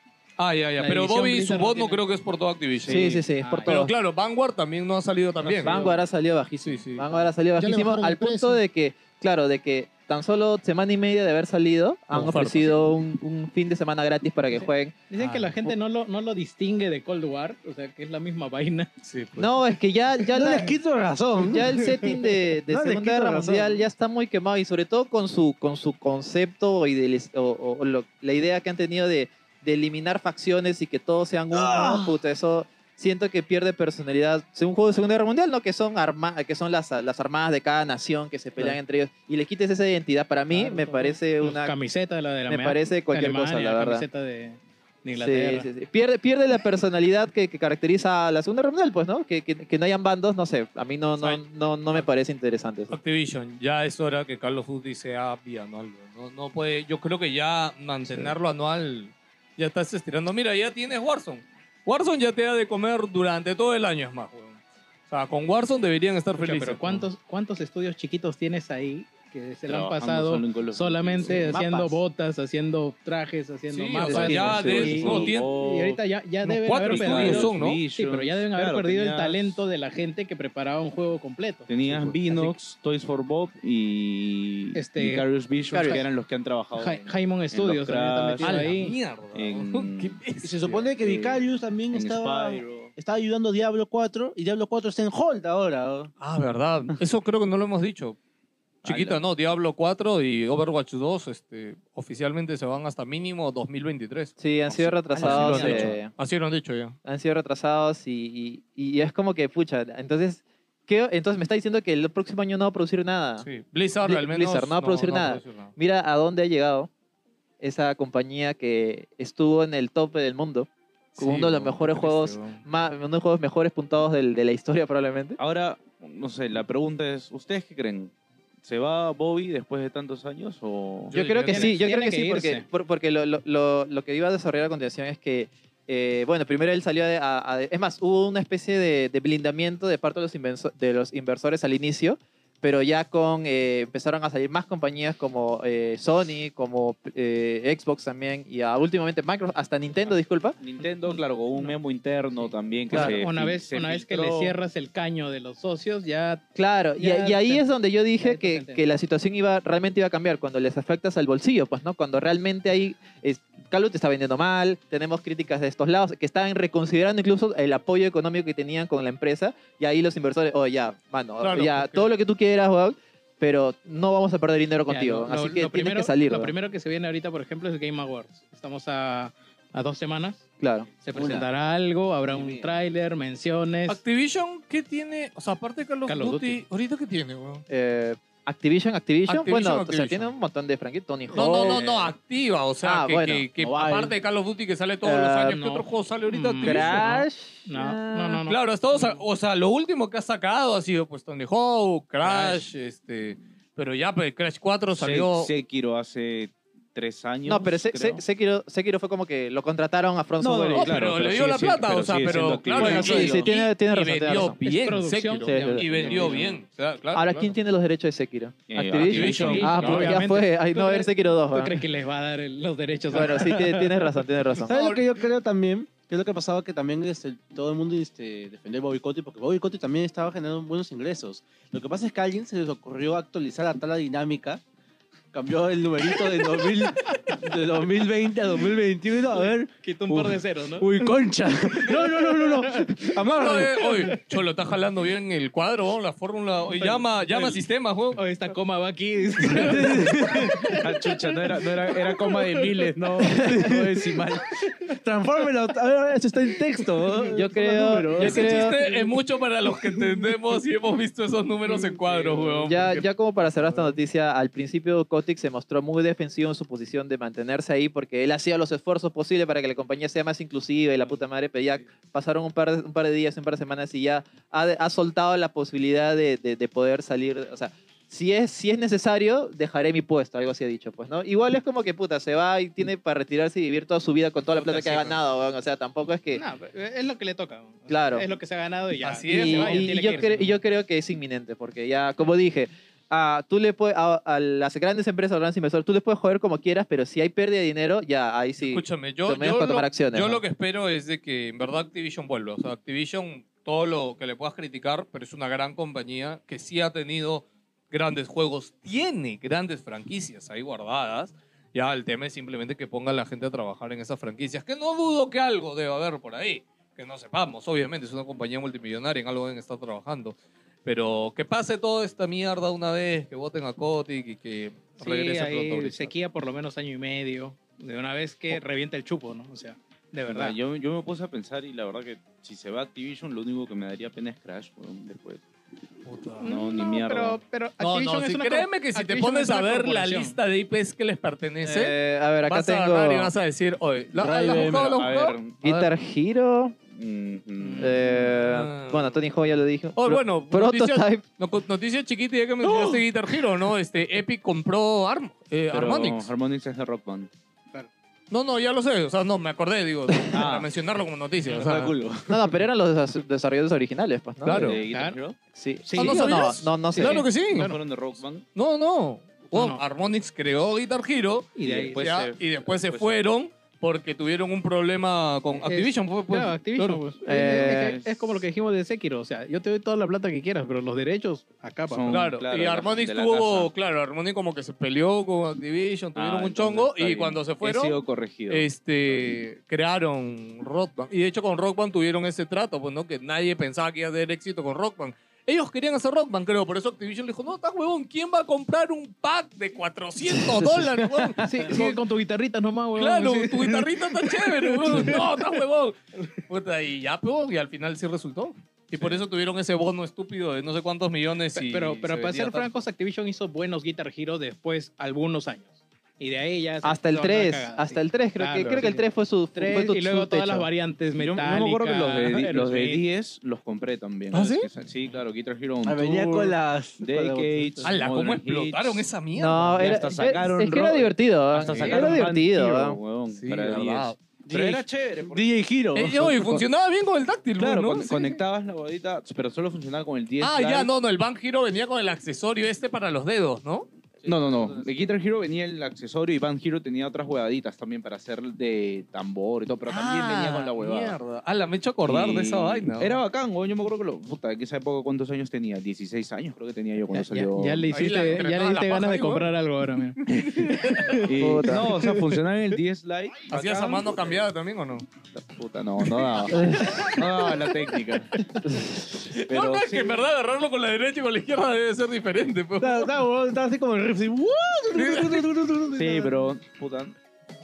S4: Ah, ya, ya.
S8: La
S4: Pero
S8: división
S4: Bobby, su
S8: Blizzard no
S4: bot no
S8: tiene-
S4: creo que es por todo Activision.
S5: Sí, sí, sí, es por
S8: Ah,
S4: Pero
S5: todo.
S4: claro, Vanguard también no ha salido tan bien.
S5: Vanguard ha salido bajísimo.
S4: Sí, sí.
S5: Vanguard ha salido
S7: Ya le
S5: bajísimo
S7: bajaron
S5: al
S7: el precio.
S5: punto de que, claro, de que tan solo semana y media de haber salido, han
S4: oferta,
S5: ofrecido un, un fin de semana gratis para que
S8: Sí.
S5: jueguen.
S8: Dicen que
S5: ah,
S8: la gente no lo, no lo distingue de Cold War, o sea, que es la misma vaina.
S4: Sí, pues.
S5: No, es que ya, ya,
S9: no
S5: la-
S9: les quito razón.
S5: Pues ya el setting de, de
S9: No, les quito
S5: Segunda Guerra
S9: la razón.
S5: Mundial ya está muy quemado y sobre todo con su, con su concepto y del- o, o- o lo- la idea que han tenido de, de eliminar facciones y que todos sean uno, puta, eso siento que pierde personalidad. Es un juego de Segunda Guerra Mundial, ¿no? Que son, arma, que son las, las armadas de cada nación que se pelean entre ellos y le quites esa identidad. Para mí
S8: Claro,
S5: me
S8: claro.
S5: parece
S8: Los
S5: una...
S8: camiseta de la de la
S5: me
S8: Mea-
S5: parece cualquier
S8: Alemania,
S5: cosa, la verdad.
S8: camiseta de, de
S5: Sí,
S8: Inglaterra.
S5: sí, sí. Pierde, pierde la personalidad que, que caracteriza a la Segunda Guerra Mundial, pues, ¿no? Que, que- que no hayan bandos, no sé. A mí no, no, no, no me parece interesante eso.
S4: Activision, ya es hora que Carlos Duty sea bianual. No, no puede, yo creo que ya mantenerlo anual ya estás estirando. Mira, ya tienes Warzone. Warzone ya te da de comer durante todo el año, es más, weón. O sea, con Warzone deberían estar
S8: Pucha,
S4: felices.
S8: pero ¿cuántos, ¿cuántos estudios chiquitos tienes ahí que se lo han
S6: Trabajando
S8: pasado
S6: solo en Call of Duty,
S8: solamente
S5: sí.
S8: haciendo
S5: Mapas.
S8: botas, haciendo trajes,
S4: weón.
S8: haciendo
S4: Sí, o
S8: mapas?
S4: sea, ya
S6: Sí,
S4: de-
S8: sí,
S4: no
S8: sí.
S4: tiene-
S8: Y ahorita ya, ya
S4: Unos
S8: deben
S4: cuatro
S8: haber
S4: estudios
S8: perdido.
S4: son, ¿no?
S8: Sí, pero ya deben haber
S6: Claro,
S8: perdido el
S6: tenías-
S8: talento de la gente que preparaba un juego completo.
S5: pues,
S6: Tenías Vinox, Toys for Bob y
S8: Este,
S6: Vicarious Visions, que eran los que han trabajado.
S8: Ja-
S6: en-
S8: Jaimon Studios también está
S6: Crash,
S8: metido
S4: A la
S8: ahí.
S4: mierda.
S6: en-
S4: Qué
S9: Y
S4: bestia.
S9: se supone que
S6: Sí.
S9: Vicarius también
S6: en
S9: estaba,
S6: Spyro.
S9: estaba ayudando a Diablo 4 y Diablo 4 está en hold ahora. ¿o?
S4: Ah, verdad. Eso creo que no lo hemos dicho. Chiquita,
S6: Ala.
S4: no, Diablo 4 y Overwatch 2 este, oficialmente se van hasta mínimo 2023.
S5: Sí, han sido
S4: Así lo
S5: retrasados.
S4: han dicho.
S5: eh,
S4: Así lo han dicho ya.
S5: han sido retrasados y, y- y es como que, pucha, entonces, ¿qué? entonces me está diciendo que el próximo año no va a producir nada.
S4: Sí, Blizzard
S5: Bli-
S4: al menos.
S5: Blizzard no va a producir nada. Mira a dónde ha llegado esa compañía que estuvo en el tope del mundo, con uno de los mejores juegos, más, uno de los juegos mejores puntados del- de la historia probablemente.
S6: Ahora, no sé, la pregunta es, ¿ustedes qué creen? ¿Se va Bobby después de tantos años o...?
S4: Yo
S5: Yo creo
S4: diría
S5: que
S4: que
S5: sí, yo creo
S8: tiene
S5: que
S8: que
S5: sí, porque,
S8: irse.
S5: por- porque lo, lo- lo- lo que iba a desarrollar a continuación es que, eh, bueno, primero él salió de- a- a- es más, hubo una especie de, de blindamiento de parte de los, invenso- de los inversores al inicio, pero ya con, eh, empezaron a salir más compañías como eh, Sony, como eh, Xbox también, y ah, últimamente Microsoft, hasta Nintendo, disculpa.
S6: Nintendo, claro, con un memo interno también que
S5: Claro,
S6: se
S8: Una
S6: fil-
S8: vez,
S6: se
S8: una vez que le
S6: filtró.
S8: cierras el caño de los socios, ya
S5: Claro, y,
S8: Ya
S5: y ahí
S8: te-
S5: es donde yo
S8: ahí
S5: dije
S8: te
S5: que,
S8: entiendo.
S5: que la situación iba realmente iba a cambiar, cuando les afectas al bolsillo, pues, ¿no? Cuando realmente ahí, es, Call of Duty está vendiendo mal, tenemos críticas de estos lados, que están reconsiderando incluso el apoyo económico que tenían con la empresa, y ahí los inversores, oh, ya, mano,
S4: Claro,
S5: ya,
S4: porque-
S5: todo lo que tú quieras, weón, pero no vamos a perder dinero
S8: Ya,
S5: contigo,
S8: lo- lo-
S5: así que
S8: lo
S5: tienes que salir,
S8: Lo
S5: weón.
S8: primero que se viene ahorita, por ejemplo, es Game Awards. Estamos a, a dos semanas.
S5: claro.
S8: Se presentará algo, habrá
S9: Muy
S8: un
S9: bien.
S8: tráiler, menciones.
S4: Activision, ¿qué tiene? O sea, aparte de Carlos,
S8: Call of
S4: Duty,
S8: Duty.
S4: ¿ahorita qué tiene, weón?
S5: Eh, Activision, Activision,
S4: Activision,
S5: bueno, o
S4: Activision.
S5: sea, tiene un montón de franquicias, Tony Hawk,
S4: No, no, no, no, activa. O sea,
S5: Oh. Ah,
S4: que,
S5: bueno,
S4: que- que
S9: mobile.
S4: aparte de Carlos Duty que sale todos los
S5: Eh,
S4: años, ¿qué
S8: no.
S4: otro juego sale ahorita?
S8: Mm,
S4: Activision?
S5: Crash, Mm.
S8: No,
S5: ah,
S8: no, no. no.
S4: Claro, ha estado sa- o sea, lo último que ha sacado ha sido pues Tony Hawk, Crash, este, pero ya pues, Crash 4
S6: Se-
S4: salió
S6: Sekiro hace tres años.
S5: No, pero Se- Se-
S6: creo.
S5: Sekiro, Sekiro fue como que lo contrataron a From
S6: No, no,
S5: Software y-
S4: No,
S6: claro,
S4: pero,
S6: pero
S4: le dio
S6: sigue
S4: la
S6: siendo-
S4: plata,
S6: pero
S4: o sea,
S6: sigue
S4: pero
S6: siendo
S4: claro,
S5: Bueno, sí,
S4: y-
S5: sí, tiene-
S4: y
S5: tiene razón, tiene
S4: vendió
S5: razón.
S8: Es
S4: bien,
S8: producción.
S4: Sekiro,
S5: Sí, es verdad.
S4: y vendió bien. o sea, claro,
S5: "Ah, Ahora,
S4: claro.
S5: ¿quién tiene los derechos de Sekiro?
S6: Eh,
S5: Activision.
S6: Activision,
S5: Ah,
S8: no,
S5: pues ya
S8: obviamente.
S5: fue. Ahí
S8: ¿Tú
S5: no va a haber
S8: crees-
S5: Sekiro 2.
S8: ¿Tú
S5: ¿verdad?
S8: crees que les va a dar el- los derechos?
S5: Bueno, sí, tiene- tienes razón, tienes razón.
S9: ¿Sabes lo que yo creo también? Que es lo que pasaba que también este, todo el mundo este, defendió a Bobby Kotick, porque Bobby Kotick también estaba generando buenos ingresos. Lo que pasa es que a alguien se les ocurrió actualizar la tabla dinámica, cambió el numerito de, 2000 de 2020 a 2021, a ver...
S8: Quitó un par de ceros, ¿no?
S9: Uy, concha. No, no, no, no, no.
S4: No,
S9: Amarra.
S4: eh, oye, Cholo, está jalando bien el cuadro, ¿no? la fórmula. Oye, llama, llama a sistema, weón.
S8: O esta coma va aquí. dice.
S6: Ah, chucha, no era, no era, era coma de miles, no, no decimal.
S9: Transfórmelo. A ver, a ver, eso está en texto. ¿no?
S5: Yo creo-
S9: Número.
S5: yo
S4: Ese
S5: creo-
S4: chiste es mucho para los que entendemos y hemos visto esos números en cuadros, weón.
S5: Ya, ya como para cerrar esta noticia, al principio Ko- Otic se mostró muy defensivo en su posición de mantenerse ahí porque él hacía los esfuerzos posibles para que la compañía sea más inclusiva y la puta madre, pero ya pasaron un par de, un par de días, un par de semanas y ya ha, ha soltado la posibilidad de, de- de poder salir, o sea, si es, si es necesario, dejaré mi puesto, algo así ha dicho, pues, ¿no? Igual es como que puta, se va y tiene para retirarse y vivir toda su vida con toda la plata que ha ganado, weón. o sea, tampoco es que...
S8: No, pero es lo que le toca. o sea,
S5: Claro.
S8: Es lo que se ha ganado y ya.
S5: Y,
S8: Y-
S5: y- y yo creo, y yo creo que es inminente, porque ya, como dije, ah, tú le puedes, a, a las grandes empresas, a los grandes inversores, tú les puedes joder como quieras, pero si hay pérdida de dinero, ya ahí sí.
S4: Escúchame, yo,
S5: tomemos
S4: yo
S5: para
S4: lo,
S5: tomar acciones,
S4: yo
S5: ¿no?
S4: lo que espero es de que en verdad Activision vuelva. O sea, Activision, todo lo que le puedas criticar, pero es una gran compañía que sí ha tenido grandes juegos, tiene grandes franquicias ahí guardadas. Ya el tema es simplemente que ponga a la gente a trabajar en esas franquicias, que no dudo que algo deba haber por ahí, que no sepamos, obviamente, es una compañía multimillonaria, en algo deben estar trabajando. Pero que pase toda esta mierda una vez, que voten a Kotick y que
S8: Sí,
S4: regrese
S8: ahí
S4: pronto. Blizzard.
S8: sequía por lo menos año y medio. De una vez que revienta el chupo, ¿no? O sea, de verdad.
S6: Yo, yo me puse a pensar y la verdad que si se va Activision, lo único que me daría pena es Crash weón, después. No, ni mierda.
S8: Pero, pero
S4: No,
S8: Activision
S4: no,
S8: es
S4: sí,
S8: una cor-
S4: créeme que si te
S8: Activision
S4: pones
S8: es una
S4: a ver la
S8: corporación.
S4: lista de IPs que les pertenece,
S5: Eh, a ver, acá
S4: vas a
S5: tengo.
S4: agarrar y vas a decir, oye, ¿la, la has
S5: Driver,
S4: buscado, la has
S6: a
S4: buscado?
S6: ver.
S5: Guitar Hero.
S6: Mm,
S5: eh, bueno, Tony Hawk ya lo dije.
S4: Mm. Oh,
S5: Pro-
S4: bueno,
S5: Prototype.
S4: noticia, no- noticia chiquita ya que mencionaste Guitar Hero, ¿no? Este, Epic compró Arm, eh,
S6: Pero
S4: Harmonix.
S6: Harmonix es de Rock Band.
S4: No, no, ya lo sé, o sea, no, me acordé, digo, para mencionarlo como noticia. O sea,
S5: No, no, pero eran los desa- desarrolladores originales, pues, ¿no?
S4: Claro.
S5: De Guitar
S8: Claro.
S5: Hero. Sí. ¿Sí
S8: Sí.
S4: ¿No
S5: o no,
S4: sabías?
S5: no, no sé.
S4: Claro que sí.
S6: ¿No fueron de Rock Band?
S4: No, no. Wow,
S8: no.
S4: Harmonix creó Guitar Hero
S8: Y de ahí
S4: después
S8: ya-
S4: se, y después se fueron porque tuvieron un problema con Activision. fue- fue-
S8: Claro, Activision,
S4: claro.
S8: pues.
S5: Eh,
S8: es, es como lo que dijimos de Sekiro. O sea, yo te doy toda la plata que quieras, pero los derechos acá, papá.
S6: Son-
S4: Claro,
S6: Mm, claro,
S4: y
S6: de la-
S4: Harmonix
S6: de la
S4: tuvo,
S6: casa.
S4: claro, Harmonix como que se peleó con Activision, tuvieron
S6: Ah,
S4: un
S6: entonces
S4: chongo
S6: está
S4: y
S6: bien.
S4: cuando se
S6: He
S4: fueron, eh,
S6: sido corregido.
S4: este, crearon Rock Band. Y de hecho con Rock Band tuvieron ese trato, pues no, que nadie pensaba que iba a tener éxito con Rock Band. Ellos querían hacer Rock Band, creo, por eso Activision le dijo, no, estás huevón, ¿quién va a comprar un pack de 400 dólares, huevón?
S8: Sí, sí, con tu guitarrita nomás, weón.
S4: Claro,
S8: Sí.
S4: tu guitarrita está chévere, huevón. No, estás huevón. Puta, y ya, huevón, y al final sí resultó. Y por eso tuvieron ese bono estúpido de no sé cuántos millones.
S8: Pe-
S4: Y
S8: pero pero
S4: se
S8: para
S4: vendía
S8: ser
S4: tanto.
S8: francos, Activision hizo buenos Guitar Hero después algunos años. Y de ahí ya... se
S5: Hasta el
S8: empezó a andar
S5: 3.
S8: cagada, sí.
S5: Hasta el 3, creo que,
S8: Claro,
S5: creo
S8: sí,
S5: que el
S8: sí.
S5: 3 fue su. fue
S8: Tres,
S5: tu-
S8: y luego
S5: su
S8: todas
S5: techo.
S8: las variantes
S6: Yo, yo
S8: metálicas.
S6: me acuerdo que los de, di- los de
S8: Aerosmith.
S6: 10 los compré también.
S4: ¿Ah,
S6: Es
S4: sí?
S6: que sa- sí, claro, Guitar Hero on
S9: Ah, venía
S6: Tour,
S9: con las. con las
S6: Decades,
S4: ¡Hala! Ah, ¿Cómo
S6: Modern
S4: explotaron
S6: Hits.
S4: esa mierda?
S5: No,
S6: Y
S5: era,
S6: hasta
S5: es-
S6: sacaron
S5: es que era
S6: Ro-
S5: divertido.
S6: hasta
S5: ¿eh?
S6: sacaron
S5: era
S6: Band
S5: divertido.
S6: Hero,
S5: ¿eh?
S6: weón,
S4: Sí,
S6: para
S4: verdad.
S6: 10. Pero era chévere. porque-
S9: DJ Hiro.
S4: Eh, yo, y funcionaba bien con el táctil,
S6: Claro,
S4: ¿no?
S6: con-
S4: Sí.
S6: conectabas la bodita, pero solo funcionaba con el 10.
S4: Ah,
S6: drive.
S4: ya, no, no, el Band Hero venía con el accesorio este para los dedos, ¿no?
S6: No, no, no. De Guitar Hero venía el accesorio y Band Hero tenía otras huevaditas también para hacer de tambor y todo, pero también venía con la huevada.
S4: Ah, Mierda. ¡Hala! Me he hecho acordar
S6: Y
S4: de esa vaina.
S6: Era bacán, güey. Yo me acuerdo que lo. Puta, que esa época, ¿cuántos años tenía? 16 años creo que tenía
S8: Ya,
S6: yo cuando
S8: ya- ya
S6: salió.
S8: le
S4: Ahí la-
S8: hiciste,
S4: entre
S8: ya le
S4: todas
S8: diste
S4: las
S8: ganas
S4: pajas
S8: de
S4: ahí, weón.
S8: comprar algo ahora, mira.
S6: Y-
S5: Puta.
S6: no, o sea, funcionaba en el 10 Lite.
S4: ¿Hacías
S6: bacán.
S4: a mano cambiada también o no?
S6: Puta, no, no daba. No daba la técnica. Pero
S4: no, no, es
S6: sí.
S4: que en verdad agarrarlo con la derecha y con la izquierda debe ser diferente. pues.
S9: Estaba, estaba, huevón, estaba así como el riff. así, ¡wuah!
S6: Sí, pero. Puta.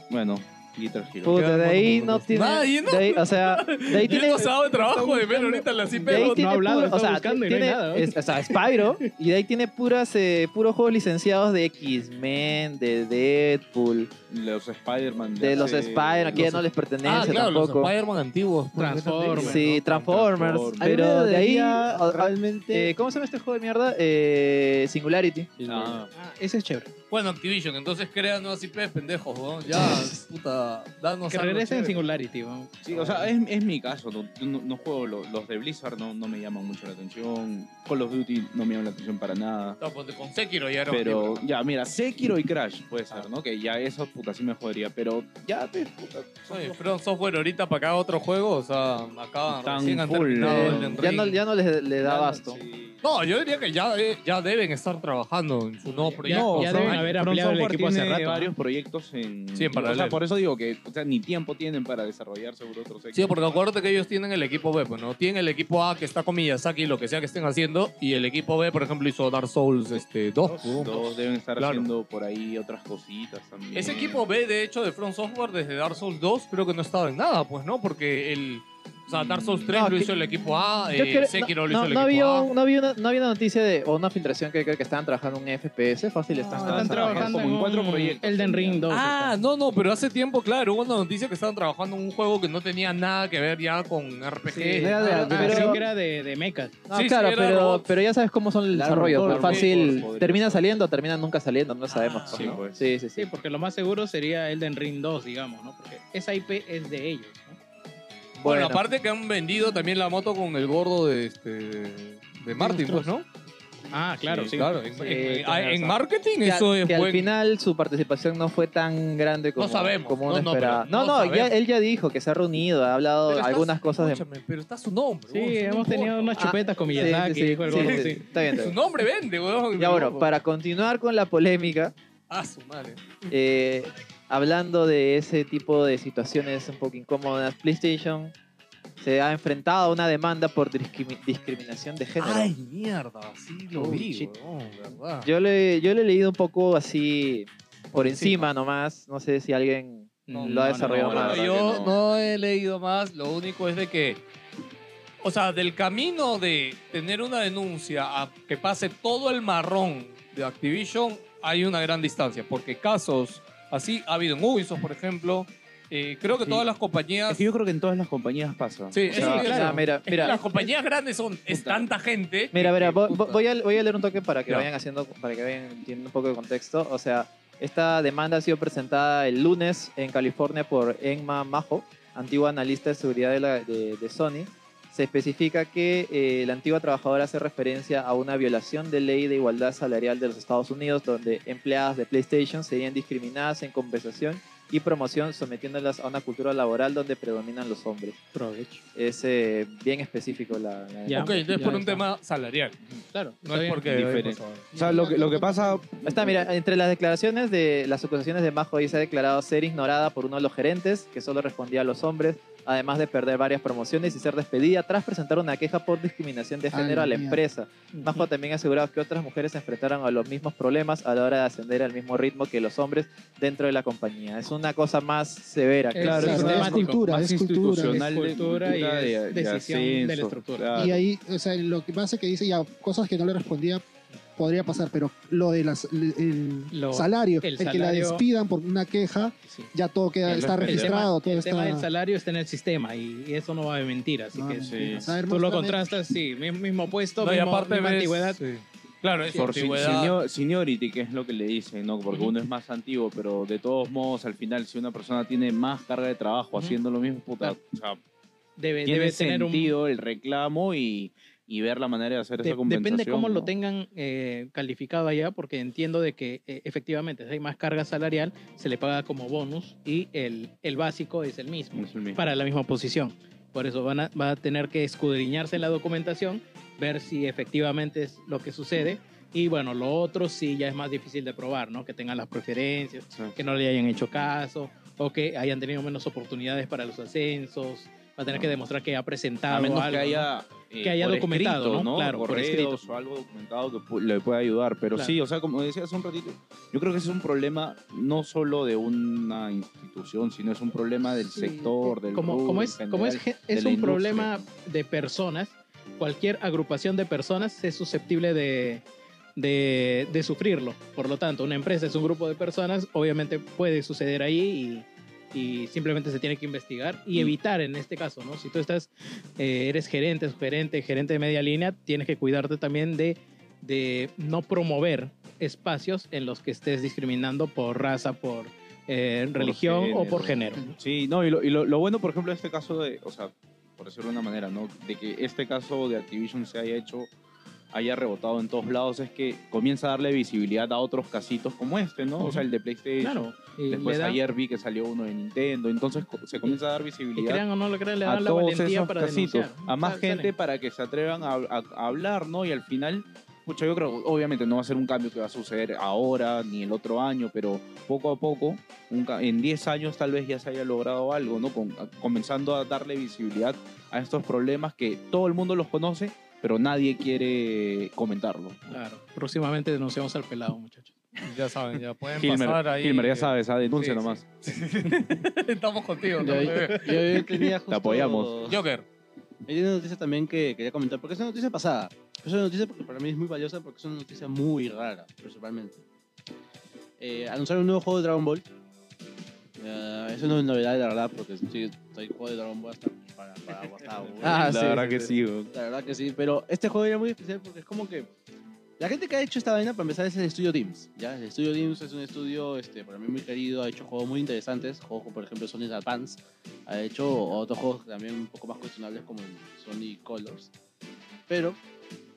S6: Bueno, Guitar Hero.
S5: Puta, de ahí
S4: Quedaron
S5: no tiene.
S4: Nadie, Ah, ¿no?
S5: de ahí- o sea, de ahí
S4: Yo he
S5: tiene.
S4: pasado de trabajo de ver ahorita la
S5: de ahí
S4: CIPE.
S5: tiene
S8: ha hablado,
S5: puro- o
S8: está
S5: sea,
S8: buscando y no hay
S5: tiene-
S8: nada, ¿no?
S5: es- o sea, Spyro. Y de ahí tiene puras, eh, puros juegos licenciados de X-Men, de Deadpool,
S6: Los Spider-Man.
S5: de los
S6: hace-
S5: Spider, que ya no les pertenece
S4: Ah, claro, los
S5: tampoco.
S4: Spider-Man antiguos.
S8: Transformers.
S5: Sí, Transformers.
S6: Transformers.
S5: Pero de ahí. o- o-
S9: realmente.
S5: eh, ¿Cómo se llama este juego de mierda? Eh, Singularity.
S6: Ah,
S8: Ah, ese es chévere.
S4: Bueno, Activision, entonces crean nuevas IPs, pendejos, weón. Ya, puta, danos
S8: que
S4: algo
S8: regresen en
S4: chévere.
S8: Singularity, weón.
S6: Sí, o sea, es, es mi caso. No, yo no- no juego lo- los de Blizzard, no, no me llaman mucho la atención. Call of Duty no me llama la atención para nada.
S4: No, pues con Sekiro ya era
S6: Pero
S4: horrible.
S6: ya, mira, Sekiro y Crash puede ser, ¿no? Que ya eso, puta, sí me jodería. Pero ya, te, puta, son
S4: Oye,
S6: los-
S4: From Software ahorita para cada otro juego, o sea, acaban
S6: Están
S4: recién han
S6: full,
S4: terminado
S6: eh.
S4: Elden
S5: Ya no,
S4: Ring.
S5: ya no les, les da abasto.
S6: Sí.
S4: No, yo diría que ya, eh, ya deben estar trabajando en su nuevo proyecto.
S6: No,
S8: ya
S6: From-
S8: deben haber
S6: From
S8: ampliado el
S6: Software
S8: equipo hace
S6: tiene
S8: rato, ¿no?
S6: varios proyectos en.
S4: Sí, en
S6: o
S4: paralelo.
S6: sea, por eso digo que o sea, ni tiempo tienen para desarrollar seguro otros
S4: Sí, porque acuérdate que ellos tienen el equipo B, pues, ¿no? Tienen el equipo A que está con Miyazaki, lo que sea que estén haciendo, y el equipo B, por ejemplo, hizo Dark Souls este, 2.
S6: Todos deben estar
S4: Claro.
S6: haciendo por ahí otras cositas también.
S4: Ese equipo B, de hecho, de Front Software, desde Dark Souls 2, creo que no estaba en nada, pues, ¿no? Porque el, O sea, Dark Souls 3
S5: No,
S4: lo
S5: que-
S4: hizo el equipo A,
S5: Yo
S4: eh,
S5: creo-
S4: Sekiro
S5: no,
S4: lo hizo
S5: no,
S4: el
S5: no
S4: equipo
S5: había,
S8: Ah.
S4: A.
S5: un- no había una, no había una noticia de, o una filtración que, que, que estaban trabajando en un FPS. Fácil, están,
S8: Ah, Están trabajando en cuatro proyectos. Elden Ring 2.
S4: Ah, no, no, pero hace tiempo, claro, hubo una noticia que estaban trabajando en un juego que no tenía nada que ver ya con RPG.
S8: Sí,
S5: era de-
S8: ah,
S5: de-
S8: creo
S5: pero-
S8: que era de, de mechas.
S5: No, claro,
S4: era
S5: pero,
S4: robots.
S5: pero ya sabes cómo son el
S8: Claro,
S5: desarrollo.
S8: robots,
S5: pues, fácil,
S8: robots, podría
S5: termina saliendo, termina nunca saliendo, no sabemos. pues,
S8: sí,
S5: ¿no?
S8: pues.
S5: sí, sí, sí.
S8: Sí, porque lo más seguro sería Elden Ring 2, digamos, ¿no? Porque esa IP es de ellos.
S4: Bueno,
S5: Bueno.
S4: aparte que han vendido también la moto con el gordo de este de Martin, pues, ¿no?
S8: Ah, claro, ah, sí.
S4: claro. En,
S8: Sí,
S5: Eh,
S4: en- ah,
S8: tenés
S4: en
S8: razón.
S4: marketing
S5: Que,
S4: eso es
S5: que al
S4: buen.
S5: final su participación no fue tan grande como,
S4: sabemos,
S5: como
S4: no,
S5: uno
S4: no,
S5: esperaba.
S4: pero
S5: No,
S4: no
S5: no, ya,
S4: sabemos.
S5: él ya dijo que se ha reunido, ha hablado
S4: Pero estás-
S5: algunas cosas de...
S4: Escúchame, pero está su nombre.
S8: Sí,
S4: weón, eso no
S8: hemos
S4: importa.
S8: tenido unas chupetas con
S5: Sí,
S8: Miyazaki,
S5: sí, sí,
S8: dijo el
S5: sí,
S8: gordo,
S5: sí,
S8: sí.
S5: sí, está bien, está
S4: Su
S5: bien.
S4: nombre vende, weón.
S5: Ya bueno, para continuar con la polémica,
S4: Ah, su madre.
S5: eh, hablando de ese tipo de situaciones un poco incómodas, PlayStation se ha enfrentado a una demanda por discrimi- discriminación de género.
S4: Ay, mierda, sí lo
S5: Oh,
S4: vi,
S5: shit.
S4: weón, verdad.
S5: Yo le, yo le he leído un poco así por encima nomás. No sé si alguien
S8: No,
S5: lo ha
S8: no,
S5: desarrollado
S8: no,
S4: Bueno,
S5: más.
S8: verdad
S4: yo
S8: que no.
S4: no he leído más, lo único es de que, o sea, del camino de tener una denuncia a que pase todo el marrón de Activision, hay una gran distancia, porque casos así ha habido en Ubisoft, por ejemplo, eh, creo que
S6: Sí.
S4: todas las compañías...
S6: Es que yo creo que en todas las compañías pasa.
S4: Sí, eso
S5: o
S4: es-
S5: sea, Ah, mira,
S4: es que
S5: mira,
S4: las compañías grandes son, es tanta gente.
S5: Mira, mira, vo-
S4: puta.
S5: vo- voy a, voy a leer un toque para que
S4: Ya.
S5: vayan haciendo, para que vayan entendiendo un poco de contexto. O sea, esta demanda ha sido presentada el lunes en California por Enma Majo, antigua analista de seguridad de, la- de- de Sony. Se especifica que eh, la antigua trabajadora hace referencia a una violación de ley de igualdad salarial de los Estados Unidos, donde empleadas de PlayStation serían discriminadas en compensación y promoción, sometiéndolas a una cultura laboral donde predominan los hombres.
S8: Provecho.
S5: Es eh, bien específico la... la
S8: Ya.
S4: Ok, entonces
S8: Ya
S4: por un
S8: está.
S4: tema salarial.
S8: Claro.
S4: No es porque...
S6: Diferente. O sea, lo que, lo que pasa.
S5: Ahí Está, mira, entre las declaraciones de las acusaciones de Majo hoy se ha declarado ser ignorada por uno de los gerentes, que solo respondía a los hombres, además de perder varias promociones y ser despedida tras presentar una queja por discriminación de
S7: Ah, la
S5: género a la
S7: mierda.
S5: empresa. Majo también ha asegurado que otras mujeres se enfrentaron a los mismos problemas a la hora de ascender al mismo ritmo que los hombres dentro de la compañía. Es una cosa más severa. que-
S8: Claro,
S7: Claro,
S8: es
S7: es
S8: temático,
S7: cultura,
S6: más
S7: es cultura.
S6: institucional.
S8: Es
S6: de
S8: cultura y
S6: cultura
S8: es
S6: de- de
S8: decisión de, la
S6: ascenso,
S8: estructura.
S6: claro.
S7: Y ahí, o sea, lo que pasa es que dice ya cosas que no le respondía podría pasar, pero lo del el
S8: Lo-
S7: salario,
S8: el
S7: el, que la
S8: salario-
S7: despidan por una queja,
S8: Sí.
S7: ya todo queda,
S6: El-
S7: está
S6: el tema-
S7: registrado,
S8: el tema,
S7: todo está...
S8: del salario está en el sistema y, y eso no va a mentir, así
S7: Ah,
S8: que
S6: sí.
S7: o sea,
S8: tú lo
S7: hermosamente-
S8: contrastas, sí, mi- mismo puesto,
S4: No, y
S8: mismo,
S4: aparte
S8: misma
S4: ves-
S8: antigüedad.
S4: sí. Claro, es
S6: Por si-
S4: antigüedad.
S6: senior- seniority, que es lo que le dicen, ¿no? Porque uno es más antiguo, pero de todos modos, al final, si una persona tiene más carga de trabajo
S4: Ujú.
S6: haciendo lo mismo, puta, o sea,
S8: Debe,
S6: tiene
S8: debe tener un...
S6: sentido el reclamo y, y ver la manera de hacer
S8: de-
S6: esa compensación.
S8: depende cómo lo
S6: ¿no?
S8: tengan eh, calificado allá, porque entiendo de que eh, efectivamente si hay más carga salarial, se le paga como bonus y el, el básico es el mismo.
S6: Es el mismo.
S8: para la misma posición. Por eso van a, va a tener que escudriñarse en la documentación, ver si efectivamente es lo que sucede. Y bueno, lo otro sí ya es más difícil de probar, ¿no? Que tengan las preferencias,
S6: Sí.
S8: que no le hayan hecho caso, o que hayan tenido menos oportunidades para los ascensos. Va a tener que demostrar que ha presentado
S6: A menos
S8: algo.
S6: que
S8: ¿no?
S6: haya, eh,
S8: Que haya
S6: por
S8: documentado,
S6: escrito,
S8: ¿no? Claro, por
S6: Correos
S8: escrito.
S6: o algo documentado que pu- le pueda ayudar. Pero
S8: Claro.
S6: sí, o sea, como decía hace un ratito, yo creo que ese es un problema no solo de una institución, sino es un problema del
S8: Sí,
S6: sector, del
S8: como,
S6: rubro
S8: como
S6: en
S8: es, como es,
S6: general.
S8: gen- es
S6: la
S8: un
S6: industria.
S8: problema de personas, cualquier agrupación de personas es susceptible de, de, de sufrirlo. Por lo tanto, una empresa es un grupo de personas, obviamente puede suceder ahí y, y simplemente se tiene que investigar
S6: Mm.
S8: y evitar en este caso, ¿no? Si tú estás, eh, eres gerente, gerente, gerente de media línea, tienes que cuidarte también de, de no promover espacios en los que estés discriminando por raza, por... eh,
S6: Por
S8: religión o por
S6: género.
S8: género.
S6: Sí, no, y, lo, y lo- lo bueno, por ejemplo, de este caso de, o sea, por decirlo de una manera, ¿no? De que este caso de Activision se haya hecho, haya rebotado en todos lados, es que comienza a darle visibilidad a otros casitos como este, ¿no? O sea, el de PlayStation.
S8: Claro. y
S6: Después
S8: le da-
S6: ayer vi que salió uno de Nintendo, entonces co- se comienza a dar
S8: Y
S6: visibilidad
S8: crean o no lo crean, le
S6: a
S8: dan la
S6: todos
S8: valentía
S6: esos
S8: para
S6: casitos,
S8: denunciar.
S6: a más
S8: Sal-
S6: gente
S8: salen.
S6: para que se atrevan a, a- a hablar, ¿no? Y al final, pucha, yo creo, obviamente no va a ser un cambio que va a suceder ahora ni el otro año, pero poco a poco, un ca- en 10 años tal vez ya se haya logrado algo, ¿no? Con- a- comenzando a darle visibilidad a estos problemas que todo el mundo los conoce, pero nadie quiere comentarlo.
S8: Claro, próximamente denunciamos al pelado, muchachos.
S4: Ya saben, ya pueden
S6: Hilmer,
S4: pasar ahí.
S6: Hilmer, ya
S4: eh,
S6: sabes, ah, denuncia
S4: sí,
S6: nomás.
S4: Estamos contigo. ¿no?
S9: Yo, yo- yo tenía justo-
S6: apoyamos.
S4: Joker.
S9: Hay una noticia también que quería comentar, porque es una noticia pasada. Es una noticia porque para mí es muy valiosa porque es una noticia muy rara, principalmente. Eh, anunciaron un nuevo juego de Dragon Ball. Eh, eso no es novedad, la verdad, porque sí, estoy juego de Dragon Ball hasta para, para aguantar, güey.
S6: Ah, la verdad que sí, güey.
S9: La verdad que sí, pero este juego era muy especial porque es como que... La gente que ha hecho esta vaina, para empezar, es el estudio Dims. ¿ya? El estudio Dims es un estudio este, para mí muy querido, ha hecho juegos muy interesantes, juegos como por ejemplo Sonic Advance, ha hecho otros juegos también un poco más cuestionables como el Sonic Colors. Pero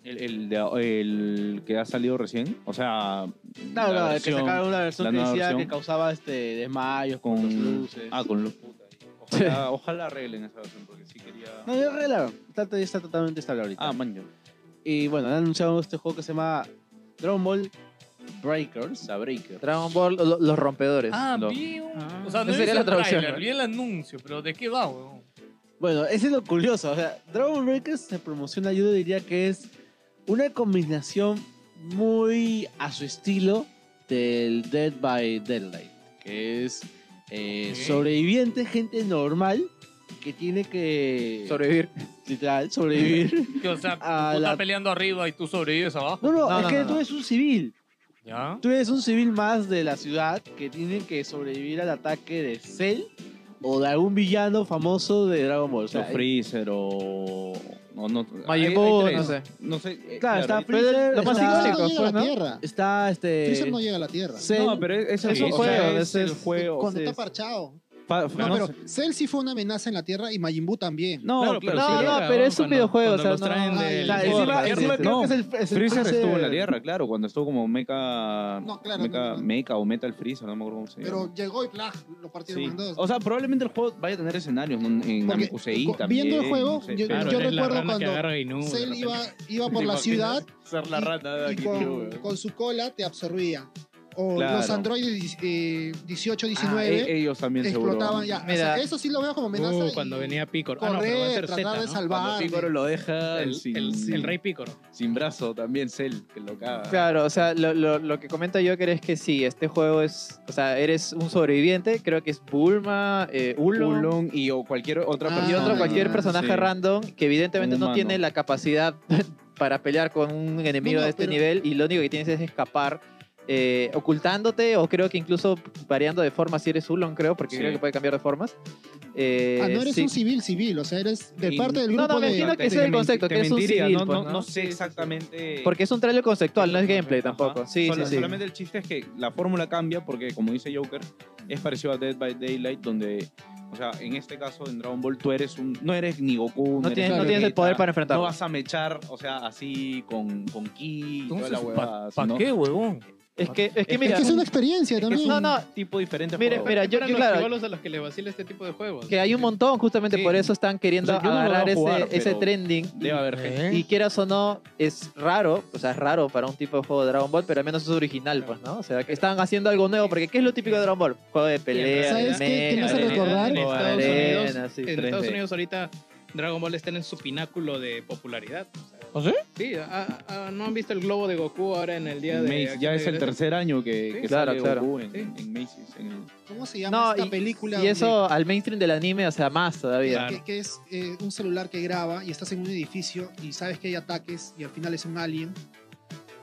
S6: El, el de- el que ha salido recién. O sea. la
S9: Claro, claro,
S6: versión-
S9: que sacaron una versión
S6: la
S9: que
S6: nueva
S9: decía que
S6: versión.
S9: causaba este desmayos con, las luces.
S6: Ah, con los putas. Ojalá, ojalá arreglen esa versión porque sí quería.
S9: No, ya arreglaron. Está, está totalmente estable ahorita.
S6: Ah, man, yo.
S9: Y bueno, han anunciado este juego que se llama Dragon Ball Breakers. La Breakers.
S5: Dragon Ball, lo- los rompedores.
S14: Ah,
S9: No.
S14: vi un... O sea,
S5: Esa
S14: no vi
S5: sería la
S14: el
S5: traducción,
S14: trailer,
S5: ¿no?
S14: vi el anuncio, pero ¿de qué va, weón?
S9: Bueno, ese es lo curioso. O sea, Dragon Breakers se promociona, yo diría que es una combinación muy a su estilo del Dead by Deadlight, que es eh,
S15: Ok.
S9: sobreviviente, gente normal que tiene que
S5: Sobrevivir.
S9: literal sobrevivir.
S14: Que, o sea,
S9: A
S14: tú
S9: la-
S14: estás peleando arriba y tú sobrevives abajo.
S9: No, no,
S5: No,
S9: es
S5: no,
S9: que
S5: no,
S9: tú
S5: no.
S9: eres un civil.
S14: ¿Ya?
S9: Tú eres un civil más de la ciudad que tiene que sobrevivir al ataque de Cell o de algún villano famoso de Dragon Ball. O sea,
S6: O Freezer o. No, no.
S5: Majin
S6: hay- hay
S5: Buu,
S6: tres.
S5: no sé.
S6: No sé. eh,
S9: Claro, está
S6: hay-
S9: Freezer,
S5: Lo más
S9: está,
S5: icónico
S7: llega
S5: fue,
S7: a la
S5: ¿no?
S7: tierra.
S9: está, este
S7: Freezer no llega a la tierra.
S9: Cell.
S6: No, pero
S5: Es
S6: es,
S5: un
S6: el- o sea,
S5: juego,
S6: es,
S5: ese
S6: el
S5: es-
S6: juego.
S7: Cuando está
S6: es-
S7: parchado.
S6: fa-
S7: No,
S6: fa-
S7: pero Cell sí fue una amenaza en la tierra y Majin Buu también.
S6: No,
S8: Claro,
S6: claro,
S8: pero
S6: sí
S8: sí
S6: llega.
S8: llega.
S5: pero
S8: ¿no?
S5: es un
S8: Cuando-
S5: videojuego, o
S8: cuando
S5: sea,
S8: los
S5: no-
S8: traen
S7: Ah,
S8: del-
S7: ya,
S8: del-
S5: encima-
S8: del-
S5: encima
S8: del-
S5: creo
S6: No,
S5: que es el- es el
S6: Freezer
S5: Freezer-
S6: estuvo en la Tierra, claro, cuando estuvo como Mecha.
S7: No, claro,
S6: Mecha,
S7: no, no.
S6: Mecha o Metal Freezer, no me acuerdo cómo se llama.
S7: Pero llegó y plah, lo partieron
S6: Sí.
S7: en dos.
S6: O sea, probablemente el juego vaya a tener escenarios ¿no? en
S7: Porque,
S6: Namekusei
S7: co-
S6: también.
S7: viendo el juego,
S6: no sé,
S7: yo-
S6: pero-
S8: Claro,
S7: yo
S8: es la
S7: recuerdo
S8: rana que
S7: cuando
S8: agarra Inu, de
S7: Cell
S8: repente.
S7: iba, iba por la ciudad
S9: ser
S7: la
S9: rata de
S7: y con,
S5: ¿eh?
S6: Ah,
S7: con su cola te absorbía. O
S6: Claro.
S7: los androides eh, 18,
S6: Ah,
S7: 19
S6: e- ellos también seguro.
S7: explotaban ya. O
S5: Mira.
S7: sea, eso sí lo veo como amenaza.
S8: Uh,
S7: y
S8: cuando venía Picoro. Ah, no, pero va a
S7: correr,
S8: ser
S7: tratar
S8: Z,
S7: de
S8: ¿no?
S7: salvar.
S6: lo deja
S8: El, el- el rey Picoro.
S6: sin brazo también, Cell, que lo caga.
S5: Claro, o sea, lo, lo, lo que comenta Joker es que sí, este juego es, o sea, eres un sobreviviente, creo que es Bulma, eh, Ulon,
S6: Ulon y o cualquier otra
S7: Ah,
S6: persona.
S5: y otro cualquier personaje
S6: sí.
S5: random que evidentemente
S6: Un
S5: no
S6: humano.
S5: tiene la capacidad para pelear con un enemigo
S7: No, no,
S5: de este
S7: pero-
S5: nivel y lo único que tienes es escapar eh, ocultándote o creo que incluso variando de forma si eres Ulon, creo, porque
S6: Sí.
S5: creo que puede cambiar de formas. Eh,
S7: Ah, no eres
S5: sí.
S7: un civil civil, o sea, eres de
S6: Y-
S7: parte del
S5: No, no,
S7: grupo
S5: me
S7: de...
S5: imagino que ese es el concepto, que es un civil,
S6: no,
S5: pues,
S6: no,
S5: ¿no?
S6: no sé exactamente.
S5: Porque es un trailer conceptual, no es gameplay tampoco.
S6: Ajá.
S5: Sí,
S6: Solo-
S5: sí, sí.
S6: Solamente el chiste es que la fórmula cambia porque, como dice Joker, es parecido a Dead by Daylight, donde, o sea, en este caso en Dragon Ball tú eres un, no eres ni Goku,
S5: No
S6: eres
S5: tienes, no
S6: Vegeta,
S5: tienes el poder para enfrentarlo.
S6: No vas a mechar, o sea, así con, con ki y toda
S14: Entonces,
S6: la
S14: ¿para
S6: huevada. ¿no?
S14: qué, huevón?
S5: es que, es
S6: que
S5: que
S7: Es
S5: mira,
S7: que es una experiencia
S6: Es que es
S7: también.
S5: No,
S6: un
S5: no.
S6: tipo diferente. de
S5: Mire,
S6: juego.
S5: mira,
S8: Yo,
S5: yo
S8: eran los
S5: claro,
S8: chibolos a los que les vacila este tipo de juegos.
S5: que hay un montón justamente
S6: Sí.
S5: por eso están queriendo
S6: O sea, yo no lo voy a
S5: agarrar
S6: jugar,
S5: ese, ese
S6: pero-
S5: trending
S6: Debe haber gente.
S5: y quieras o no es raro o sea es raro para un tipo de juego de Dragon Ball pero al menos es original pues no o sea que están haciendo algo nuevo porque qué es lo típico de Dragon Ball juego de pelea de
S7: ¿Sabes qué? Que me
S5: mecha,
S7: hace
S5: de-
S7: recordar-
S8: En
S5: de
S8: Estados,
S5: arena,
S8: Unidos,
S5: sí,
S8: en
S5: 3D.
S8: Estados Unidos ahorita Dragon Ball está en su pináculo de popularidad. o sea.
S14: ¿Ah, sí?
S8: Sí, ah, ah, ¿no han visto el globo de Goku ahora en el día de...
S6: Mace,
S8: Acción
S6: ya
S8: de
S6: es el
S8: Gracias?
S6: tercer año que,
S8: Sí.
S6: que
S5: Claro,
S6: sale
S5: claro.
S6: Goku en,
S8: Sí.
S6: en Macy's. en el-
S7: ¿Cómo se llama
S5: no
S7: esta
S5: y,
S7: película?
S5: y
S7: donde-
S5: eso al mainstream del anime o sea más
S7: que-
S5: todavía
S7: Que, que es eh, un celular que graba y estás en un edificio y sabes que hay ataques y al final es un alien.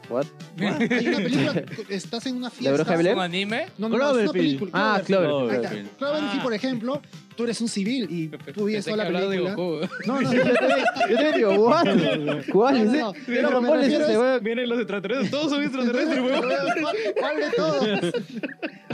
S5: What?
S7: Hay una película, estás en una fiesta.
S5: ¿La bruja de Blair?
S14: ¿Un anime?
S7: No, no, no, es una película.
S5: ah
S7: Cloverfield.
S5: Clover
S7: Ahí está. Cloverfield,
S8: Ah.
S7: por ejemplo, tú eres un civil y tú vives
S8: Pensé que
S7: toda la
S8: hablaba de
S7: película.
S8: Goku.
S7: No, no, no.
S5: yo también digo what cuál
S7: No,
S5: es
S7: no, no.
S5: ese?
S7: Pero
S5: Dragon
S7: me
S5: Ball es
S7: refiero
S5: ese
S7: es-
S5: weón?
S8: Vienen los extraterrestres, todos son extraterrestres, weón.
S7: ¿Cuál de todos?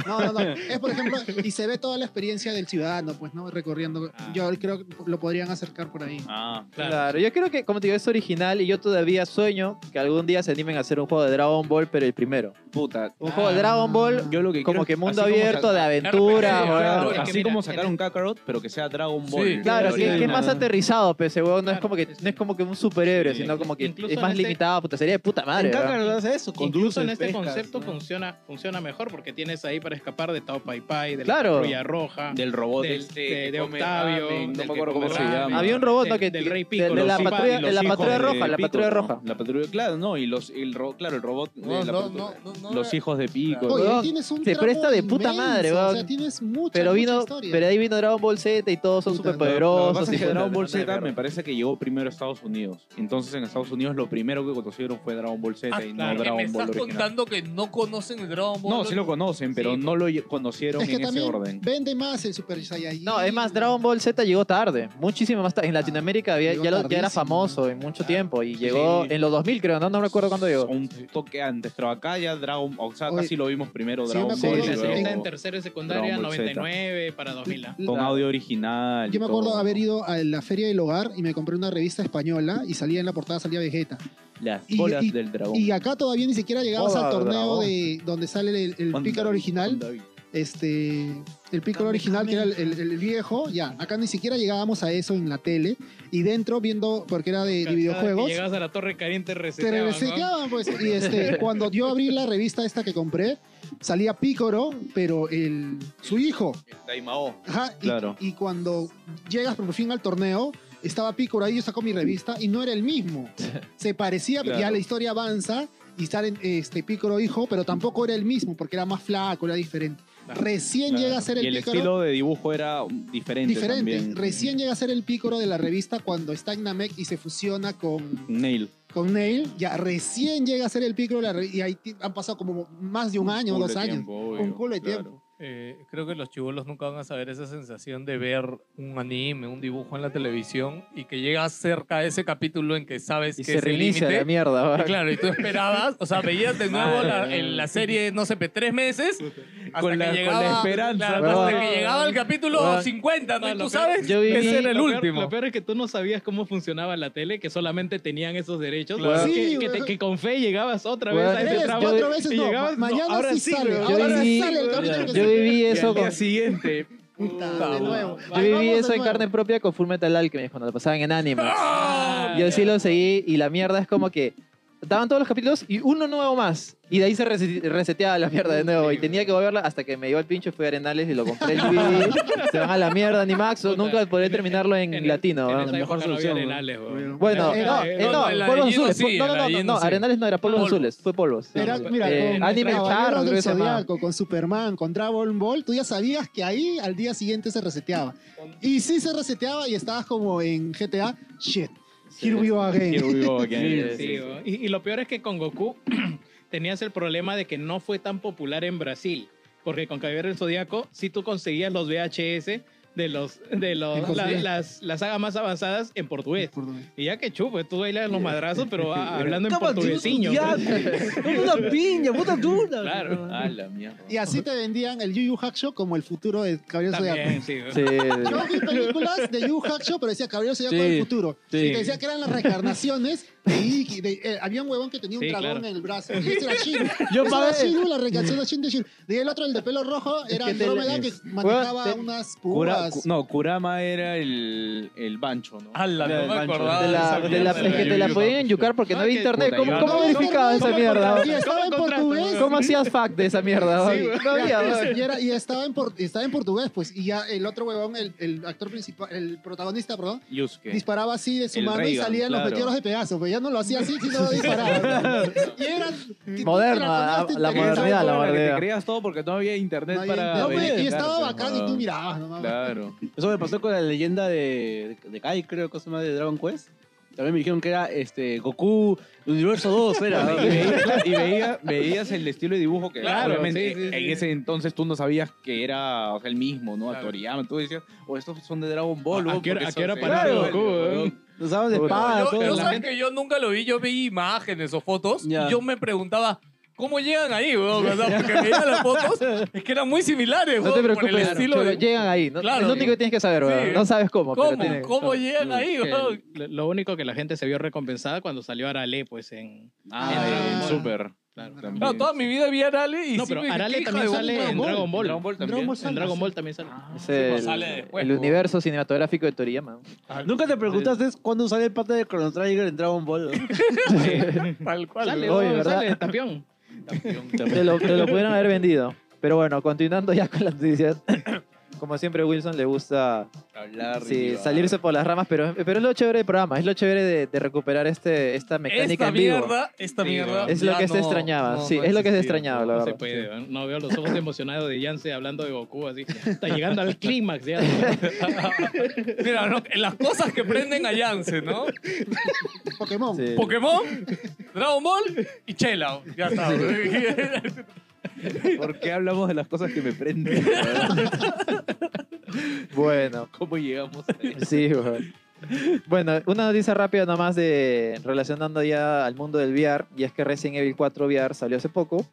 S7: No, no, no. Es por ejemplo, y se ve toda la experiencia del ciudadano, pues, ¿no? Recorriendo.
S8: Ah.
S7: Yo creo que lo podrían acercar por ahí.
S6: Ah,
S5: Claro, yo creo que, como te digo, es original y yo todavía sueño que algún día se animen a hacer un juego de Dragon Ball, pero el primero.
S6: puta.
S5: Un
S7: Ah.
S5: juego de Dragon Ball,
S6: Yo lo que
S5: como
S6: quiero-
S5: que pues, mundo
S6: así como
S5: abierto,
S6: sac-
S5: de aventura,
S8: RPG,
S5: weón.
S6: Claro,
S8: Porque
S6: así
S8: mira,
S6: como
S8: en
S6: sacaron Kakarot, pero que sea Dragon Ball.
S14: Sí.
S5: Claro,
S6: Pero
S5: que, que es
S6: original.
S5: más aterrizado, pero ese weón no es
S8: Claro,
S5: como que
S8: es-
S5: no es como que un superhéroe,
S6: Sí.
S5: sino como que
S8: Incluso
S5: es más
S8: en este-
S5: limitado, puta, sería de puta madre.
S9: En
S5: weón.
S9: Kakarot hace eso, con
S8: Incluso en
S9: dulces,
S8: este
S9: pescas,
S8: concepto
S9: ¿no?
S8: funciona, funciona mejor porque tienes ahí para para escapar de Tao Pai Pai, de
S5: Claro.
S8: la Patrulla Roja,
S6: Del robot
S8: del-
S6: este
S8: de,
S6: que
S8: de
S6: come
S8: Octavio,
S6: ramen,
S8: del
S6: no me acuerdo
S8: que come
S6: cómo se
S8: ramen,
S6: llama.
S5: Había un robot, ¿no?
S8: del-
S5: que-
S8: del
S5: de-
S8: Rey
S5: de
S8: Piccolo,
S5: la
S8: los
S5: patrulla-
S8: hijos-
S5: de
S8: los
S5: la
S8: hijos
S5: patrulla
S8: de-
S5: roja, la
S6: Piccolo,
S5: patrulla
S6: ¿no?
S5: roja.
S6: La patrulla, claro, no, y los, el, ro- claro, el robot de
S4: No,
S6: la
S4: no,
S6: patrulla.
S4: no, no, no
S6: los
S4: era-
S6: hijos de
S8: Ah,
S6: Pico.
S5: Oye,
S7: Oye,
S5: weón,
S7: tienes un
S5: se
S7: tramo
S5: presta de puta
S7: inmenso,
S5: madre,
S7: O
S5: weón.
S7: sea, tienes mucha,
S5: Pero
S7: mucha
S5: vino,
S7: historia.
S5: pero ahí vino Dragon Ball Z y todos son
S7: Puta,
S5: súper
S6: Lo que
S5: poderosos.
S6: pasa es que Dragon Ball Z
S5: también.
S6: me parece que llegó primero a Estados Unidos. Entonces en Estados Unidos lo primero que conocieron fue Dragon Ball Z
S4: Ah,
S6: y no
S4: claro, que
S6: Dragon
S4: me
S6: Ball
S4: estás
S6: original.
S4: contando que no conocen el Dragon Ball.
S6: No, sí lo conocen, pero
S4: Sí.
S6: no lo lle- conocieron
S7: es que
S6: en ese
S7: también
S6: orden.
S7: vende más el Super Saiyajin.
S5: No, es más, Dragon Ball Z llegó tarde, muchísimo más tarde. En Latinoamérica había-
S7: llegó
S5: ya, lo- ya era
S7: tardísimo.
S5: famoso en mucho tiempo y llegó
S6: Sí.
S5: en los 2000 creo, no, no recuerdo cuándo llegó.
S6: Un toque antes, pero acá ya Dragon o sea,
S7: Oye,
S6: casi lo vimos primero
S7: sí,
S6: Dragon
S7: me
S6: Ball.
S7: acuerdo
S8: Sí,
S6: y
S7: que-
S6: luego
S8: está en tercero y secundaria,
S6: Dragon Ball Z.
S8: 99 para 2000. ah.
S6: con audio original. y
S7: Yo me acuerdo
S6: todo.
S7: haber ido a la Feria del Hogar y me compré una revista española y salía en la portada, salía Vegeta.
S6: Las
S7: y-
S6: bolas
S7: y-
S6: del dragón.
S7: Y acá todavía ni siquiera llegabas
S5: Hola,
S7: al torneo
S5: dragón.
S7: de donde sale el, el
S6: Con
S7: pícaro
S6: David,
S7: original.
S6: con David.
S7: este el pícaro original que era el, el- el viejo ya acá ni siquiera llegábamos a eso en la tele y dentro viendo porque era de, de
S8: Cada vez que
S7: videojuegos
S8: Llegabas a la torre caliente,
S7: te
S8: reseteaban, ¿no?
S7: reseteaban pues y este cuando yo abrí la revista esta que compré salía Pícoro pero el su hijo
S6: Daimao.
S7: Ajá, y,
S6: Claro.
S7: y cuando llegas por fin al torneo estaba Pícoro ahí yo saco mi revista y no era el mismo se parecía pero ya
S6: Claro.
S7: la historia avanza y salen este Pícoro hijo pero tampoco era el mismo porque era más flaco era diferente
S8: Claro,
S7: recién
S6: Claro.
S7: llega a ser el,
S6: y el
S7: Pícoro
S6: estilo de dibujo era diferente,
S7: diferente.
S6: también.
S7: Recién llega a ser el pícoro de la revista cuando está en Namek y se fusiona con,
S6: Nail.
S7: con Nail. Ya recién llega a ser el pícoro de la revista. Y ahí ti- han pasado como más de un, año,
S6: culo
S7: dos
S6: de
S7: años.
S6: tiempo, obvio,
S7: un culo de
S6: claro.
S7: tiempo.
S4: Eh, creo que los chivolos nunca van a saber esa sensación de ver un anime, un dibujo en la televisión y que llegas cerca de ese capítulo en que sabes
S5: Y
S4: que es
S5: se
S4: el
S5: reinicia
S4: límite.
S5: la mierda.
S4: Y
S5: ¿verdad?
S4: claro, y tú esperabas, o sea, veías de nuevo la, en la serie, no sé, pe, tres meses, hasta
S6: Con
S4: que
S6: la- con la
S4: llegaba,
S6: esperanza,
S4: claro,
S5: ¿no?
S4: hasta que llegaba el capítulo
S5: Bueno.
S4: 50, ¿no?
S8: No,
S4: y
S8: lo
S4: tú
S8: peor-
S4: sabes
S5: Yo
S4: que
S5: viví-
S4: ese era el
S8: lo peor-
S4: último.
S8: lo peor es que tú no sabías cómo funcionaba la tele, que solamente tenían esos derechos.
S7: Claro.
S8: Que-
S7: Sí,
S8: que, te-
S7: weón.
S8: que con fe llegabas otra
S5: Weón,
S8: vez a ese
S7: Tres,
S8: tramo.
S7: cuatro veces
S8: y
S7: no.
S8: llegabas,
S7: Ma- mañana sí sale.
S8: weón.
S7: ahora
S5: Yo
S7: sí
S5: viví-
S7: sale el capítulo que
S5: Yo
S7: se-
S5: viví
S6: Y
S5: eso
S6: al
S5: con,
S6: día siguiente.
S7: Puta, de
S4: Puta,
S7: nuevo.
S5: yo
S7: Ahí
S5: viví
S7: vamos
S5: eso
S7: de
S5: en
S7: nuevo.
S5: carne propia con Full Metal Alchemist cuando lo pasaban en anime.
S8: Ah,
S5: Yo sí lo seguí y la mierda es como que daban todos los capítulos y uno nuevo más. Y de ahí se rese- reseteaba la mierda de nuevo. Y tenía que volverla hasta que me iba el pinche, fui a Arenales y lo compré el DVD. Se van a la mierda, Animax.
S8: Puta,
S5: Nunca podré
S8: en-
S5: terminarlo en,
S8: en-
S5: latino.
S8: en
S5: ¿no?
S8: esa
S9: La mejor
S8: época no había
S9: solución,
S8: arenales, weón.
S5: Bueno,
S7: Era-
S5: no,
S7: era-
S5: eh, no,
S4: en la de
S5: polvos
S4: Gino
S5: azules.
S4: sí,
S5: po- no,
S4: en
S5: no,
S4: la
S5: no,
S4: de
S5: no,
S4: Gino
S5: no,
S4: sí.
S5: Arenales no, era polvos
S4: Polvo.
S5: azules, fue polvos.
S7: Era, mira,
S5: Eh,
S7: con
S5: Anime
S7: Caballeros
S5: Charm,
S7: del
S5: creo que se llamaba.
S7: Zodiaco, con Superman, con Dragon Ball, tú ya sabías que ahí al día siguiente se reseteaba. Y sí se reseteaba y estabas como en GTA, shit, here we go again.
S6: Here we go again.
S8: Sí, weón. Y, y lo peor es que con Goku tenías el problema de que no fue tan popular en Brasil. Porque con Caballero del Zodíaco, si tú conseguías los VHS de los de
S7: En
S8: los, la-
S7: portugués.
S8: las, las sagas más avanzadas en portugués. Y ya que chupo, tú bailas los madrazos, pero ah, hablando en portuguesiño.
S9: Ya,
S8: pues.
S9: puta piña, puta dura.
S8: Claro.
S4: Ah,
S6: A la mierda.
S7: Y así te vendían el Yu Yu Hakusho como el futuro de Caballero Zodiaco.
S8: También, sí, weón.
S5: Sí,
S7: Yo vi películas de Yu Yu Hakusho, pero decía Caballero Zodiaco
S9: Sí,
S7: del futuro.
S9: sí.
S7: Y te decía que eran las reencarnaciones de Ikki. de- eh, había un huevón que tenía un
S8: Sí,
S7: dragón
S8: claro.
S7: en el brazo. Y ese era Shiro.
S5: Yo
S7: Ese
S5: pagué-
S7: era Shiro, la reencarnación de Shiro. de Shiro. Y el otro, el de pelo rojo, era
S5: que te-
S7: Andrómeda que manejaba
S5: te-
S7: unas
S6: Kura-
S7: púas.
S6: cu- no, Kurama era el, el bancho, ¿no?
S8: Ah,
S4: Ala, no me acordaba
S5: de la,
S4: esa
S5: de la-
S4: mierda.
S5: es que te la podían enyucar porque no había internet. ¿Cómo, cómo verificabas esa mierda?
S7: Y estaba en portugués.
S5: ¿Cómo hacías fact de esa mierda?
S8: Sí,
S5: No había,
S7: pues, Y, era- y estaba, en por- estaba en portugués, pues. Y ya el otro huevón, el, el actor principal, el protagonista, perdón,
S6: Yusuke.
S7: disparaba así de su
S6: El
S7: mano y
S6: Reagan,
S7: salían los
S6: claro.
S7: meteoros de Pegaso. Pues ya no lo hacía así, sino lo disparaba. y era. tipo,
S5: Moderno,
S7: era
S5: a-
S7: con
S5: la
S7: este-
S6: Esa
S5: modernidad,
S6: época
S5: la
S6: en que
S5: bardea.
S6: Te creías todo porque no había internet
S7: No había
S6: para.
S7: internet. No, pues, y
S6: verificar,
S7: estaba
S6: pero,
S7: bacán y tú
S6: ah,
S7: mirabas, no mames.
S6: Claro.
S9: Eso me pasó con la leyenda de, de Kai, creo, cosa más de Dragon Quest. También me dijeron que era este, Goku Universo 2, era.
S6: Y, veía- y veía- veías el estilo de dibujo que
S8: Claro, sí,
S6: obviamente,
S8: sí, sí.
S6: en ese entonces tú no sabías que era o sea, el mismo, ¿no? A
S4: Claro.
S6: Toriyama, tú decías, o estos son de Dragon Ball.
S8: ¿A
S6: weón,
S8: qué hora-
S6: porque
S8: a
S6: son-
S8: qué hora
S6: sí,
S8: parece
S6: claro,
S8: Goku,
S6: weón.
S8: weón?
S9: Nos daban de
S6: Puta,
S9: espada,
S5: Ah,
S4: yo,
S9: todo.
S4: yo
S8: la
S4: sabes
S8: gente-
S4: que yo nunca lo vi, yo vi imágenes o fotos.
S9: Ya.
S4: Y yo me preguntaba, ¿cómo llegan ahí, weón? O sea, porque veía las fotos, es que eran muy similares,
S5: No
S4: weón,
S5: te
S4: por el
S5: preocupes,
S4: estilo
S5: chulo,
S4: de...
S5: llegan ahí. No,
S4: Claro.
S5: es lo único que tienes que saber, weón.
S4: Sí.
S5: No sabes cómo, pero
S4: ¿Cómo?
S5: tiene-
S4: ¿Cómo llegan ahí,
S8: Que
S4: weón?
S8: lo- lo único que la gente se vio recompensada cuando salió Arale, pues en.
S6: Ah,
S7: Ah,
S6: en
S7: bueno.
S6: Super.
S8: Claro.
S6: También.
S4: No, toda mi vida vi a Arale y
S8: No,
S4: sí
S8: pero
S4: me
S8: Arale
S4: queja
S8: también
S4: de
S8: sale en
S4: Dragon Ball.
S8: Dragon Ball.
S6: Dragon Ball también.
S8: En Dragon
S5: Ah,
S8: Ball también sale.
S5: Es
S4: Sí,
S5: el,
S4: sale después,
S5: el
S4: po.
S5: universo cinematográfico de Toriyama.
S9: Nunca te preguntaste cuándo sale el pata de Chrono Trigger en Dragon Ball.
S4: Tal cual.
S8: Sale,
S5: Oye,
S8: weón,
S5: ¿verdad?
S8: sale, tapión.
S5: Te lo, te lo pudieron haber vendido. Pero bueno, continuando ya con las noticias. Como siempre, Wilson le gusta
S15: Hablar.
S5: sí, salirse por las ramas, pero, pero es lo chévere del programa, es lo chévere de, de recuperar este, esta mecánica
S4: Esta
S5: en vivo.
S4: mierda, esta mierda.
S5: Es lo
S4: ya
S5: que se
S4: no-
S5: extrañaba,
S4: no-
S5: sí,
S4: no
S5: es lo que se
S4: existía.
S5: extrañaba, la
S8: No se
S5: verdad.
S8: puede, ¿no? no veo los ojos emocionados de Yance hablando de Goku así. Está llegando al clímax ya.
S4: Mira, no, las cosas que prenden a Yance, ¿no?
S7: Pokémon.
S5: Sí.
S4: Pokémon, Dragon Ball y Chela. Ya está.
S6: "Ah, ¿Por qué hablamos de las cosas que me prenden?
S5: Bueno,
S6: ¿Cómo llegamos a eso?
S5: sí, weón. Bueno, una noticia rápida nomás de relacionando ya al mundo del VR, y es que Resident Evil 4 VR salió hace poco.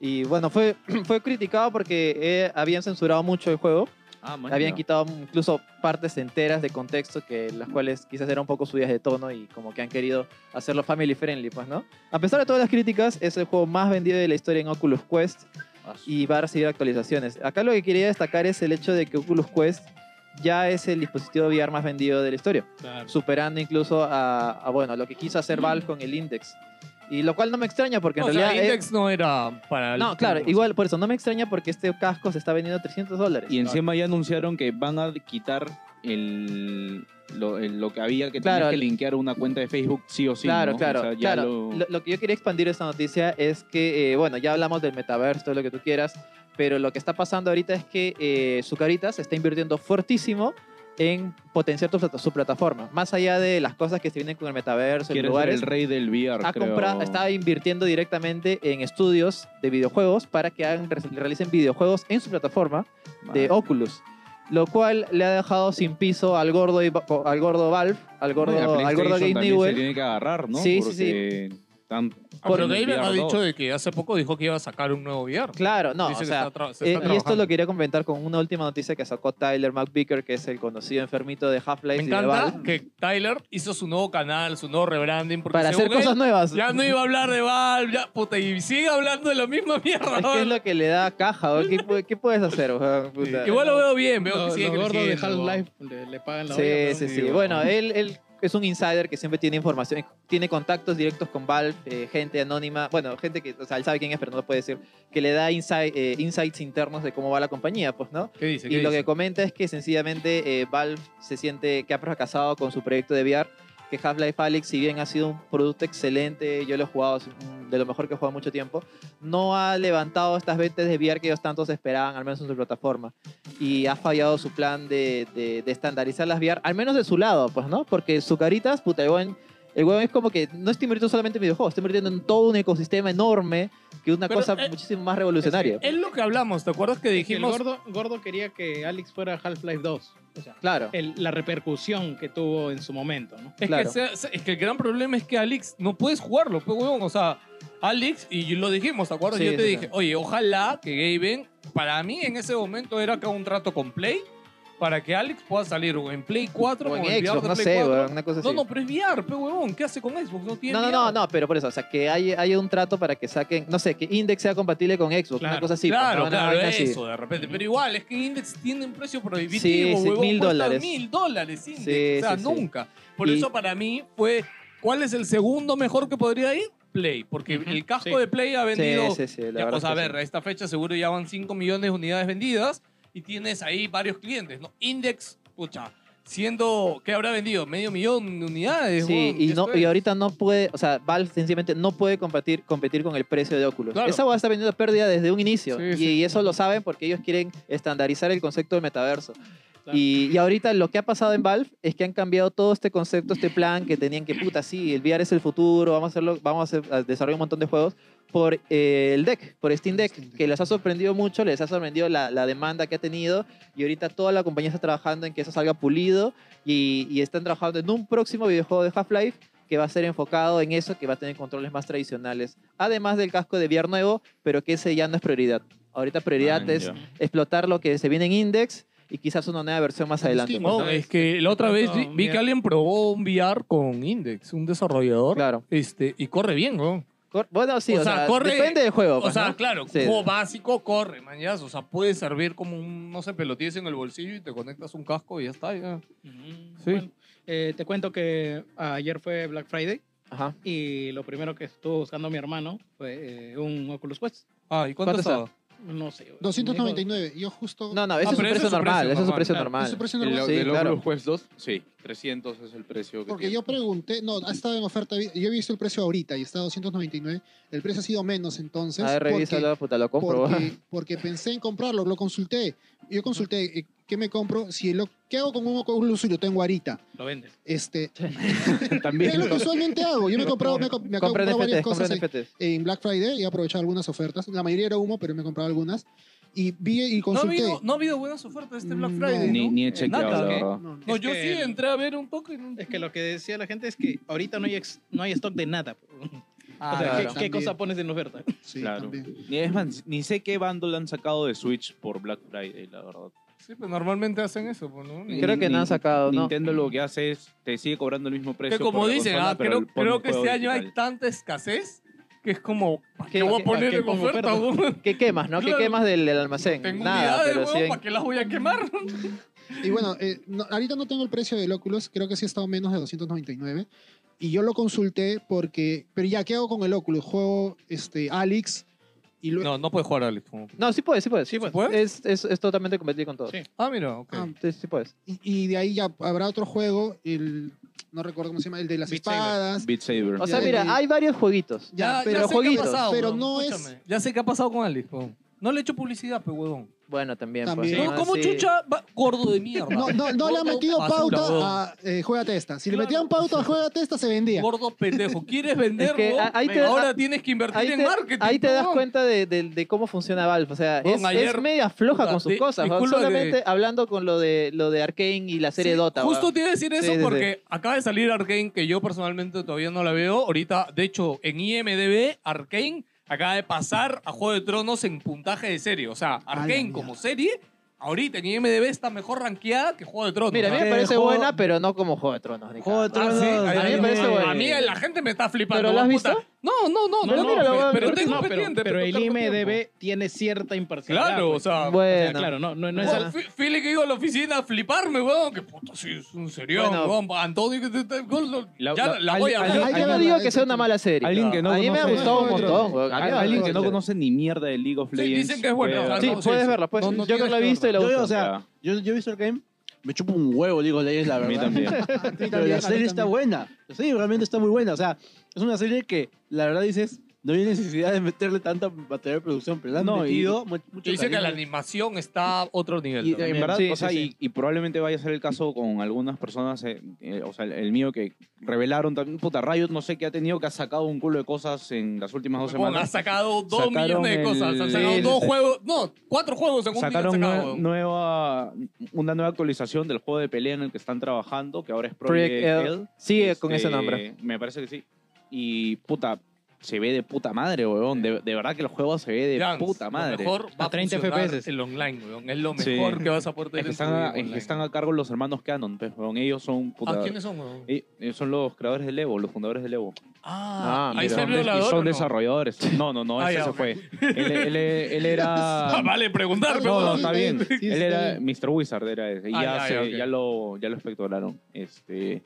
S5: Y bueno, fue, fue criticado porque eh, habían censurado mucho el juego.
S6: Ah, man,
S5: Habían
S6: ya.
S5: quitado incluso partes enteras de contexto que las cuales quizás eran un poco subidas de tono y como que han querido hacerlo family friendly, pues, ¿no? A pesar de todas las críticas, es el juego más vendido de la historia en Oculus Quest
S8: Ah,
S5: y va a recibir actualizaciones. Acá lo que quería destacar es el hecho de que Oculus Quest ya es el dispositivo VR más vendido de la historia,
S8: Claro.
S5: superando incluso a, a, bueno, lo que quiso hacer Valve con el Index. Y lo cual no me extraña porque en
S4: o
S5: realidad...
S4: sea,
S5: es-
S4: Index no era para el-
S5: no, claro, igual por eso no me extraña porque este casco se está vendiendo 300 dólares.
S6: Y encima ya anunciaron que van a quitar el, lo, el- lo que había que
S5: Claro,
S6: tener que
S5: el-
S6: linkear una cuenta de Facebook sí o sí.
S5: claro,
S6: ¿no? O
S5: claro,
S6: sea, ya
S5: claro.
S6: lo-
S5: Lo... lo que yo quería expandir esta noticia es que, eh, bueno, ya hablamos del metaverso, todo lo que tú quieras, pero lo que está pasando ahorita es que eh, Zucaritas está invirtiendo fortísimo en potenciar tu plata- su plataforma. Más allá de las cosas que se vienen con el metaverso, en
S6: quiere ser
S5: lugares,
S6: el rey del VR,
S5: ha
S6: creo.
S5: comprado, está invirtiendo directamente en estudios de videojuegos para que hagan, realicen videojuegos en su plataforma de Oculus. Lo cual le ha dejado sin piso al gordo, y- al gordo Valve, al gordo,
S6: Bueno, y la
S5: al gordo
S6: PlayStation
S5: Gabe
S6: también
S5: Newell.
S6: Se tiene que agarrar, ¿no?
S5: Sí, sí,
S6: Porque están-
S4: Ah, pero
S6: por el
S4: David ha
S6: VR2.
S4: dicho de que hace poco dijo que iba a sacar un nuevo VR.
S5: Claro, no,
S4: Dice
S5: o
S4: que
S5: sea,
S4: está tra- se está
S5: eh, y esto
S4: trabajando.
S5: lo quería comentar con una última noticia que sacó Tyler McBeaker, que es el conocido enfermito de
S4: Me
S5: Half-Life y de
S4: encanta
S5: Valve,
S4: que Tyler hizo su nuevo canal, su nuevo rebranding. Porque
S5: para hacer
S4: según
S5: cosas
S4: él,
S5: nuevas.
S4: Ya no iba a hablar de Valve, ya, puta, y sigue hablando de la misma mierda.
S5: Es que es lo que le da caja, ¿o? ¿Qué, pu- qué puedes hacer? weón? Puta.
S4: Igual lo veo bien, veo que
S8: Los
S4: sigue
S8: los gordos de
S4: creciendo.
S8: Half-Life le, le pagan la olla,
S5: Sí,
S8: pero
S5: sí,
S8: no
S5: sí.
S8: digo,
S5: Bueno, eh, él, él es un insider que siempre tiene información, tiene contactos directos con Valve, eh, gente anónima, bueno, gente que, o sea, él sabe quién es, pero no lo puede decir, que le da insi- eh, insights internos de cómo va la compañía, pues, ¿no?
S4: ¿Qué dice?
S5: Y lo que comenta es que sencillamente eh, Valve se siente que ha fracasado con su proyecto de VR, que Half-Life Alyx, si bien ha sido un producto excelente, yo lo he jugado es un- de lo mejor que he jugado en mucho tiempo, no ha levantado estas ventas de VR que ellos tantos esperaban, al menos en su plataforma. Y ha fallado su plan de, de- de estandarizar las VR, al menos de su lado, pues, ¿no? Porque su caritas, puta, el weón- el weón es como que no está invirtiendo solamente en videojuegos, está invirtiendo en todo un ecosistema enorme, que es una
S4: Pero,
S5: cosa
S4: eh,
S5: muchísimo más revolucionaria.
S4: Es lo que hablamos, ¿te acuerdas que
S8: Es que el
S4: dijimos?
S8: gordo, gordo quería que Alex fuera Half-Life 2. O sea,
S5: Claro.
S4: eh,
S8: el- la repercusión que tuvo en su momento, ¿no?
S4: Es,
S5: Claro.
S4: que sea- sea- es que el gran problema es que Alex no puedes jugarlo, pues, huevón. O sea, Alex, y lo dijimos, ¿te acuerdas?
S5: Sí,
S4: Yo te
S5: sí,
S4: dije,
S5: sí.
S4: oye, ojalá que Gaben, para mí en ese momento era acá un trato con Play, para que Alex pueda salir o en Play 4 o en, VR
S5: Xbox,
S4: de
S5: no
S4: Play
S5: sé,
S4: 4.
S5: weón, una cosa así.
S4: No, no, pero es VR, pe, huevón. ¿Qué hace con Xbox? No tiene
S5: No, no,
S4: VR.
S5: no, no, pero por eso, o sea, que haya, haya un trato para que saquen, no sé, que Index sea compatible con Xbox, una
S8: Claro,
S5: cosa así. pues,
S4: claro,
S5: ¿no? Una
S4: claro,
S5: vaina así.
S4: eso de repente. Pero igual, es que Index tiene un precio prohibitivo,
S5: Sí, sí,
S4: huevón,
S5: mil
S4: cuesta
S5: dólares.
S4: Mil dólares, Index.
S5: Sí,
S4: o sea,
S5: sí, sí.
S4: nunca. Por
S5: Y-
S4: eso para mí fue, ¿cuál es el segundo mejor que podría ir? Play, porque
S8: Ujú,
S4: el casco
S8: sí.
S4: de Play ha vendido...
S5: Sí, sí, sí, la
S4: ya,
S5: verdad
S4: o sea, a
S5: es que
S4: ver, a esta fecha seguro ya van 5 millones de unidades vendidas y tienes ahí varios clientes, ¿no? Index, pucha, siendo, ¿qué habrá vendido? Medio millón de unidades.
S5: Sí,
S4: huevón,
S5: y,
S4: esto
S5: no,
S4: es.
S5: y ahorita no puede, o sea, Valve sencillamente no puede competir, competir con el precio de Oculus.
S4: Claro.
S5: Esa va a estar vendiendo pérdida desde un inicio.
S4: Sí,
S5: y,
S4: sí.
S5: y eso lo saben porque ellos quieren estandarizar el concepto del metaverso. Y, y ahorita lo que ha pasado en Valve es que han cambiado todo este concepto, este plan que tenían que, puta, sí, el VR es el futuro, vamos a, hacerlo, vamos a, hacer- a desarrollar un montón de juegos por eh, el deck, por Steam Deck, que les ha sorprendido mucho, les ha sorprendido la, la demanda que ha tenido y ahorita toda la compañía está trabajando en que eso salga pulido y, y están trabajando en un próximo videojuego de Half-Life que va a ser enfocado en eso, que va a tener controles más tradicionales, además del casco de VR nuevo, pero que ese ya no es prioridad. Ahorita prioridad
S6: Man,
S5: es
S6: Ah, ya.
S5: explotar lo que se viene en Index y quizás una nueva versión más
S7: En
S5: adelante.
S7: Steam,
S5: pues,
S4: No,
S5: ¿no?
S4: es que la otra vez vi,
S8: No,
S4: vi que
S8: mira.
S4: alguien probó un VR con Index, un desarrollador.
S5: Claro.
S4: Este, y corre bien, ¿no?
S5: Cor- bueno, sí,
S4: O
S5: o,
S4: sea,
S5: sea,
S4: corre-
S5: depende del juego.
S4: O
S5: pues,
S4: sea,
S5: ¿no?
S4: claro,
S5: Sí.
S4: juego básico corre, mañas. O sea, puede servir como un, no sé, pelotillas en el bolsillo y te conectas un casco y ya está. Ya.
S8: Ujú.
S4: Sí.
S8: Bueno, eh, te cuento que ayer fue Black Friday
S5: Ajá.
S8: y lo primero que estuvo buscando mi hermano fue eh, un Oculus Quest.
S4: Ah, ¿y cuánto
S5: ¿Cuánto
S4: estaba?
S8: No sé.
S7: 299. Yo justo. Ah,
S5: No, no, ese es su precio normal. Ese es su precio normal.
S7: Es su precio normal.
S6: lo-
S5: Sí,
S6: del
S5: claro.
S6: Oculus Quest 2, sí, 300 es el precio que
S7: Porque
S6: tiene.
S7: yo pregunté, no, ha estado en oferta, yo he visto el precio ahorita y está a 299, el precio ha sido menos entonces.
S5: A ver,
S7: porque-
S5: revísalo, puta, lo compro.
S7: porque, porque pensé en comprarlo, lo consulté. Yo consulté, eh, ¿qué me compro? Si lo, ¿Qué hago con un Oculus y lo tengo ahorita?
S8: Lo vendes.
S7: Este,
S5: También.
S7: Es lo que usualmente hago. Yo me he comprado, me, he co- me he
S5: Compra
S7: comprado varias
S5: NFTs, compra
S7: cosas en,
S5: NFTs.
S7: en Black Friday y he aprovechado algunas ofertas. La mayoría era humo, pero me he comprado algunas. Y vi y
S4: No ha,
S7: consulté.
S4: habido, no ha habido buenas ofertas este Black
S7: No.
S4: Friday. ¿no?
S6: Mm, Ni, ni he
S4: Nada,
S6: chequeado, la
S4: ¿no?
S6: verdad.
S4: No, yo
S8: que
S4: sí
S8: el-
S4: entré a ver un poco y no-
S8: Es que lo que decía la gente es que ahorita no hay, ex- no hay stock de nada. o sea, ¿qué-
S6: claro.
S8: ¿qué, cosa pones en oferta?
S7: Sí,
S6: Claro.
S7: también.
S6: Ni, es más, ni sé qué bundle han sacado de Switch por Black Friday, la verdad.
S4: Sí, pues normalmente hacen eso, pues, ¿no?
S5: Creo que
S6: Ni-
S5: no han sacado, ¿no?
S6: Nintendo lo que hace es te sigue cobrando el mismo precio.
S4: Que como
S6: por la
S4: dicen,
S6: consola,
S4: ah,
S6: pero
S4: creo,
S6: le ponen
S4: creo
S6: un
S4: que este
S6: juego
S4: año hay
S6: digital.
S4: tanta escasez que es como, ¿para
S5: ¿Qué-
S4: qué voy
S5: qué-
S4: a poner
S8: qué
S4: en
S8: pongo
S4: oferta?
S8: oferta?
S4: weón?
S5: ¿Qué quemas, no?
S4: Claro.
S5: ¿Qué quemas del, del almacén?
S4: Tengo
S5: Nada,
S4: unidades,
S5: pero
S4: weón,
S5: sí. en-
S4: ¿para qué las voy a quemar?
S7: Y bueno, eh, no- ahorita no tengo el precio del Oculus, creo que sí ha estado menos de 299. Y yo lo consulté porque, pero ya, ¿qué hago con el Oculus? Juego este, Alex y luego...
S4: No, no puedes jugar Alex.
S5: No, sí puedes, sí
S4: pues.
S5: puedes.
S8: Sí puedes.
S5: Es, es, es totalmente compatible con todo.
S8: Sí.
S4: Ah, mira, ok.
S7: Ah,
S5: Sí, sí puedes.
S7: Y, y de ahí ya habrá otro juego, el... No recuerdo cómo se llama, el de las
S8: Beat Saber.
S7: espadas.
S6: Beat Saber.
S5: O sea,
S7: Ya,
S5: mira,
S7: ya.
S5: hay varios jueguitos.
S7: Ya,
S5: pero
S4: Ah, sé qué ha
S5: jueguitos,
S4: pasado,
S7: pero
S4: weón,
S7: no es-
S4: escúchame. Ya sé qué ha pasado con Alex. weón. No le he hecho publicidad, pues, huevón.
S5: Bueno, también.
S7: También.
S5: pues,
S7: No,
S5: ¿no?
S4: ¿Cómo
S5: Sí.
S4: chucha va- gordo de mierda?
S7: No, no, no le han metido
S4: Basura, weón.
S7: pauta a eh, Juegate esta. Si le
S4: Claro.
S7: metían pauta a Juegate esta, se vendía.
S4: Gordo pendejo. ¿Quieres vender,
S5: Es que
S4: weón?
S5: ahí te-
S4: Ahora tienes que invertir
S5: Ahí
S4: en
S5: te,
S4: marketing.
S5: ahí te das
S4: weón.
S5: cuenta de, de- de cómo funciona Valve. O sea,
S4: Weón,
S5: es,
S4: ayer-
S5: es media floja
S4: Puta,
S5: con sus
S4: di-
S5: cosas. weón.
S4: disculpa que-
S5: Solamente hablando con lo de lo de Arkane y la serie
S4: Sí,
S5: Dota.
S4: Justo
S5: weón.
S4: te iba a decir eso
S5: Sí, sí,
S4: porque acaba de salir Arkane, que yo personalmente todavía no la veo. Ahorita, de hecho, en IMDB, Arkane acaba de pasar a Juego de Tronos en puntaje de serie. O sea, Arkane
S7: mierda.
S4: como serie, ahorita en IMDB está mejor rankeada que Juego de Tronos.
S5: Mira, a mí me
S9: Eh,
S5: parece
S9: juego-
S5: buena, pero no como Juego de Tronos. ni
S9: Juego de
S5: cagando.
S4: Ah,
S9: Tronos.
S4: sí,
S5: a mí me
S4: eh,
S5: parece bueno.
S4: A mí la gente me está flipando.
S5: ¿Pero lo has
S4: puta.
S5: visto?
S4: No, no, no.
S5: No,
S4: no,
S5: míralo,
S4: pero,
S5: weón,
S4: pero
S5: no,
S4: tengo
S8: pero,
S4: pendiente.
S8: pero el
S4: tengo tiempo.
S8: IMDB tiene cierta imparcialidad.
S4: Claro, o
S8: pues.
S4: sea.
S8: O sea,
S5: Bueno,
S8: claro, no, no, no es
S4: Bueno, fui- fui el que iba a la oficina a fliparme, weón. Que puta, sí, es un serión,
S5: Bueno.
S4: weón. Antonio, que te- te- gol, lo-
S6: La-
S4: ya
S6: la-
S4: la voy a
S6: al-
S4: ver.
S7: Hay
S5: yo no
S7: que
S5: digo
S7: verla,
S5: que sea
S7: eso
S5: una
S7: sí.
S5: mala serie.
S6: Alguien que no
S5: a mí me ha
S6: conoce-
S5: gustado un
S7: Juego de
S5: montón.
S7: Tronos.
S5: weón. A mí me ha
S6: Alguien que no
S5: gustado.
S6: conoce ni mierda de League of
S4: Sí,
S6: Legends.
S4: dicen que es buena,
S6: puede
S4: ¿verdad?
S5: Sí,
S6: verlo.
S4: No, sí,
S5: puedes
S4: sí.
S5: verla, pues.
S4: No, no
S5: yo que
S4: tienes
S5: la he
S4: que
S5: visto y la
S9: Yo,
S5: gusto.
S9: yo, o sea, yo, yo he visto el game, me chupo un huevo, digo, leyes, la
S6: A
S9: verdad.
S6: mí también.
S9: Pero
S7: también, a
S9: la
S7: mí
S9: serie está
S7: también.
S9: buena. La serie realmente está muy buena. O sea, es una serie que, la verdad, dices, no hay necesidad de meterle tanto material de producción, pero la han
S6: No, y-
S9: metido mu- mucho
S4: Dice que la
S9: cariño.
S4: animación está a otro nivel.
S6: Y,
S4: también.
S6: en verdad,
S5: Sí,
S6: o sea,
S5: sí,
S6: y- Y, probablemente vaya a ser el caso con algunas personas, eh, eh, o sea, el, el mío que revelaron también, puta, Riot no sé qué ha tenido, que ha sacado un culo de cosas en las últimas dos
S4: Bueno, ha
S6: semanas.
S4: sacado dos
S6: Sacaron
S4: millones de
S6: el-
S4: cosas. Han sacado
S6: Sí,
S4: dos
S6: sí.
S4: juegos. No, cuatro juegos en un día. han
S6: Sacaron
S4: sacado, weón.
S6: nue- nueva, una nueva actualización del juego de pelea en el que están trabajando, que ahora es Project,
S5: Project L.
S6: L.
S5: Sigue con ese
S6: Este,
S5: nombre.
S6: Me parece que sí. Y puta, se ve de puta madre, weón. De, de verdad que el juego se ve de
S4: Jans,
S6: puta madre.
S4: Lo mejor va a
S8: A 30
S4: funcionar
S8: FPS.
S4: El online, weón. Es lo
S6: Sí.
S4: mejor que vas a poder
S6: Es
S4: tener.
S6: que
S4: en tu
S6: están,
S4: vida
S6: a, es que
S4: online.
S6: están a cargo los hermanos Canon, pues, weón. Ellos son puta.
S4: Ah, ¿quiénes son, weón?
S6: Eh, eh, son los creadores del Evo, los fundadores del Evo.
S4: Ah,
S5: Ah,
S4: ahí
S5: mira.
S4: se
S6: son,
S4: abrió
S6: des-
S4: la
S6: y
S4: dos,
S6: son
S4: ¿o no?
S6: desarrolladores. No, no, no,
S4: Ah,
S6: ese
S4: ya,
S6: se
S4: ok.
S6: fue. Él, él- él era.
S4: Ah, vale, preguntar,
S7: Ah,
S6: No,
S4: pero-
S6: no, está bien.
S7: Sí,
S6: Él
S7: está
S6: era
S7: bien.
S6: Mr. Wizard, era ese. Y
S4: Ah,
S6: ya,
S4: ya,
S6: se-
S4: ya, ok.
S6: ya lo, ya lo espectoraron. Este,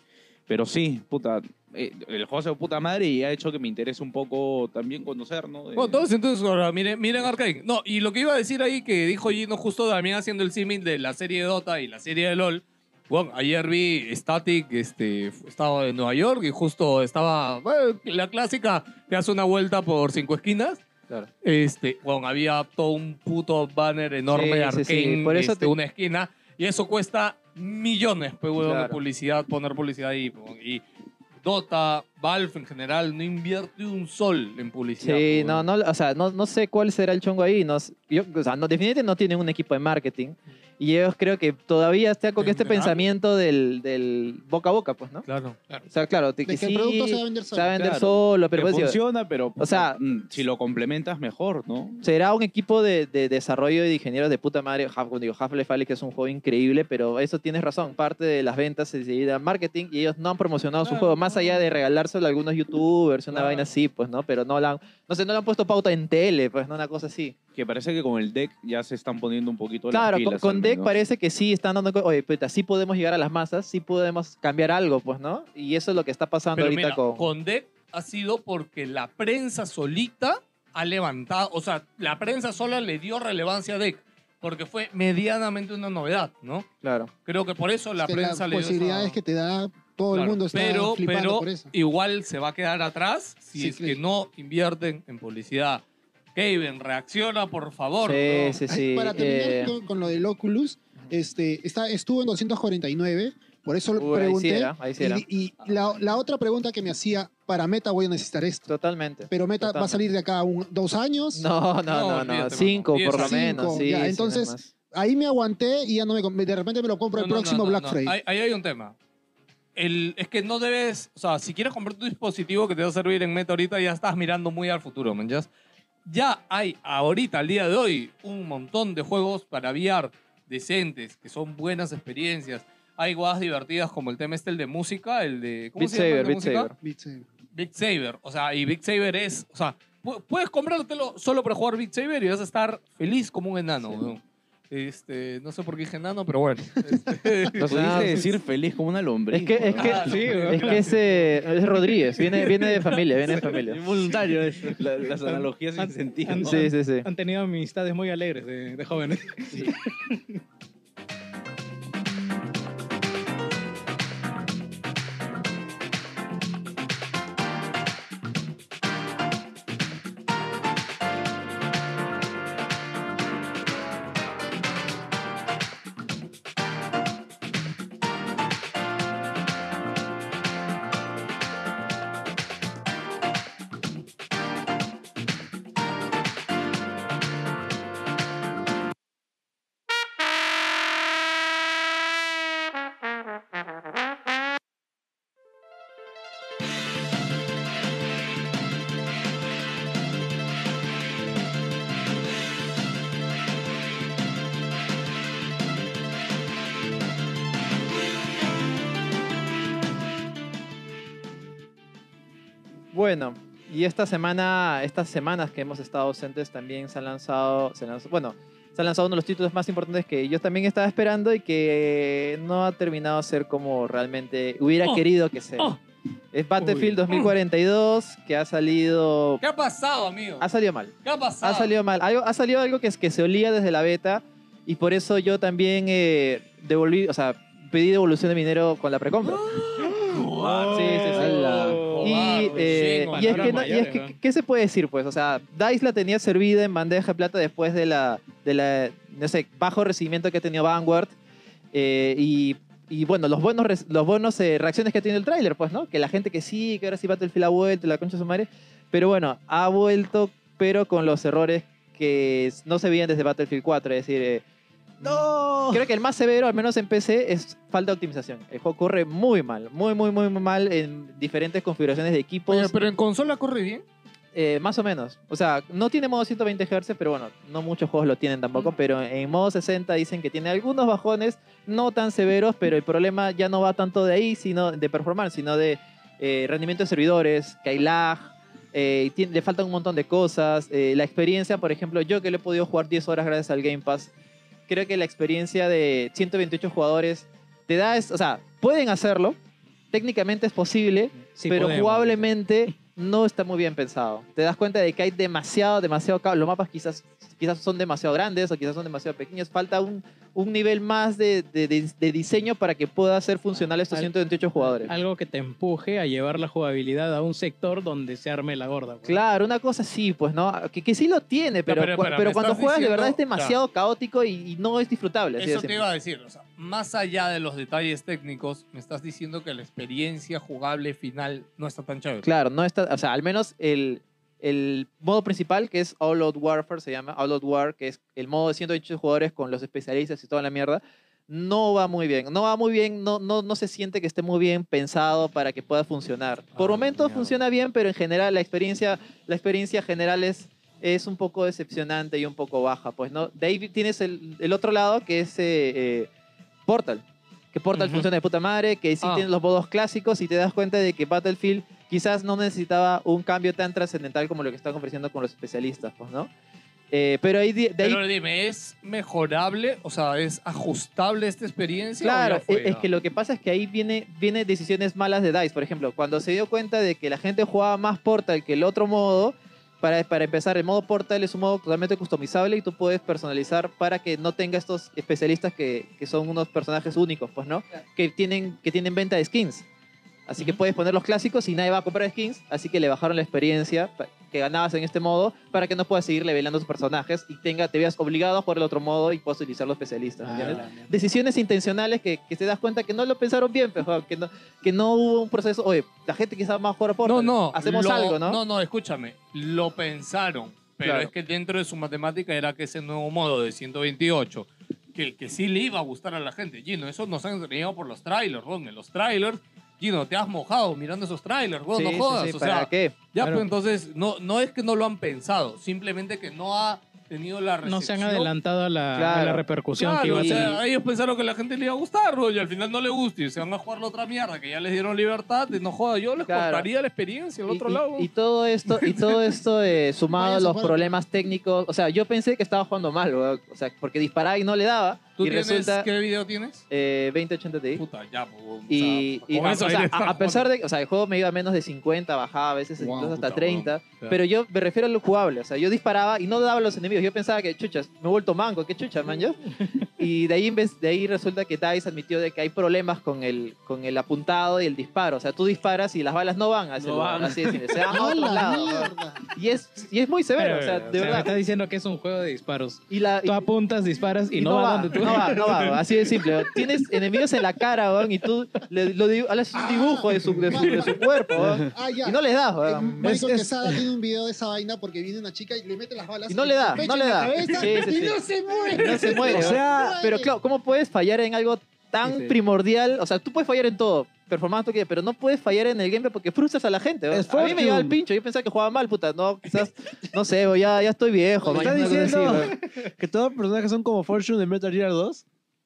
S6: pero sí, puta. eh, el juego se ve puta madre y ha hecho que me interese un poco también conocer, ¿no? De-
S4: Bueno, todos entonces, ahora, miren, miren Arcane. No, y lo que iba a decir ahí que dijo Gino justo también haciendo el símil de la serie de Dota y la serie de LOL. Bueno, ayer vi Static, este, f- estaba en Nueva York y justo estaba bueno, la clásica, te hace una vuelta por cinco esquinas.
S5: Claro.
S4: Este, bueno, había todo un puto banner enorme
S5: Sí,
S4: de
S5: sí,
S4: Arcane,
S5: sí. Por eso
S4: este,
S5: te-
S4: una esquina, y eso cuesta millones, pues, huevón, de
S5: Claro.
S4: publicidad, poner publicidad ahí. huevón. Y Dota, Valve en general, no invierte un sol en publicidad.
S5: Sí,
S4: huevón.
S5: no, no, o sea, no, no sé cuál será el chongo ahí. No, s- yo, o sea, no, definitivamente no tienen un equipo de marketing. Y ellos creo que todavía están con este
S4: Tendrán.
S5: pensamiento del, del boca a boca, pues, ¿no?
S4: Claro.
S5: O sea, claro, te-
S7: De
S5: que
S7: que
S5: sí,
S7: el producto se va a vender
S5: se va a
S7: solo.
S5: vender
S6: Claro.
S5: solo,
S6: que
S5: pero pues, digo,
S6: funciona, pero puta,
S5: sea,
S6: mm, si lo complementas mejor, ¿no?
S5: será un equipo de, de desarrollo y de ingenieros de puta madre. Half- Cuando digo Half-Life Alyx es un juego increíble, pero eso tienes razón. Parte de las ventas se divide al marketing y ellos no han promocionado su
S4: Claro,
S5: juego, más allá de regalárselo a algunos youtubers, una
S4: Claro.
S5: vaina así, pues, ¿no? Pero no, la, han- no sé, no le han puesto pauta en tele, pues, ¿no? Una cosa así.
S6: Que parece que con el deck ya se están poniendo un poquito
S5: Claro,
S6: las
S5: con,
S6: pilas.
S5: con
S6: al
S5: Deck
S6: menos.
S5: parece que sí están dando. cu- Oye, puta, sí podemos llegar a las masas, sí podemos cambiar algo, pues, ¿no? Y eso es lo que está pasando
S4: Pero
S5: ahorita
S4: mira,
S5: con.
S4: con Deck ha sido porque la prensa solita ha levantado, o sea, la prensa sola le dio relevancia a Deck, porque fue medianamente una novedad, ¿no?
S5: Claro.
S4: Creo que por eso la
S7: Es que
S4: prensa le dio...
S7: posibilidades
S4: esa-
S7: que te da todo el
S4: Claro,
S7: mundo está
S4: pero,
S7: flipando
S4: pero
S7: por eso.
S4: igual se va a quedar atrás si
S7: Sí,
S4: es que no invierten en publicidad. Kevin, reacciona, por favor. ¿no?
S5: sí,
S7: Ay,
S5: sí.
S7: Para terminar
S5: eh,
S7: con, con lo del Oculus, este, está, estuvo en 249, por eso
S5: Uy, ahí
S7: pregunté.
S5: sí era, ahí sí
S7: y-
S5: era.
S7: Y, la, la otra pregunta que me hacía, para Meta voy a necesitar esto.
S5: Totalmente.
S7: Pero Meta va a
S5: Totalmente.
S7: salir de acá un, dos años.
S5: No,
S4: No,
S5: no, no, no.
S4: olvídate,
S5: Cinco,
S4: mamá.
S5: por lo
S7: Cinco,
S5: menos. Sí,
S7: ya,
S5: sí, no
S7: entonces,
S5: más.
S7: Ahí me aguanté y ya no me. com- De repente me lo compro
S4: No,
S7: el
S4: no,
S7: próximo
S4: no, no,
S7: Black
S4: no.
S7: Friday.
S4: Ahí, ahí hay un tema. El, es que no debes, o sea, si quieres comprar tu dispositivo que te va a servir en Meta ahorita, ya estás mirando muy al futuro, ¿me entiendes? Ya hay ahorita, al día de hoy, un montón de juegos para VR decentes, que son buenas experiencias. Hay guadas divertidas como el tema este, el de música, el de... ¿Cómo
S5: Beat
S4: se llama el de
S5: Saber, Beat
S4: música?
S5: Saber.
S7: Beat Saber.
S4: Beat Saber. O sea, y Beat Saber es. O sea, pu- puedes comprártelo solo para jugar Beat Saber y vas a estar feliz como un enano, weón. Este, no sé por qué dije enano, pero bueno. Este,
S5: No sé, nada,
S6: Pudiste decir feliz como una lombriz.
S5: Es que, es que,
S4: Ah, sí,
S5: es que ese es Rodríguez, viene, viene de familia, viene de familia.
S15: Involuntario. es.
S6: La- las analogías sin
S8: An-
S6: sentido.
S8: an-
S5: Sí, sí, sí.
S8: Han tenido amistades muy alegres de, de jóvenes.
S5: Bueno, y esta semana, estas semanas que hemos estado ausentes también se han lanzado, se lanzó- bueno, se han lanzado uno de los títulos más importantes que yo también estaba esperando y que no ha terminado de ser como realmente hubiera
S4: Oh,
S5: querido que sea.
S4: oh.
S5: es Battlefield
S4: Uy.
S5: 2042 que ha salido,
S4: ¿Qué ha pasado, amigo?
S5: ha salido mal.
S4: ¿Qué ha pasado?
S5: Ha salido mal. Algo- ha salido algo que, es, que se olía desde la beta y por eso yo también eh, devolví, o sea, pedí devolución de mi dinero con la precompra. Sí, sí, sí.
S8: Oh. Ala.
S5: Y,
S4: Cobarde,
S5: eh,
S4: chico,
S5: y es
S8: palabras
S5: que, no- y es que-
S8: mayores, ¿no?
S5: ¿qué se puede decir? Pues, o sea, DICE la tenía servida en bandeja de plata después de la, de la no sé, bajo recibimiento que ha tenido Vanguard. eh, y, y, bueno, los buenos, res- los buenos eh, reacciones que ha tenido el tráiler, pues, ¿no? Que la gente que sí, que ahora sí Battlefield ha vuelto, la concha de su madre. Pero bueno, ha vuelto, pero con los errores que s- no se veían desde Battlefield 4. Es decir, eh, creo que el más severo, al menos en PC, es falta de optimización. El juego corre muy mal, muy, muy, muy mal en diferentes configuraciones de equipos.
S4: Oye, pero en consola corre bien.
S5: Eh, más o menos. O sea, no tiene modo 120 Hz, pero bueno, no muchos juegos lo tienen tampoco. Pero en modo 60 dicen que tiene algunos bajones, no tan severos, pero el problema ya no va tanto de ahí, sino de performance, sino de eh, rendimiento de servidores, que hay lag, eh, tien- le faltan un montón de cosas. eh, la experiencia, por ejemplo, yo que lo he podido jugar 10 horas gracias al Game Pass, creo que la experiencia de 128 jugadores te da, es, o sea, pueden hacerlo, técnicamente es posible,
S8: Sí
S5: pero
S8: podemos.
S5: jugablemente no está muy bien pensado. Te das cuenta de que hay demasiado, demasiado cable. Los mapas quizás, quizás son demasiado grandes o quizás son demasiado pequeños. Falta un, un nivel más de, de- de- de diseño para que pueda ser funcional estos
S8: Al-
S5: 128 jugadores.
S8: Algo que te empuje a llevar la jugabilidad a un sector donde se arme la gorda. pues. güey.
S5: Claro, una cosa sí, pues no, que, que sí lo tiene, pero,
S4: pero,
S5: cu-
S4: pero,
S5: pero
S4: me
S5: cuando
S4: estás
S5: juegas de
S4: diciendo-
S5: verdad es demasiado caótico y, y no es disfrutable. así de
S4: Eso te
S5: simple.
S4: iba a decir. O sea, más allá de los detalles técnicos, me estás diciendo que la experiencia jugable final no está tan chévere.
S5: Claro, no está, o sea, al menos el, el modo principal que es All Out Warfare se llama, All Out War, que es el modo de 108 jugadores con los especialistas y toda la mierda, no va muy bien, no va muy bien, no, no, no se siente que esté muy bien pensado para que pueda funcionar. Por
S4: Ah,
S5: momentos
S4: mierda.
S5: funciona bien, pero en general la experiencia, la experiencia general es es un poco decepcionante y un poco baja, pues no. De ahí tienes el, el otro lado que es eh, eh, Portal. Que Portal
S4: Ujú.
S5: funciona de puta madre, que sí
S4: Ah.
S5: tiene los modos clásicos y te das cuenta de que Battlefield quizás no necesitaba un cambio tan trascendental como lo que están ofreciendo con los especialistas, pues, ¿no? Eh, pero ahí, de, de ahí
S4: Pero dime, ¿es mejorable? O sea, ¿es ajustable esta experiencia? o ya
S5: Claro,
S4: fue,
S5: e- es
S4: ah?
S5: que lo que pasa es que ahí viene, viene decisiones malas de DICE. Por ejemplo, cuando se dio cuenta de que la gente jugaba más Portal que el otro modo, Para, para empezar, el modo portal es un modo totalmente customizable y tú puedes personalizar para que no tenga estos especialistas que, que son unos personajes únicos, pues, ¿no? Que tienen, que tienen venta de skins. Así que puedes poner los clásicos y nadie va a comprar skins, así que le bajaron la experiencia pa- que ganabas en este modo para que no puedas seguir levelando tus personajes y tenga, te veas obligado a jugar el otro modo y puedas utilizar los especialistas.
S8: Ah,
S5: ¿me entiendes? Decisiones intencionales que, que te das cuenta que no lo pensaron bien, pero que no, que no hubo un proceso. Oye, la gente quizás más jugar por
S4: No, no.
S5: Hacemos
S4: lo-
S5: algo, ¿no?
S4: No, no, escúchame. Lo pensaron, pero
S5: Claro.
S4: es que dentro de su matemática era que ese nuevo modo de 128, que el que sí le iba a gustar a la gente. Gino, eso nos han enseñado por los trailers, weón. En los trailers, Gino, te has mojado mirando esos trailers, weón.
S5: Sí,
S4: no
S5: sí,
S4: jodas.
S5: sí,
S4: o
S5: ¿para
S4: sea,
S5: qué?
S4: Ya,
S5: Claro.
S4: pues entonces, no, no es que no lo han pensado, simplemente que no ha tenido la recepción.
S8: No se han adelantado a la, a
S4: Claro.
S8: la repercusión
S4: Claro,
S8: que iba a
S4: o
S8: tener.
S4: sea, ellos pensaron que la gente le iba a gustar, bro, y al final no le gusta y se van a jugar la otra mierda que ya les dieron libertad. y No joda, yo les
S5: Claro.
S4: cortaría la experiencia al otro
S5: y,
S4: lado.
S5: y todo esto, y todo esto eh, sumado a
S4: Payaso,
S5: los
S4: juega.
S5: problemas técnicos. O sea, yo pensé que estaba jugando mal, weón, o sea, porque disparaba y no le daba.
S4: ¿Tú
S5: y
S4: tienes
S5: resulta
S4: qué video tienes?
S5: eh, 2080 Ti.
S4: Puta, ya, pues, o sea,
S5: Y, y-
S4: con
S5: o
S4: eso
S5: sea,
S4: ahí
S5: a,
S4: está.
S5: a pesar de que o sea, el juego me iba a menos de 50, bajaba a veces incluso hasta
S4: puta,
S5: 30,
S4: weón. Claro.
S5: pero yo me refiero a lo jugable, o sea, yo disparaba y no daba a los enemigos, yo pensaba que chuchas, me he vuelto manco, qué chucha, man, yo. Y de ahí, en vez- de ahí resulta que Dice admitió de que hay problemas con el, con el apuntado y el disparo, o sea, tú disparas y las balas no van hacia
S8: No
S5: el lugar,
S8: van.
S5: así de simple, se van
S7: ¡Ah,
S5: a otro lado. Y es, y es muy severo, o sea, de
S8: me
S5: verdad.
S8: estás diciendo que es un juego de disparos.
S5: Y la,
S8: tú apuntas, disparas y, no, va, donde tú
S5: no va, no va, así de simple. weón. Tienes enemigos en la cara, weón, y tú le, lo dibu- haces un dibujo de su, de su, de su cuerpo, weón,
S7: Ah, ya.
S5: y no les das,
S7: Eh,
S5: weón. Es-
S7: Michael
S5: es-
S7: Quesada tiene un video de esa vaina porque viene una chica y le mete las balas
S5: Y no
S7: en
S5: le
S7: su
S5: da,
S7: pecho,
S5: no
S7: en
S5: le
S7: la
S5: da.
S7: cabeza,
S5: Sí, sí,
S7: y
S5: sí.
S7: no se muere.
S5: no se muere.
S7: No
S5: O sea,
S7: muere.
S5: pero claro, ¿cómo puedes fallar en algo tan
S7: Sí, sí.
S5: primordial? O sea, tú puedes fallar en todo, performance, tú quieres, pero no puedes fallar en el gameplay porque frustras a la gente. ¿verdad? a mí me lleva el pincho, yo pensaba que jugaba mal, puta, no, quizás, no sé, güey, ya, ya estoy viejo.
S9: ¿Me
S5: man,
S9: estás
S5: una cosa
S9: diciendo
S5: así, güey.
S9: que todos los personajes son como Fortune de Metal Gear 2?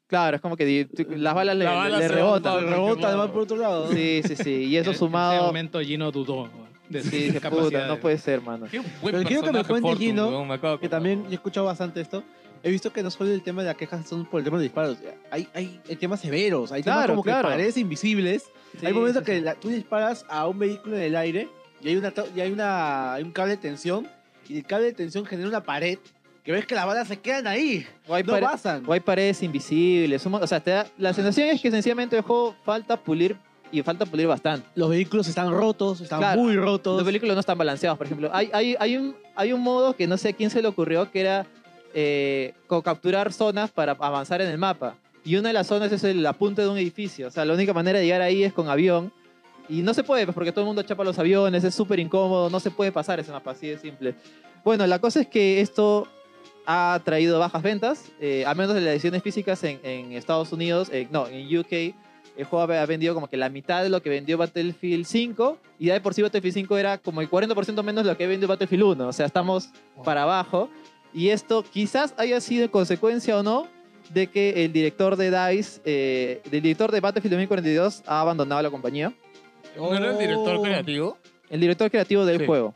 S5: Claro, es como que di- tú- las balas le,
S9: La bala
S5: le
S9: se va
S5: rebotan.
S9: por otro Rebotan, lado. va por
S5: otro lado. Sí, sí, sí. Y eso
S8: En- En ese
S5: sumado...
S8: momento Gino dudó de sus
S5: Sí, dije, puta,
S8: capacidades.
S5: no puede ser, mano.
S9: Pero quiero que me
S8: personaje
S9: cuente
S8: Fortune,
S9: Gino,
S8: weón,
S9: que también yo he escuchado bastante esto. He visto que no solo el tema de las quejas son por el tema de disparos. Hay, hay, hay temas severos, hay temas
S5: Claro,
S9: como
S5: claro.
S9: que paredes invisibles.
S5: Sí,
S9: hay momentos
S5: sí,
S9: que la- tú disparas a un vehículo en el aire y hay, una, to- y hay, una, hay un cable de tensión y el cable de tensión genera una pared que ves que las balas se quedan ahí.
S5: O hay,
S9: no
S5: pare-
S9: pasan.
S5: o hay paredes invisibles. somos- o sea, te da- la sensación es que sencillamente el juego falta pulir y falta pulir bastante.
S9: Los vehículos están rotos, están muy rotos.
S5: Los vehículos no están balanceados, por ejemplo. Hay, hay, hay, un, hay un modo que no sé a quién se le ocurrió que era eh, co- capturar zonas para avanzar en el mapa. Y una de las zonas es el apunte de un edificio. O sea, la única manera de llegar ahí es con avión. Y no se puede, pues, porque todo el mundo chapa los aviones, es súper incómodo, no se puede pasar ese mapa, así de simple. Bueno, la cosa es que esto ha traído bajas ventas, eh, a menos de las ediciones físicas en, en Estados Unidos, eh, no, en UK. El juego ha ha vendido como que la mitad de lo que vendió Battlefield 5 y ya de por sí Battlefield 5 era como el 40% menos de lo que vendió Battlefield 1, o sea, estamos para abajo. Y esto quizás haya sido consecuencia o no de que el director de DICE, eh, del director de Battlefield 2042 ha abandonado la compañía.
S4: ¿No era el
S9: Oh.
S4: director creativo?
S5: El director creativo del
S4: Sí.
S5: juego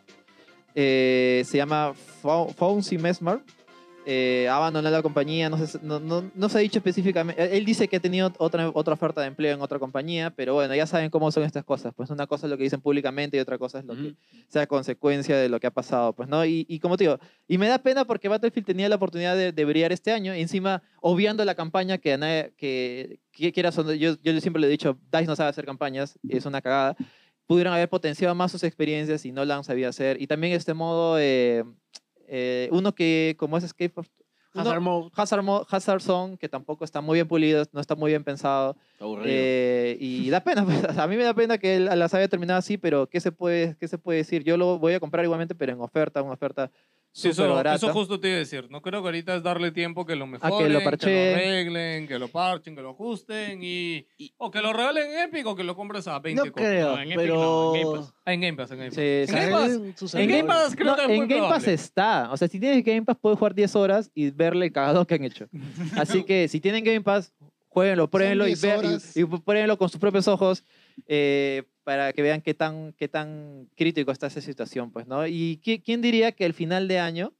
S5: eh, se llama Fau- Fauzi Mesmer. Eh, ha abandonado la compañía, no se, no, no- no se ha dicho específicamente. Él- Él dice que ha tenido otra, otra oferta de empleo en otra compañía, pero bueno, ya saben cómo son estas cosas. Pues una cosa es lo que dicen públicamente y otra cosa es lo que sea consecuencia de lo que ha pasado. Pues, ¿no? y, y como te digo, y me da pena porque Battlefield tenía la oportunidad de, de brillar este año, encima obviando la campaña que a nadie, que, que quieras o no, yo, yo siempre le he dicho, DICE no sabe hacer campañas, es una cagada pudieron haber potenciado más sus experiencias y no la han sabido hacer. Y también este modo, eh, eh, uno que como es Escape of- uno-
S9: Hazard Mode.
S5: Hazard Mode, Hazard Zone, que tampoco está muy bien pulido, no está muy bien pensado.
S9: aburrido.
S5: Eh, y da pena, pues, a mí me da pena que él las haya terminado así, pero ¿qué se, puede, ¿qué se puede decir? Yo lo voy a comprar igualmente, pero en oferta, una oferta
S4: Sí,
S5: súper
S4: eso,
S5: barata.
S4: eso justo te iba a decir. No creo que ahorita es darle tiempo que lo mejoren,
S5: lo
S4: que
S5: parcheen.
S4: lo arreglen, que lo parchen, que lo ajusten y, o que lo regalen en Epic o que lo compres a 20
S9: No creo,
S4: en
S9: pero-
S4: en Game Pass. Ah, en Game Pass, en Game Pass.
S5: Sí, sí.
S4: en Game Pass, en Game Pass creo
S5: No,
S4: que es muy
S5: en Game Pass
S4: probable.
S5: está. O sea, si tienes Game Pass, puedes jugar 10 horas y verle el cagado que han hecho. Así que si tienen Game Pass, jueguenlo, pruébenlo y,
S7: 10
S5: vean-
S7: horas.
S5: y, y pruébenlo con sus propios ojos eh, para que vean qué tan, qué tan crítico está esa situación. Pues, ¿no? ¿Y qui- quién diría que al final de año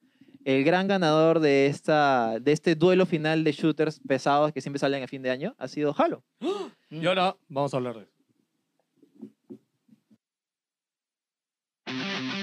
S5: el gran ganador de, esta, de este duelo final de shooters pesados que siempre salen a fin de año ha sido Halo?
S4: Y ahora vamos a hablar de eso.
S16: Thank you.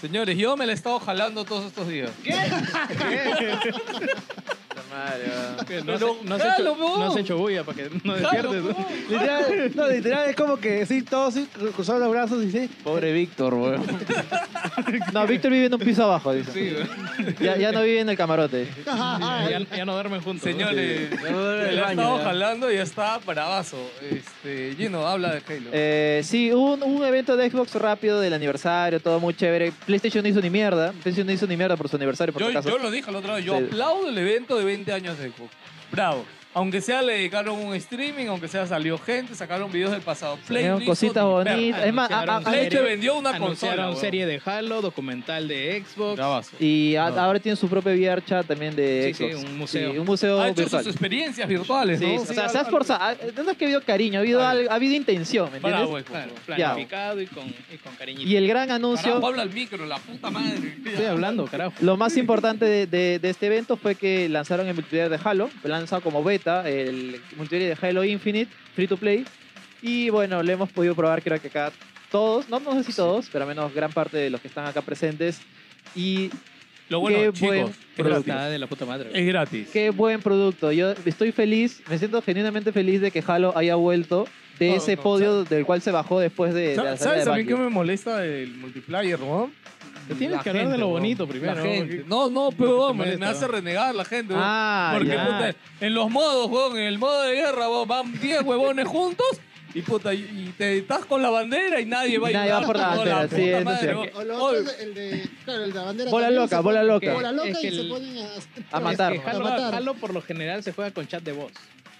S14: Señores, yo me la he estado jalando todos estos días.
S8: Que No,
S14: Pero
S8: has- no has hecho-
S14: jalo,
S8: no has
S14: huevón.
S8: hecho bulla para que no
S14: Jalo,
S8: despiertes. ¿no?
S15: Literal, no, literal es como que sí, todos sí, cruzaron los brazos y sí.
S5: Pobre Víctor, weón. No, Víctor vive en un piso abajo, dice. ya, ya no vive en el camarote.
S8: Ya, ya no duermen juntos. ¿no?
S14: Señores,
S15: Ya no duerme en
S14: me
S15: el
S14: la he
S15: baño,
S14: estado
S15: ya.
S14: jalando y está bravazo. Este, Gino, habla de Halo.
S5: Eh, sí, hubo un, un evento de Xbox rápido del aniversario, todo muy chévere. PlayStation no hizo ni mierda. PlayStation no hizo ni mierda por su aniversario, por
S14: yo,
S5: si acaso.
S14: yo lo dije la otra vez, yo
S5: Sí.
S14: aplaudo el evento de 20 años de Xbox. Bravo. Aunque sea le dedicaron un streaming, aunque sea salió gente, sacaron videos del pasado. Play
S5: Salieron
S14: no hizo
S5: cositas
S14: ni
S5: bonitas.
S14: verga.
S5: Es más,
S8: Anunciaron
S5: a- a-
S14: Play
S8: serie-
S14: te vendió una
S8: anunciaron
S14: consola.
S8: serie de Halo, documental de Xbox.
S14: Bravazo.
S5: Y a- ahora tiene su propio VR chat también de
S8: Sí, sí,
S5: Xbox.
S8: un museo.
S5: Sí, un museo
S14: Ha hecho
S5: virtual.
S14: sus experiencias virtuales,
S5: Sí,
S14: ¿no?
S5: o sea, se ha esforzado. Ah, No es que ha habido cariño, ha habido, algo- ha habido intención, ¿me entiendes?
S14: Bravo, Xbox.
S8: pues, Claro, planificado y con, y con cariñito.
S5: Y el gran anuncio,
S14: Carajo, habla al micro, la puta madre.
S8: Estoy hablando, carajo.
S5: lo más importante de, de- de este evento fue que lanzaron el multiplayer de Halo, fue lanzado como beta, el multiplayer de Halo Infinite, free to play. Y bueno, lo hemos podido probar, creo que acá todos, no, no sé si todos, pero al menos gran parte de los que están acá presentes. Y
S4: Lo bueno,
S5: Qué
S4: chicos,
S5: buen
S4: es
S5: producto.
S4: gratis.
S8: Está de la puta madre.
S4: Es gratis.
S5: Qué buen producto. Yo estoy feliz, me siento genuinamente feliz de que Halo haya vuelto de
S4: No,
S5: ese
S4: no,
S5: podio del cual se bajó después de, de la
S4: ¿Sabes,
S5: salida de
S4: a mí qué
S5: Bungie.
S4: me molesta del multiplayer, no?
S8: Te tienes
S4: La
S8: que hablar de
S4: gente,
S8: lo
S4: ¿no?
S8: bonito
S4: La
S8: primero.
S4: gente.
S8: porque-
S4: No, no, pero me, me
S8: molesta,
S4: hace
S8: ¿no?
S4: renegar la gente, ¿no?
S5: Ah,
S4: Porque,
S5: ya.
S4: puta, en los modos, weón, en el modo de guerra, weón, van 10 huevones juntos y, puta, y, y te estás con la bandera y nadie va a
S5: Nadie va por la
S4: ayudarte, weón, puta
S5: bandera, sí, eso es
S4: madre, weón.
S5: cierto.
S7: O lo
S4: Oye,
S7: otro es el de, claro, el de la bandera.
S5: Bola
S7: también
S5: loca,
S7: se
S5: bola
S7: pone-
S5: loca.
S7: Bola loca
S8: Es que
S7: y se
S8: el-
S7: ponen a,
S5: A
S8: Es
S5: matar.
S8: que Halo,
S7: A matar.
S8: Halo por lo general se juega con chat de voz.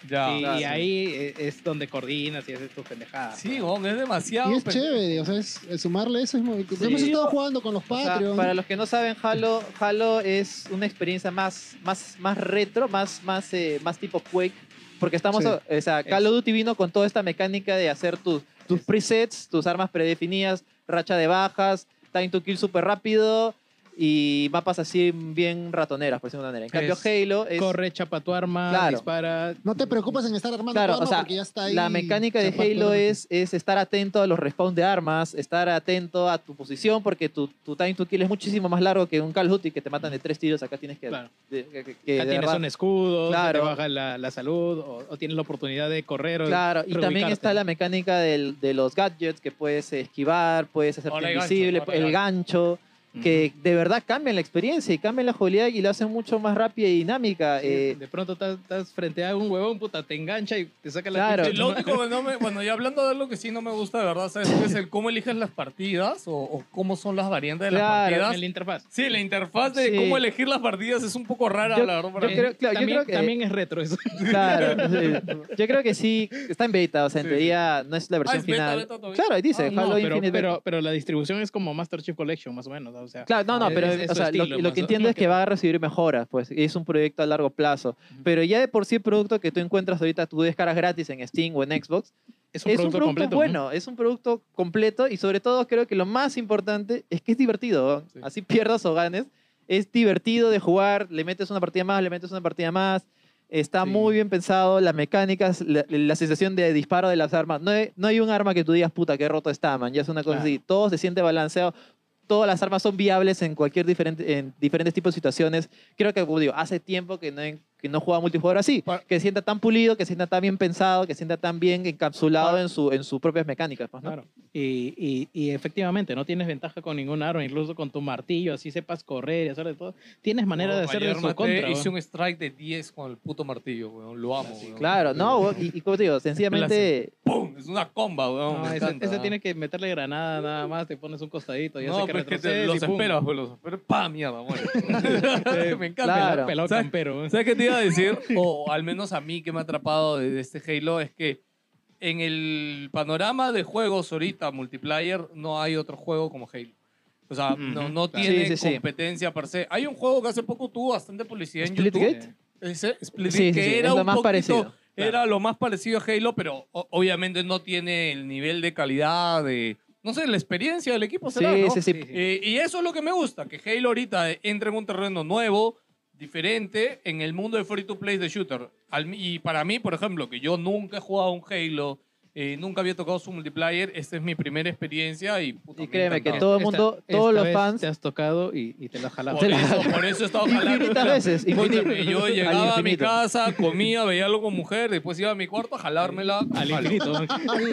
S4: ya.
S8: y,
S5: claro.
S8: y ahí eh, es donde coordinas y haces tus pendejadas.
S4: Sí, weón, es demasiado.
S7: Y es
S4: pe-
S7: chévere, o sea, es, es sumarle eso. Es muy, Hemos
S5: Sí.
S7: estado jugando con los
S5: O sea,
S7: Patreon.
S5: para los que no saben, Halo, Halo es una experiencia más, más, más retro, más, más, eh, más tipo Quake. Porque estamos,
S7: Sí.
S5: o sea, Call of Duty vino con toda esta mecánica de hacer tus, tus
S7: Este.
S5: presets, tus armas predefinidas, racha de bajas, time to kill súper rápido y mapas así bien ratoneras, por decirlo de una manera. En cambio,
S8: Es-
S5: Halo es...
S8: Corre, chapa tu arma,
S5: Claro.
S8: dispara.
S7: No te preocupes en estar armando
S5: Claro,
S7: tu
S5: o
S7: arma
S5: sea,
S7: porque ya está ahí.
S5: La mecánica de
S7: Chapas tu
S5: Halo
S7: arma.
S5: es, es estar atento a los respawn de armas, estar atento a tu posición, porque tu, tu time to kill es muchísimo más largo que un Call of Duty que te matan de tres tiros. Acá tienes que.
S8: Claro.
S5: de- que- que- que de
S8: Ya Ah, tienes
S5: verdad-
S8: un escudo, se
S5: Claro.
S8: te baja la, la salud, o, o tienes la oportunidad de correr. o
S5: Claro, y también
S8: reubicarte.
S5: está la mecánica del- de los gadgets que puedes eh, esquivar, puedes hacerte
S4: Ahora hay gancho,
S5: invisible,
S4: ahora hay
S5: el gancho, que de verdad cambian la experiencia y cambian la jugabilidad y la hacen mucho más rápida y dinámica.
S8: Sí,
S5: eh,
S8: de pronto estás, estás frente a un huevón, puta, te engancha y te saca la
S5: Claro.
S8: pinche-
S4: Lo único que no me. Bueno, y hablando de lo que sí no me gusta de verdad, ¿sabes? Es el cómo eliges las partidas o, o cómo son las variantes de
S5: Claro,
S4: las
S8: en la
S4: partidas.
S8: interfaz.
S4: Sí, la interfaz de
S5: Sí.
S4: cómo elegir las partidas es un poco rara,
S5: Yo-
S4: la verdad. para
S5: yo
S4: mí.
S5: creo- claro, yo
S8: también,
S5: creo que-
S8: también es retro eso.
S5: Claro, sí. yo creo que sí, está en beta, o sea, en teoría no es la versión
S4: Ah, es beta,
S5: final.
S4: beta todavía.
S5: claro, ahí dice
S8: Ah, No,
S5: Halo
S8: pero,
S5: Infinite Beta.
S8: pero, pero la distribución es como Master Chief Collection, más o menos. O sea,
S5: Claro, no, no,
S8: Ah, es-
S5: pero
S8: es- es
S5: o
S8: su
S5: sea, lo,
S8: estilo,
S5: lo
S8: más
S5: que
S8: o-
S5: entiendo
S8: lo
S5: es que va a recibir mejoras, pues es un proyecto a largo plazo. Pero ya de por sí el producto que tú encuentras ahorita, tú descargas gratis en Steam o en Xbox,
S8: Es un producto, completo. ¿no?
S5: bueno, es un producto completo y sobre todo creo que lo más importante es que es divertido, ¿no? así pierdas o ganes, es divertido de jugar, le metes una partida más, le metes una partida más, está
S8: Sí.
S5: muy bien pensado, las mecánicas, la, la sensación de disparo de las armas, no hay, no hay un arma que tú digas, puta, qué roto está, man, ya es una cosa
S8: Claro.
S5: así, todo se siente balanceado. Todas las armas son viables en cualquier diferente, en diferentes tipos de situaciones. Creo que, como digo, hace tiempo que no, he- que no jugaba multijugador así.
S4: Pa-
S5: Que sienta tan pulido, que sienta tan bien pensado, que sienta tan bien encapsulado en, su, en sus propias mecánicas. pues, ¿no?
S8: Claro. Y, y, y efectivamente, no tienes ventaja con ningún arma, incluso con tu martillo, así sepas correr y hacer de todo. Tienes manera de hacer de
S4: Ayer
S8: su
S4: maté-
S8: contra.
S4: Hice
S8: weón.
S4: un strike de 10 con el puto martillo, weón. Lo amo, weón.
S5: Claro, no, y, y como te digo, sencillamente
S4: ¡Pum! Es una comba, weón.
S8: No,
S4: me
S8: ese,
S4: encanta.
S8: ese tiene que meterle granada nada más, te pones un costadito. Ya
S4: No,
S8: sé que
S4: pero es que te-
S8: retrocedes
S4: los
S8: y pum.
S4: esperas, pues los esperas. ¡Pah! Mierda, bueno. me encanta.
S5: Claro.
S8: Pelado
S4: ¿Sabes?
S8: campero. weón.
S4: ¿Sabes qué te iba a decir? O al menos a mí que me ha atrapado de de este Halo es que en el panorama de juegos ahorita multiplayer no hay otro juego como Halo. O sea, no, no
S5: claro.
S4: tiene
S5: Sí, sí, sí.
S4: competencia per se. Hay un juego que hace poco tuvo bastante publicidad en YouTube.
S5: Splitgate.
S4: Ese Split
S5: Sí, sí,
S4: que
S5: sí,
S4: era
S5: es lo
S4: un
S5: más
S4: poquito-
S5: parecido,
S4: Era lo más parecido a Halo, pero o- obviamente no tiene el nivel de calidad de. No sé, la experiencia del equipo será,
S5: Sí,
S4: ¿no?
S5: sí, sí.
S4: Eh, y eso es lo que me gusta, que Halo ahorita eh, entra en un terreno nuevo, diferente, en el mundo de free to play de shooter. Al mi- y para mí, por ejemplo, que yo nunca he jugado un Halo, Eh, nunca había tocado su multiplayer. Esta es mi primera experiencia y... puta,
S5: Y
S4: me ha
S5: créeme que
S4: encantado.
S5: todo el
S8: Esta-
S5: mundo, todos
S8: esta
S5: los
S8: vez
S5: fans.
S8: Te has tocado y, y te la jalado.
S4: Por eso, por eso he estado jalando.
S5: Infinitas veces,
S4: Escúchame,
S5: infinito.
S4: Yo
S5: Al
S4: llegaba a mi
S5: infinito.
S4: casa, comía, veía algo con mujer, después iba a mi cuarto a jalármela.
S8: Al
S4: Jalo.
S8: infinito.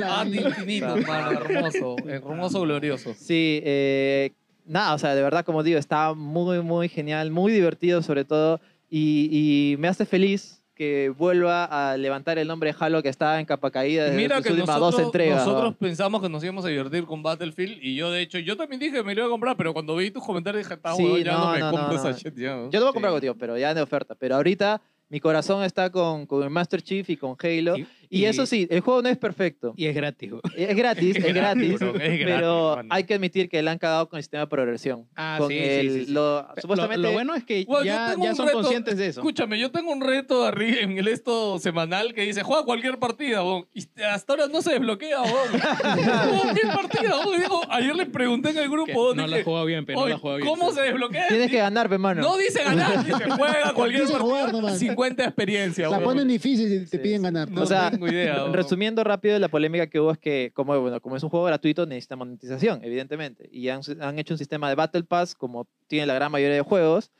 S4: Al infinito, hermano. Hermoso, hermoso, glorioso.
S5: Sí, eh, nada, o sea, de verdad, como digo, está muy, muy genial, muy divertido sobre todo, y, y me hace feliz que vuelva a levantar el nombre de Halo que está en capa caída desde
S4: Mira
S5: sus
S4: que
S5: últimas
S4: nosotros,
S5: dos entregas.
S4: nosotros
S5: ¿no?
S4: pensamos que nos íbamos a divertir con Battlefield y yo, de hecho, yo también dije que me lo iba a comprar, pero cuando vi tus comentarios dije, está
S5: Sí,
S4: huevón, ya no,
S5: no,
S4: me
S5: no,
S4: compro
S5: no,
S4: esa
S5: no.
S4: shit ya.
S5: Yo lo voy a comprar contigo, pero ya de oferta. Pero ahorita mi corazón está con, con el Master Chief y con Halo.
S8: Y-
S5: Y,
S8: y-
S5: eso sí, el juego no es perfecto.
S8: Y es gratis. güey.
S5: Es gratis,
S4: Es
S5: es
S4: gratis,
S5: gratis.
S4: bro, es
S5: pero
S4: gratis, man.
S5: hay que admitir que le han cagado con el sistema de progresión.
S8: Ah,
S5: Con
S8: sí, sí,
S5: el-
S8: sí, sí.
S5: lo-
S8: Lo-
S5: supuestamente,
S8: lo, bueno es que
S4: Bueno, yo
S8: ya,
S4: tengo
S8: ya
S4: un
S8: son
S4: reto.
S8: conscientes de eso.
S4: Escúchame, yo tengo un reto arriba en el esto semanal que dice, juega cualquier partida, bon. y hasta ahora no se desbloquea, bon. Juega cualquier partida, bon. Y digo, ayer le pregunté en el
S8: Que
S4: grupo,
S8: no
S4: dije,
S8: la he jugado bien, pero no
S4: "Oye,
S8: la he jugado bien.
S4: ¿cómo se desbloquea?
S5: tienes que ganar, pe, mano.
S4: No dice ganar, dice juega cualquier
S7: Dice
S4: partida,
S7: jugar nomás.
S4: 50 experiencia,
S7: La
S4: bon.
S7: ponen difícil y te piden ganar.
S4: No
S5: O sea,
S4: tengo idea, bon.
S5: Resumiendo rápido, la polémica que hubo es que, como, bueno, como es un juego gratuito, necesita monetización, evidentemente. Y han, han hecho un sistema de Battle Pass, como tiene la gran mayoría de juegos.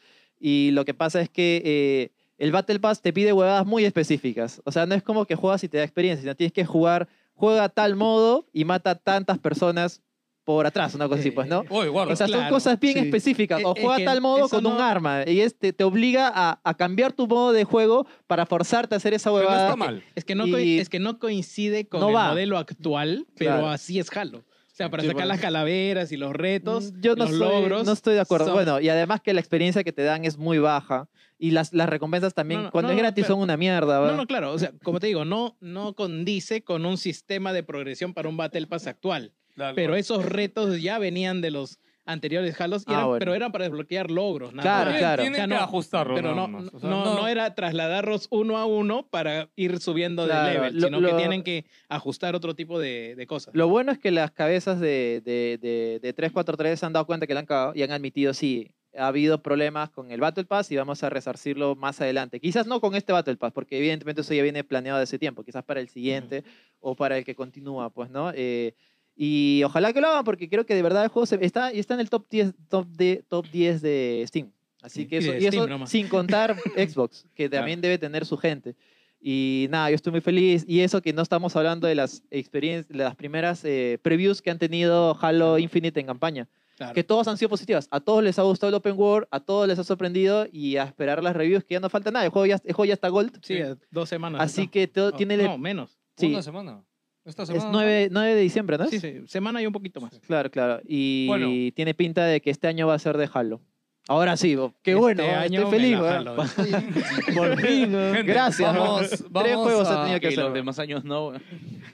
S5: Y lo que pasa es que eh, el Battle Pass te pide huevadas muy específicas. O sea, no es como que juegas y te da experiencia, sino tienes que jugar, juega tal modo y mata tantas personas por atrás, una cosa así, pues, ¿no?
S4: Oye, guarda.
S5: O sea, son
S8: Eh, Claro,
S5: cosas bien
S7: sí.
S5: específicas.
S8: Eh,
S5: O
S8: es
S5: juega
S8: que
S5: tal modo
S8: eso
S5: con un
S8: no-
S5: arma. Y este te obliga a, a cambiar tu modo de juego para forzarte a hacer esa
S4: Pero no
S5: huevada.
S4: está mal.
S8: Es que no, co-
S5: Y-
S8: es que no coincide con
S5: No
S8: el
S5: va.
S8: modelo actual, pero
S5: Claro.
S8: así es Halo. O sea, para
S5: Sí,
S8: sacar
S5: bueno.
S8: las calaveras y los retos,
S5: Mm, Yo no,
S8: los
S5: soy-
S8: logros.
S5: no estoy de acuerdo.
S8: son-
S5: Bueno, y además que la experiencia que te dan es muy baja. Y las, las recompensas también,
S8: No, no,
S5: cuando
S8: no,
S5: es gratis,
S8: claro.
S5: son una mierda.
S8: No,
S5: ¿verdad?
S8: no, claro. O sea, como te digo, no, no condice con un sistema de progresión para un Battle Pass actual.
S4: Dale,
S8: Pero
S4: guarda.
S8: esos retos ya venían de los anteriores Halos, y
S5: Ah,
S8: eran-
S5: bueno.
S8: pero eran para desbloquear logros. nada
S5: Claro,
S4: Tienen-
S8: más.
S5: claro.
S4: Tienen
S8: O sea,
S4: que
S8: no,
S4: ajustarlo.
S8: Pero no,
S4: nada
S8: no,
S4: más. O sea,
S8: no, era trasladarlos uno a uno para ir subiendo de
S5: Claro,
S8: level,
S5: lo-
S8: sino que
S5: lo-
S8: tienen que ajustar otro tipo de, de cosas.
S5: Lo bueno es que las cabezas de, de, de, de 343 se han dado cuenta que la han cagado y han admitido, sí, ha habido problemas con el Battle Pass y vamos a resarcirlo más adelante. Quizás no con este Battle Pass, porque evidentemente eso ya viene planeado de ese tiempo, quizás para el siguiente o para el que continúa, pues, ¿no? Eh, y ojalá que lo hagan, porque creo que de verdad el juego se- está, y está en el top 10, top de, top 10 de Steam. Así que
S8: Y
S5: eso,
S8: de
S5: y eso
S8: Steam nomás.
S5: sin contar Xbox, que también debe tener su gente. Y nada, yo estoy muy feliz. Y eso que no estamos hablando de las experiencias, de las primeras eh, previews que han tenido Halo Infinite en campaña.
S8: Claro.
S5: Que todas han sido positivas. A todos les ha gustado el Open World, a todos les ha sorprendido y a esperar las reviews que ya no falta nada. El juego ya, el juego ya está Gold.
S8: Sí, dos semanas.
S5: Así
S8: ¿no?
S5: que todo
S8: No,
S5: tiene...
S8: Oh, No, menos.
S5: sí,
S4: Una semana. Esta
S5: es
S4: semana.
S5: 9, 9 de diciembre, ¿no? es?
S8: Sí, sí, semana y un poquito más.
S5: Claro, claro. Y
S4: Bueno.
S5: tiene pinta de que este año va a ser de Halo. Ahora sí, bo- qué
S8: Este
S5: bueno,
S8: año
S5: estoy
S8: me
S5: feliz.
S8: la
S5: bo-
S8: jalo, ¿eh?
S5: Por fin, bo.
S4: Gente,
S5: gracias. bo.
S4: vamos-
S5: Tres
S4: vamos
S5: juegos
S4: a-
S5: ha tenido que
S6: Y
S5: hacer.
S6: los
S5: bo.
S6: demás años no,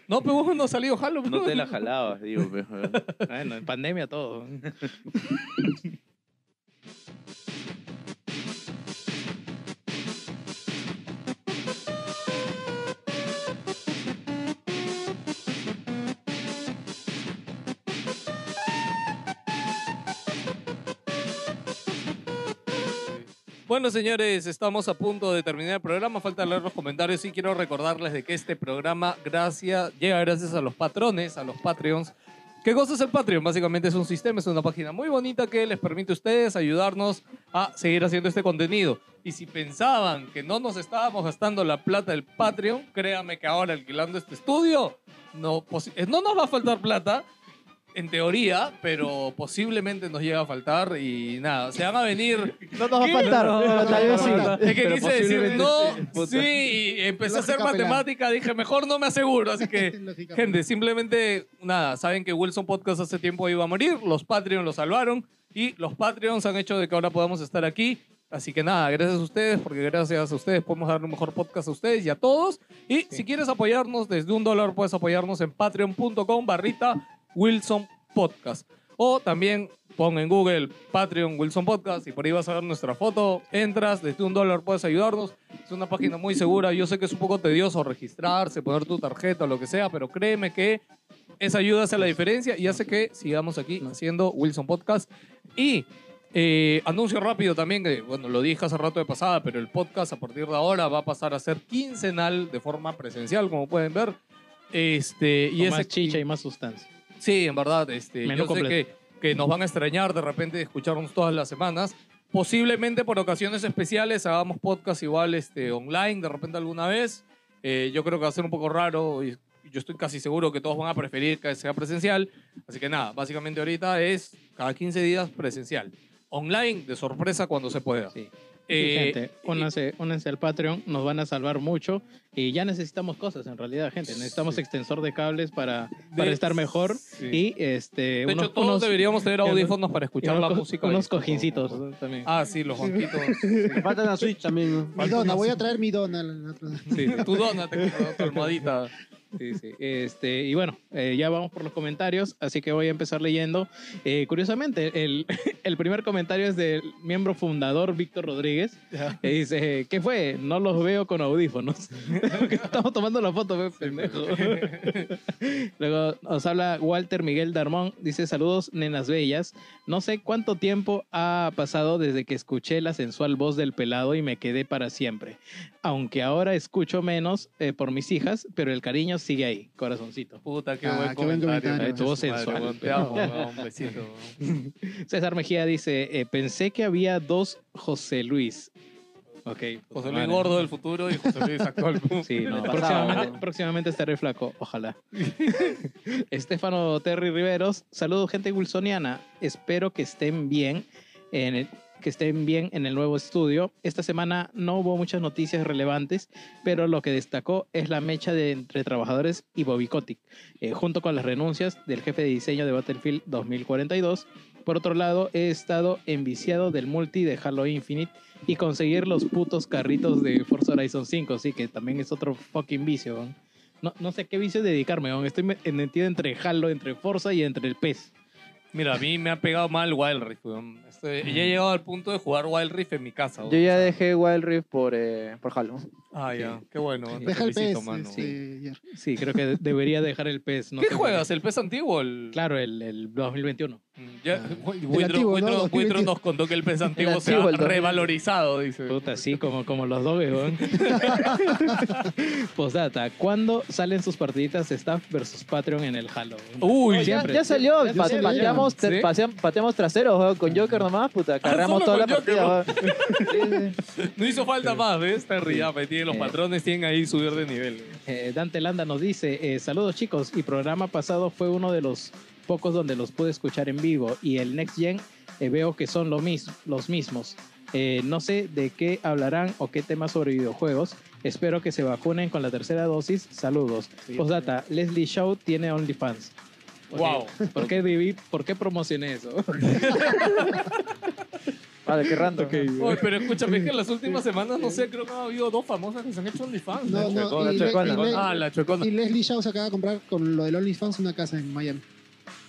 S4: No, pero vos no ha salido Halo.
S6: no te la jalabas, digo. pues, weón.
S8: Bueno, en pandemia todo.
S4: Bueno, señores, estamos a punto de terminar el programa. Falta leer los comentarios y quiero recordarles de que este programa gracias, llega gracias a los patrones, a los Patreons. ¿Qué cosa es el Patreon? Básicamente es un sistema, es una página muy bonita que les permite a ustedes ayudarnos a seguir haciendo este contenido. Y si pensaban que no nos estábamos gastando la plata del Patreon, créame que ahora alquilando este estudio, no, posi- eh, no nos va a faltar plata, en teoría, pero posiblemente nos llega a faltar y nada, se van a venir
S5: No nos va a faltar.
S4: No,
S5: pero
S7: no,
S5: tal
S7: no,
S5: vez sí.
S7: no, no.
S4: es que
S6: Pero
S4: quise decir
S6: posiblemente
S4: no,
S6: sí, puta.
S4: sí, y empecé a hacer
S7: Lógica pelada.
S4: matemática, dije mejor no me aseguro, así que
S7: Lógica.
S4: gente, simplemente nada, saben que Wilson Podcast hace tiempo iba a morir, los Patreons lo salvaron y los Patreons han hecho de que ahora podamos estar aquí, así que nada, gracias a ustedes, porque gracias a ustedes podemos darle un mejor podcast a ustedes y a todos, y si quieres apoyarnos desde un dólar puedes apoyarnos en patreon.com barrita Wilson Podcast. O también pon en Google Patreon Wilson Podcast y por ahí vas a ver nuestra foto. Entras, desde un dólar puedes ayudarnos. Es una página muy segura. Yo sé que es un poco tedioso registrarse, poner tu tarjeta, lo que sea, pero créeme que esa ayuda hace la diferencia y hace que sigamos aquí haciendo Wilson Podcast. Y eh, anuncio rápido también, que bueno, lo dije hace rato de pasada, pero el podcast a partir de ahora va a pasar a ser quincenal de forma presencial, como pueden ver. Este, y
S8: Con
S4: ese-
S8: más chicha y más sustancia.
S4: Sí, en verdad, este,
S8: Menú
S4: yo sé
S8: completo.
S4: que, que nos van a extrañar de repente de escucharnos todas las semanas. Posiblemente por ocasiones especiales hagamos podcast igual este, online de repente alguna vez. Eh, yo creo que va a ser un poco raro y yo estoy casi seguro que todos van a preferir que sea presencial. Así que nada, básicamente ahorita es cada 15 días presencial. Online, de sorpresa cuando se pueda. Eh,
S8: Sí, gente, únanse, únanse al Patreon, nos van a salvar mucho y ya necesitamos cosas en realidad, gente. Necesitamos extensor de cables para, para
S4: De-
S8: estar mejor y este...
S4: De hecho, todos deberíamos tener audífonos para escuchar la música.
S8: Unos
S4: y-
S8: cojincitos también.
S4: Ah, sí, los banquitos.
S15: Falta la Switch también.
S7: Mi dona, voy a traer mi dona. la otra vez.
S4: Sí, tu dona, te tu almohadita.
S8: Sí, sí. Este, y bueno, eh, ya vamos por los comentarios, así que voy a empezar leyendo. Eh, curiosamente, el, el primer comentario es del miembro fundador Víctor Rodríguez. que dice, ¿qué fue? No los veo con audífonos. Porque Estamos tomando la foto, pues, pendejo. Luego nos habla Walter Miguel Darmón, dice saludos, nenas bellas. No sé cuánto tiempo ha pasado desde que escuché la sensual voz del pelado y me quedé para siempre. Aunque ahora escucho menos eh, por mis hijas, pero el cariño sigue ahí, corazoncito.
S4: Puta, qué
S7: Ah,
S4: buen
S7: qué buen
S4: comentario.
S7: comentario.
S8: Ay, tu voz
S4: Madre,
S8: sensual.
S4: weón, Te amo, weón, un besito.
S8: César Mejía dice, eh, pensé que había dos José Luis. Ok. pues,
S4: José Luis
S8: Vale.
S4: Gordo del futuro y José Luis actual.
S8: Sí, no,
S4: Pasado.
S8: próximamente, próximamente estaré flaco, ojalá. Estefano Terry Riveros, saludos gente wilsoniana, espero que estén bien en el que estén bien en el nuevo estudio. Esta semana no hubo muchas noticias relevantes, pero lo que destacó es la mecha de entre trabajadores y Bobby Kotick, eh, junto con las renuncias del jefe de diseño de Battlefield 2042. Por otro lado, he estado enviciado del multi de Halo Infinite y conseguir los putos carritos de Forza Horizon 5, sí, que también es otro fucking vicio. weón. No, no sé a qué vicio dedicarme, weón. estoy me- metido entre Halo, entre Forza y entre el PES.
S4: Mira, a mí me ha pegado mal Wild Rift. weón. Estoy- ya he llegado al punto de jugar Wild Rift en mi casa. weón.
S5: Yo ya dejé Wild Rift por, eh, por Halo.
S4: Ah, ya. Qué bueno. te
S7: Deja el
S4: felicito,
S7: pez.
S4: mano.
S7: este, Jer.
S8: Sí, creo que de- debería dejar el PES. no
S4: ¿Qué
S8: sé por
S4: juegas? ¿El pez antiguo? El... Mm,
S8: Claro, el, el 2021.
S4: Ya, Buitro,
S7: antiguo, ¿no?
S4: Buitro-
S7: Los
S4: Buitro
S7: 2022.
S4: nos contó que el pez antiguo se
S5: antiguo,
S4: ha
S5: el 2022.
S4: revalorizado, dice.
S8: Puta, sí, como, como los dobles, weón. Postdata, ¿cuándo salen sus partiditas Staff versus Patreon en el Halo? weón?
S4: Uy,
S5: Ya,
S8: siempre.
S5: ya salió,
S8: Ya
S5: pa-
S8: salió,
S5: pateamos,
S4: ya.
S5: tra-
S4: ¿Sí?
S5: paseam- pateamos traseros weón, con Joker nomás, puta, cargamos
S4: solo
S5: toda la
S4: con Joker,
S5: partida. weón. Sí, sí.
S4: no hizo falta más, ¿ves? Terry, ya, pues, tiene- los
S5: Eh.
S4: patrones tienen ahí subir de nivel.
S8: Eh, Dante Landa nos dice, eh, saludos chicos, y programa pasado fue uno de los pocos donde los pude escuchar en vivo y el Next Gen eh, veo que son lo mis- los mismos. Eh, no sé de qué hablarán o qué temas sobre videojuegos. Espero que se vacunen con la tercera dosis. Saludos. Postdata, Leslie Shaw tiene OnlyFans. Ok,
S4: Wow.
S8: ¿Por qué, divi- ¿Por qué promocioné eso?
S5: Vale, qué random.
S4: Oye, pero escúchame, es que en las últimas semanas, no sé, creo que ha habido dos famosas que se han hecho OnlyFans.
S7: No, no,
S5: Chuecona,
S7: y, Le-
S5: chuecona.
S7: y Le-
S4: Ah, la chocona.
S7: y Leslie Shaw se acaba de comprar con lo del OnlyFans una casa en Miami.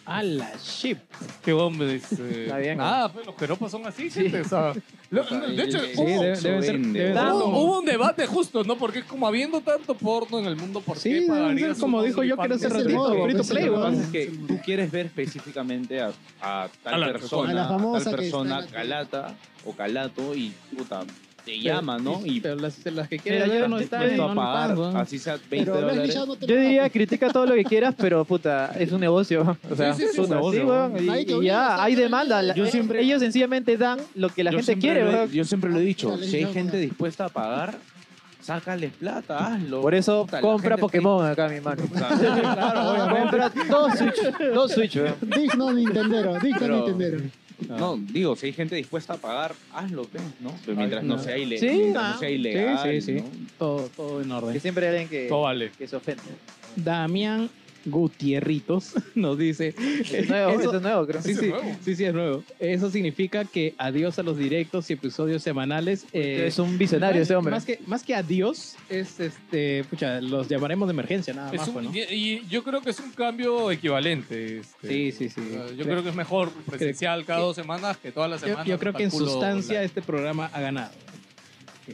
S8: A la ship.
S4: Qué hombre. este,
S5: Está bien,
S4: nada, pues, los jeropas son así, gente. o sea, lo- de hecho,
S8: Sí,
S4: hubo,
S8: debe- deben ser-
S6: vende.
S8: deben ser
S4: hubo-
S8: como-
S4: hubo un debate justo, ¿no? Porque es como habiendo tanto porno en el mundo, ¿por
S8: Sí,
S4: qué
S8: deben ser
S4: pagarías
S8: como
S4: un
S8: dijo yo que era
S4: OnlyFans?
S8: ese
S7: Es el
S8: ratito,
S7: modo,
S8: free to
S7: es el
S8: play,
S6: pues, Lo que
S7: modo.
S6: pasa es que tú quieres ver específicamente a, a tal
S4: A la persona.
S6: persona,
S7: A la famosa
S6: tal
S7: que está
S6: persona,
S7: en la-
S6: calata o calato y puta, te llama, ¿no? Y
S8: Pero las, las que
S6: mira,
S8: quieren ver no
S6: te
S8: están en
S6: puesto a pagar,
S8: OnlyFans, weón.
S6: así sea 20
S7: Pero Leslie
S6: dólares.
S7: Shaw no te
S5: Yo diría, critica todo lo que quieras, pero puta, es un negocio. O sea,
S4: Sí, sí, sí,
S5: es un
S4: sí,
S5: negocio.
S4: sí,
S5: weón, y-
S7: Nadie te
S5: y
S7: obliga,
S5: ya,
S7: está
S5: hay
S7: bien.
S5: demanda. la-
S7: Yo
S5: eh,
S7: siempre-
S5: Ellos sencillamente dan lo que la
S6: Yo
S5: gente
S6: siempre
S5: quiere,
S6: lo he-
S5: weón.
S6: Yo siempre lo he dicho,
S7: Dale,
S6: si hay
S7: ya,
S6: gente
S7: weón.
S6: dispuesta a pagar, sácales plata, hazlo.
S5: Por eso
S6: Puta, la
S5: compra
S6: gente
S5: Pokémon acá, mi mano.
S6: está- o sea,
S7: Ah,
S5: compra dos Switch, dos Switch, weón.
S7: Digno Nintendero, digno
S6: Pero-
S7: Nintendero.
S6: No, digo, si hay gente dispuesta a pagar, hazlo, pe, ¿no? Pero mientras no sea ilegal.
S5: Sí,
S6: mientras
S5: ah,
S6: no sea ilegal.
S8: sí, sí.
S6: ¿no?
S8: Todo, todo en orden.
S5: Que siempre hay alguien que,
S4: Todo vale.
S5: que se ofende.
S8: Damián Gutierritos nos dice.
S5: Es nuevo,
S8: Eso-
S5: eso Ah, es nuevo, creo.
S8: Sí, sí, sí, sí, es nuevo. Eso significa que adiós a los directos y episodios semanales. eh,
S5: es un visionario ese hombre.
S8: Más que, más que adiós, es este. Pucha, los llamaremos de emergencia, nada
S4: Es
S8: más.
S4: un-
S8: pues, ¿no?
S4: y, y yo creo que es un cambio equivalente. este.
S8: Sí, sí, sí.
S4: O sea, Yo creo que es mejor presencial cada dos semanas que todas las
S8: Yo,
S4: semanas.
S8: yo creo que en
S4: calculo,
S8: sustancia
S4: la-
S8: este programa ha ganado.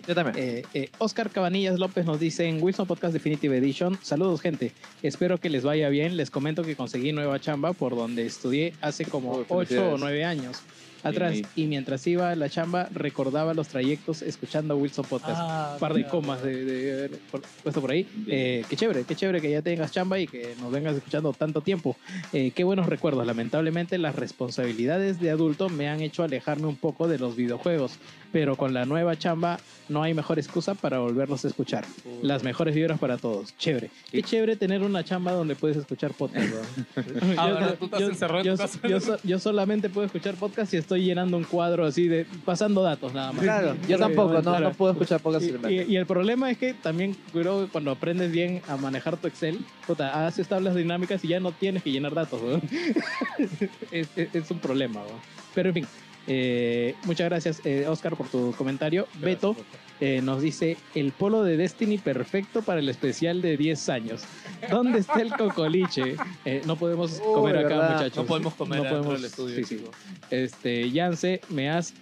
S5: Yo también.
S8: Eh, eh, Oscar Cabanillas López nos dice en Wilson Podcast Definitive Edition. Saludos, gente. Espero que les vaya bien. Les comento que conseguí nueva chamba por donde estudié hace como
S5: Oh,
S8: 8 o
S5: felicidades.
S8: 9 años atrás.
S5: Bien
S8: Y mientras iba a la chamba, recordaba los trayectos escuchando Wilson Podcast.
S4: Ah,
S8: Un par de
S4: mira.
S8: comas de, de haber por- puesto por ahí. Eh, qué chévere, qué chévere que ya tengas chamba y que nos vengas escuchando tanto tiempo. Eh, qué buenos recuerdos. Lamentablemente, las responsabilidades de adulto me han hecho alejarme un poco de los videojuegos pero con la nueva chamba no hay mejor excusa para volverlos a escuchar. Las mejores vibras para todos. Chévere. Qué chévere tener una chamba donde puedes escuchar podcast. ¿verdad?
S4: Ah,
S8: Yo-
S4: ¿verdad? Tú te has
S8: yo-
S4: encerrado en
S8: yo-
S4: tu casa.
S8: yo so- Yo solamente puedo escuchar podcast y estoy llenando un cuadro así de pasando datos nada más.
S5: Claro, yo tampoco, no, no puedo escuchar podcast
S8: Y,
S5: en el
S8: y- y el problema es que también creo que cuando aprendes bien a manejar tu Excel, puta, haces tablas dinámicas y ya no tienes que llenar datos. weón. es, es- es un problema. weón. Pero en fin, eh, muchas gracias eh, Oscar por tu comentario. Beto eh, nos dice el polo de Destiny perfecto para el especial de 10 años. ¿Dónde está el cocoliche? Eh, no podemos
S4: Oh,
S8: comer acá,
S4: ¿verdad?
S8: muchachos.
S4: No podemos comer adentro del estudio,
S8: sí, sí. Este, Yance, me has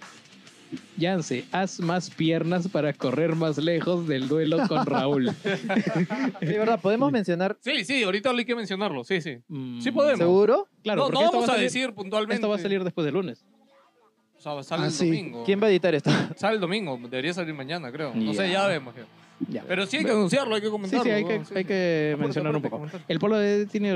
S8: Yance, haz más piernas para correr más lejos del duelo con Raúl.
S5: De verdad, podemos mencionar.
S4: Sí, sí, ahorita hay que mencionarlo. Sí, sí.
S8: Mm,
S4: Sí podemos.
S5: ¿Seguro?
S8: Claro,
S4: no,
S8: porque
S4: no
S8: esto
S4: vamos
S8: va
S4: a,
S8: a salir-
S4: decir puntualmente.
S8: Esto va a salir después del lunes.
S4: O sea, sale
S7: Ah,
S4: el
S7: sí.
S4: domingo.
S5: ¿Quién va a editar esto?
S4: Sale el domingo. Debería salir mañana, creo. No sé,
S8: Ya.
S4: ya vemos. ya.
S8: Ya.
S4: Pero sí hay que anunciarlo, hay que
S8: Sí,
S4: comentarlo.
S8: sí, hay
S4: weón,
S8: que, hay que mencionar un
S4: apúrate,
S8: poco.
S4: apúrate.
S8: El polo de tiene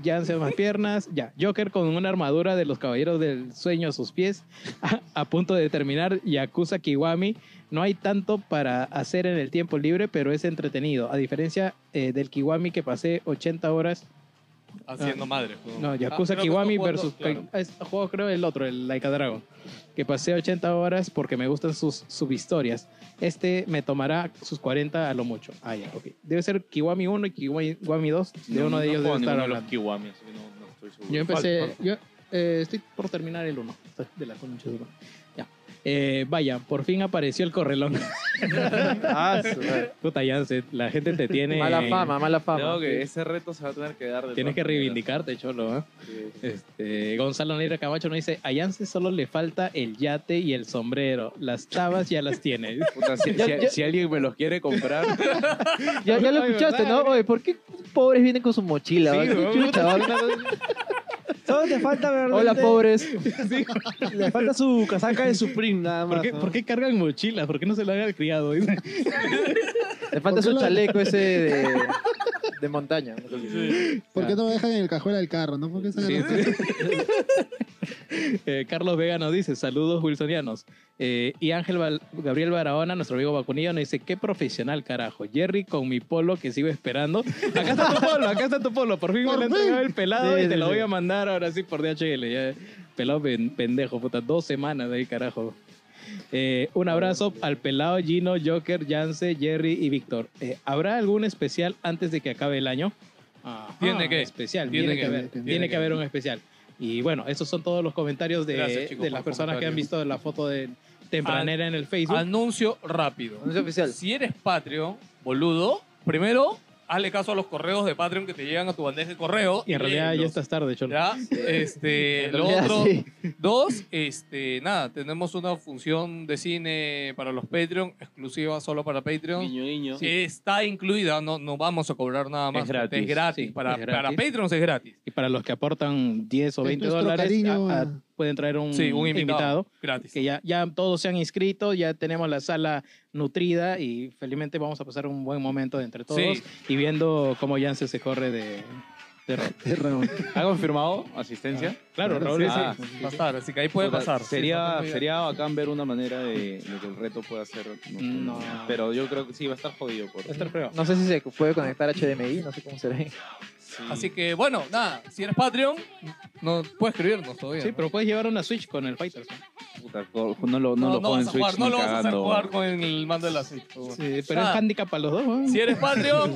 S8: Yance más piernas. Ya, Joker con una armadura de los caballeros del sueño a sus pies, a, a punto de terminar Yakuza Kiwami. No hay tanto para hacer en el tiempo libre, pero es entretenido. A diferencia eh, del Kiwami que pasé 80 horas.
S4: Haciendo madre. weón.
S8: No,
S4: Ah,
S8: Yakuza
S4: creo que
S8: Kiwami
S4: tú juegas
S8: versus.
S4: dos, claro.
S8: ah, es- juego creo el otro, el Laika Dragon. Que pasé 80 horas porque me gustan sus subhistorias. Este me tomará sus 40 a lo mucho. Ah, ya, ok. Debe ser Kiwami 1 y Kiwami 2. De
S6: No,
S8: uno de
S6: no
S8: ellos debe estar
S6: juego a ninguno de los
S8: hablando.
S6: Kiwami, así que no, no estoy seguro.
S8: Yo
S6: ¿Cuál?
S8: empecé.
S6: ¿Cuál?
S8: Yo, eh, estoy por terminar el 1. De la concha de su madre. Ya. Eh, vaya, por fin apareció el correlón.
S6: Ah, su madre.
S8: Puta, ya sé, la gente te tiene.
S5: Mala fama, mala fama.
S6: Creo que ese reto se va a tener que dar. de
S8: Tienes que
S6: todas maneras.
S8: reivindicarte, cholo. ¿eh?
S6: Sí.
S8: Este, Gonzalo Neira Camacho nos dice, a Yance solo le falta el yate y el sombrero. Las tabas ya las tiene.
S6: Puta, si,
S5: Yo-
S6: si-
S5: yo-
S6: si alguien me los quiere comprar,
S5: Ya, ya lo
S8: Ay,
S5: escuchaste, ¿no?
S8: ¿verdad?
S5: Oye, ¿por qué pobres vienen con su mochila? va? ¿Qué chucha, va?
S15: Solo te falta ver.
S5: Hola, pobres.
S15: Le falta su casaca de Supreme, nada más.
S8: ¿Por qué,
S15: ¿no?
S8: por qué cargan mochilas? ¿Por qué no se lo haga al criado? Dice,
S5: Le falta
S7: ¿Por qué
S5: su
S7: lo-
S5: chaleco ese de, de montaña.
S7: ¿Por qué no lo dejan en el cajuela del carro? ¿No? ¿Por qué están en la-
S8: eh, Carlos Vega nos dice, saludos wilsonianos. Eh, y Ángel Val- Gabriel Barahona, nuestro amigo vacunillo, nos dice, qué profesional, carajo. Jerry con mi polo que sigo esperando. Acá está tu polo, acá está tu polo. Por fin me lo
S7: Por
S8: he
S7: fin.
S8: entregado el pelado
S5: Sí,
S8: y te
S5: sí,
S8: lo
S5: sí.
S8: voy a mandar ahora sí por DHL. Ya, pelado pen- pendejo, puta. Dos semanas de ahí, carajo. Eh, un abrazo al pelado Gino, Joker, Yance, Jerry y Víctor. Eh, ¿Habrá algún especial antes de que acabe el año?
S4: Ah. Tiene que.
S8: Ah, Especial, tiene,
S4: Tiene
S8: que,
S4: que,
S8: haber. Tiene,
S4: tiene
S8: que
S4: que.
S8: haber un especial. Y bueno, esos son todos los comentarios de,
S4: Gracias, chicos,
S8: de
S4: por
S8: las
S4: los
S8: personas que han
S4: comentarios.
S8: visto la foto de tempranera en el Facebook.
S4: Anuncio rápido.
S5: Anuncio oficial.
S4: Si eres Patreon, boludo, primero hazle caso a los correos de Patreon que te llegan a tu bandeja de correo.
S8: y en realidad ya
S4: léelos,
S8: estás tarde, Cholo.
S4: ¿Ya? Este, lo
S5: Ya,
S4: otro,
S5: sí.
S4: Dos, este, nada, tenemos una función de cine para los Patreon, exclusiva solo para Patreon.
S15: Guiño, guiño.
S4: Está incluida, no, no vamos a cobrar nada más.
S8: Es gratis,
S4: Es gratis.
S8: sí,
S4: para,
S8: es gratis.
S4: para Patreons es gratis.
S8: Y para los que aportan 10 o
S7: Es
S8: 20
S7: nuestro
S8: dólares,
S7: cariño
S8: a- a-
S7: a-
S8: pueden traer un,
S4: Sí, un
S8: invitado.
S4: invitado. Gratis.
S8: Que ya, ya todos se han inscrito, ya tenemos la sala nutrida y felizmente vamos a pasar un buen momento entre todos
S4: Sí.
S8: y viendo cómo Yance se corre de... de rol.
S6: ¿ha confirmado asistencia?
S8: Claro, Raúl.
S6: Ah,
S8: ah.
S6: sí,
S8: es-
S6: sí.
S4: Va a estar, así que ahí puede
S6: Puta,
S4: pasar.
S6: Sería, sería bacán ver una manera de, de que el reto pueda ser. no sé,
S8: No.
S6: Pero yo creo que sí va a estar jodido. Por,
S8: Va a estar feo.
S5: No sé si se puede conectar HDMI, no sé cómo será.
S6: sí.
S4: Así que bueno, nada, si eres Patreon, no puedes escribirnos todavía.
S8: Sí,
S4: ¿no?
S8: pero puedes llevar una Switch con el Fighters.
S6: Puta, co- no lo, no lo juego en
S4: vas a
S6: Switch
S4: jugar, no
S6: ni
S4: lo vas a hacer
S6: cagando.
S4: jugar con el mando de la Switch. por favor.
S8: Sí, pero
S4: Ah,
S8: es handicap para los dos. ¿no?
S4: Si eres Patreon,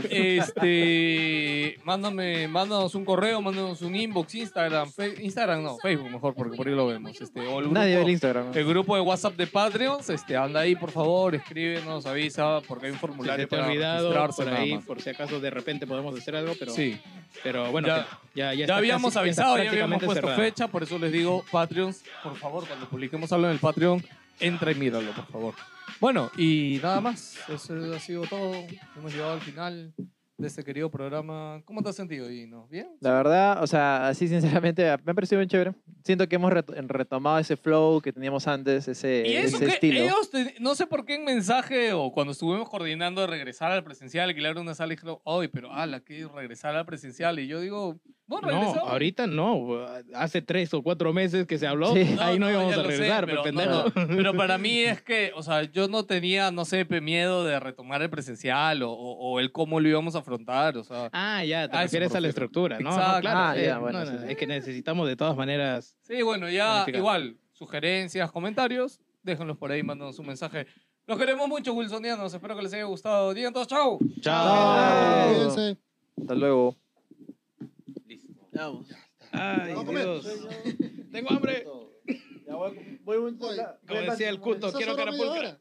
S4: este, mándame, mándanos un correo, mándanos un inbox, Instagram, Fe- Instagram no, Facebook mejor, porque por ahí lo vemos. Este, o el grupo, Eh.
S5: Nadie ve el Instagram.
S4: el grupo de WhatsApp de Patreons, este, anda ahí por favor, escríbenos, avisa, porque hay un
S8: Si se
S4: formulario
S8: te ha
S4: para
S8: olvidado
S4: registrarse
S8: por
S4: nada
S8: ahí,
S4: más.
S8: por si acaso de repente podemos hacer algo, pero,
S4: Sí.
S8: pero bueno,
S4: Ya-
S8: gente, ya, ya,
S4: Ya,
S8: está
S4: habíamos
S8: casi- está
S4: avisado, ya habíamos
S8: prácticamente
S4: puesto
S8: cerrada.
S4: fecha, por eso les digo, Patreons, por favor, cuando publiquemos algo en el Patreon, Entra y míralo, por favor. Bueno, y nada más. Eso ha sido todo. Hemos llegado al final de este querido programa. ¿Cómo te has sentido, Dino? ¿Bien?
S5: La verdad, o sea, así sinceramente me ha parecido bien chévere. Siento que hemos reto- retomado ese flow que teníamos antes, ese,
S4: Y eso
S5: Eh, ese
S4: que
S5: estilo.
S4: ellos, te- no sé por qué en mensaje o cuando estuvimos coordinando de regresar al presencial, alquilar una sala, dijeron, ay, pero ala, que regresar al presencial. Y yo digo, bueno,
S8: No,
S4: regresamos.
S8: ahorita no. Hace tres o cuatro meses que se habló.
S5: Sí.
S8: Ahí no, íbamos
S4: ya
S8: a
S4: lo sé,
S8: regresar, pero,
S4: no,
S8: pendejo.
S4: no. Pero para mí es que, o sea, yo no tenía, no sé, pe- miedo de retomar el presencial o, o- o el cómo lo íbamos a afrontar, o sea.
S8: Ah, ya, te
S4: A eso
S8: refieres
S4: me
S8: a
S4: refiero.
S8: la estructura, ¿no? No,
S4: Exacto.
S8: claro,
S5: Ah,
S8: sí.
S5: ya, bueno,
S8: No,
S5: sí,
S8: no,
S5: sí.
S8: Es que necesitamos de todas maneras.
S4: Sí, bueno, ya
S8: Planificar.
S4: igual, sugerencias, comentarios, déjenlos por ahí, mándanos un mensaje. Los queremos mucho, Wilsonianos. Espero que les haya gustado. Digan todos, chao.
S5: Ah,
S7: Cuídense.
S5: Hasta luego.
S8: Ay, Dios. Tengo hambre.
S15: Ya voy, voy un
S7: Oye,
S8: Como decía el cuto,
S7: Esa
S8: quiero
S7: solo media
S8: carapulcra.
S7: hora.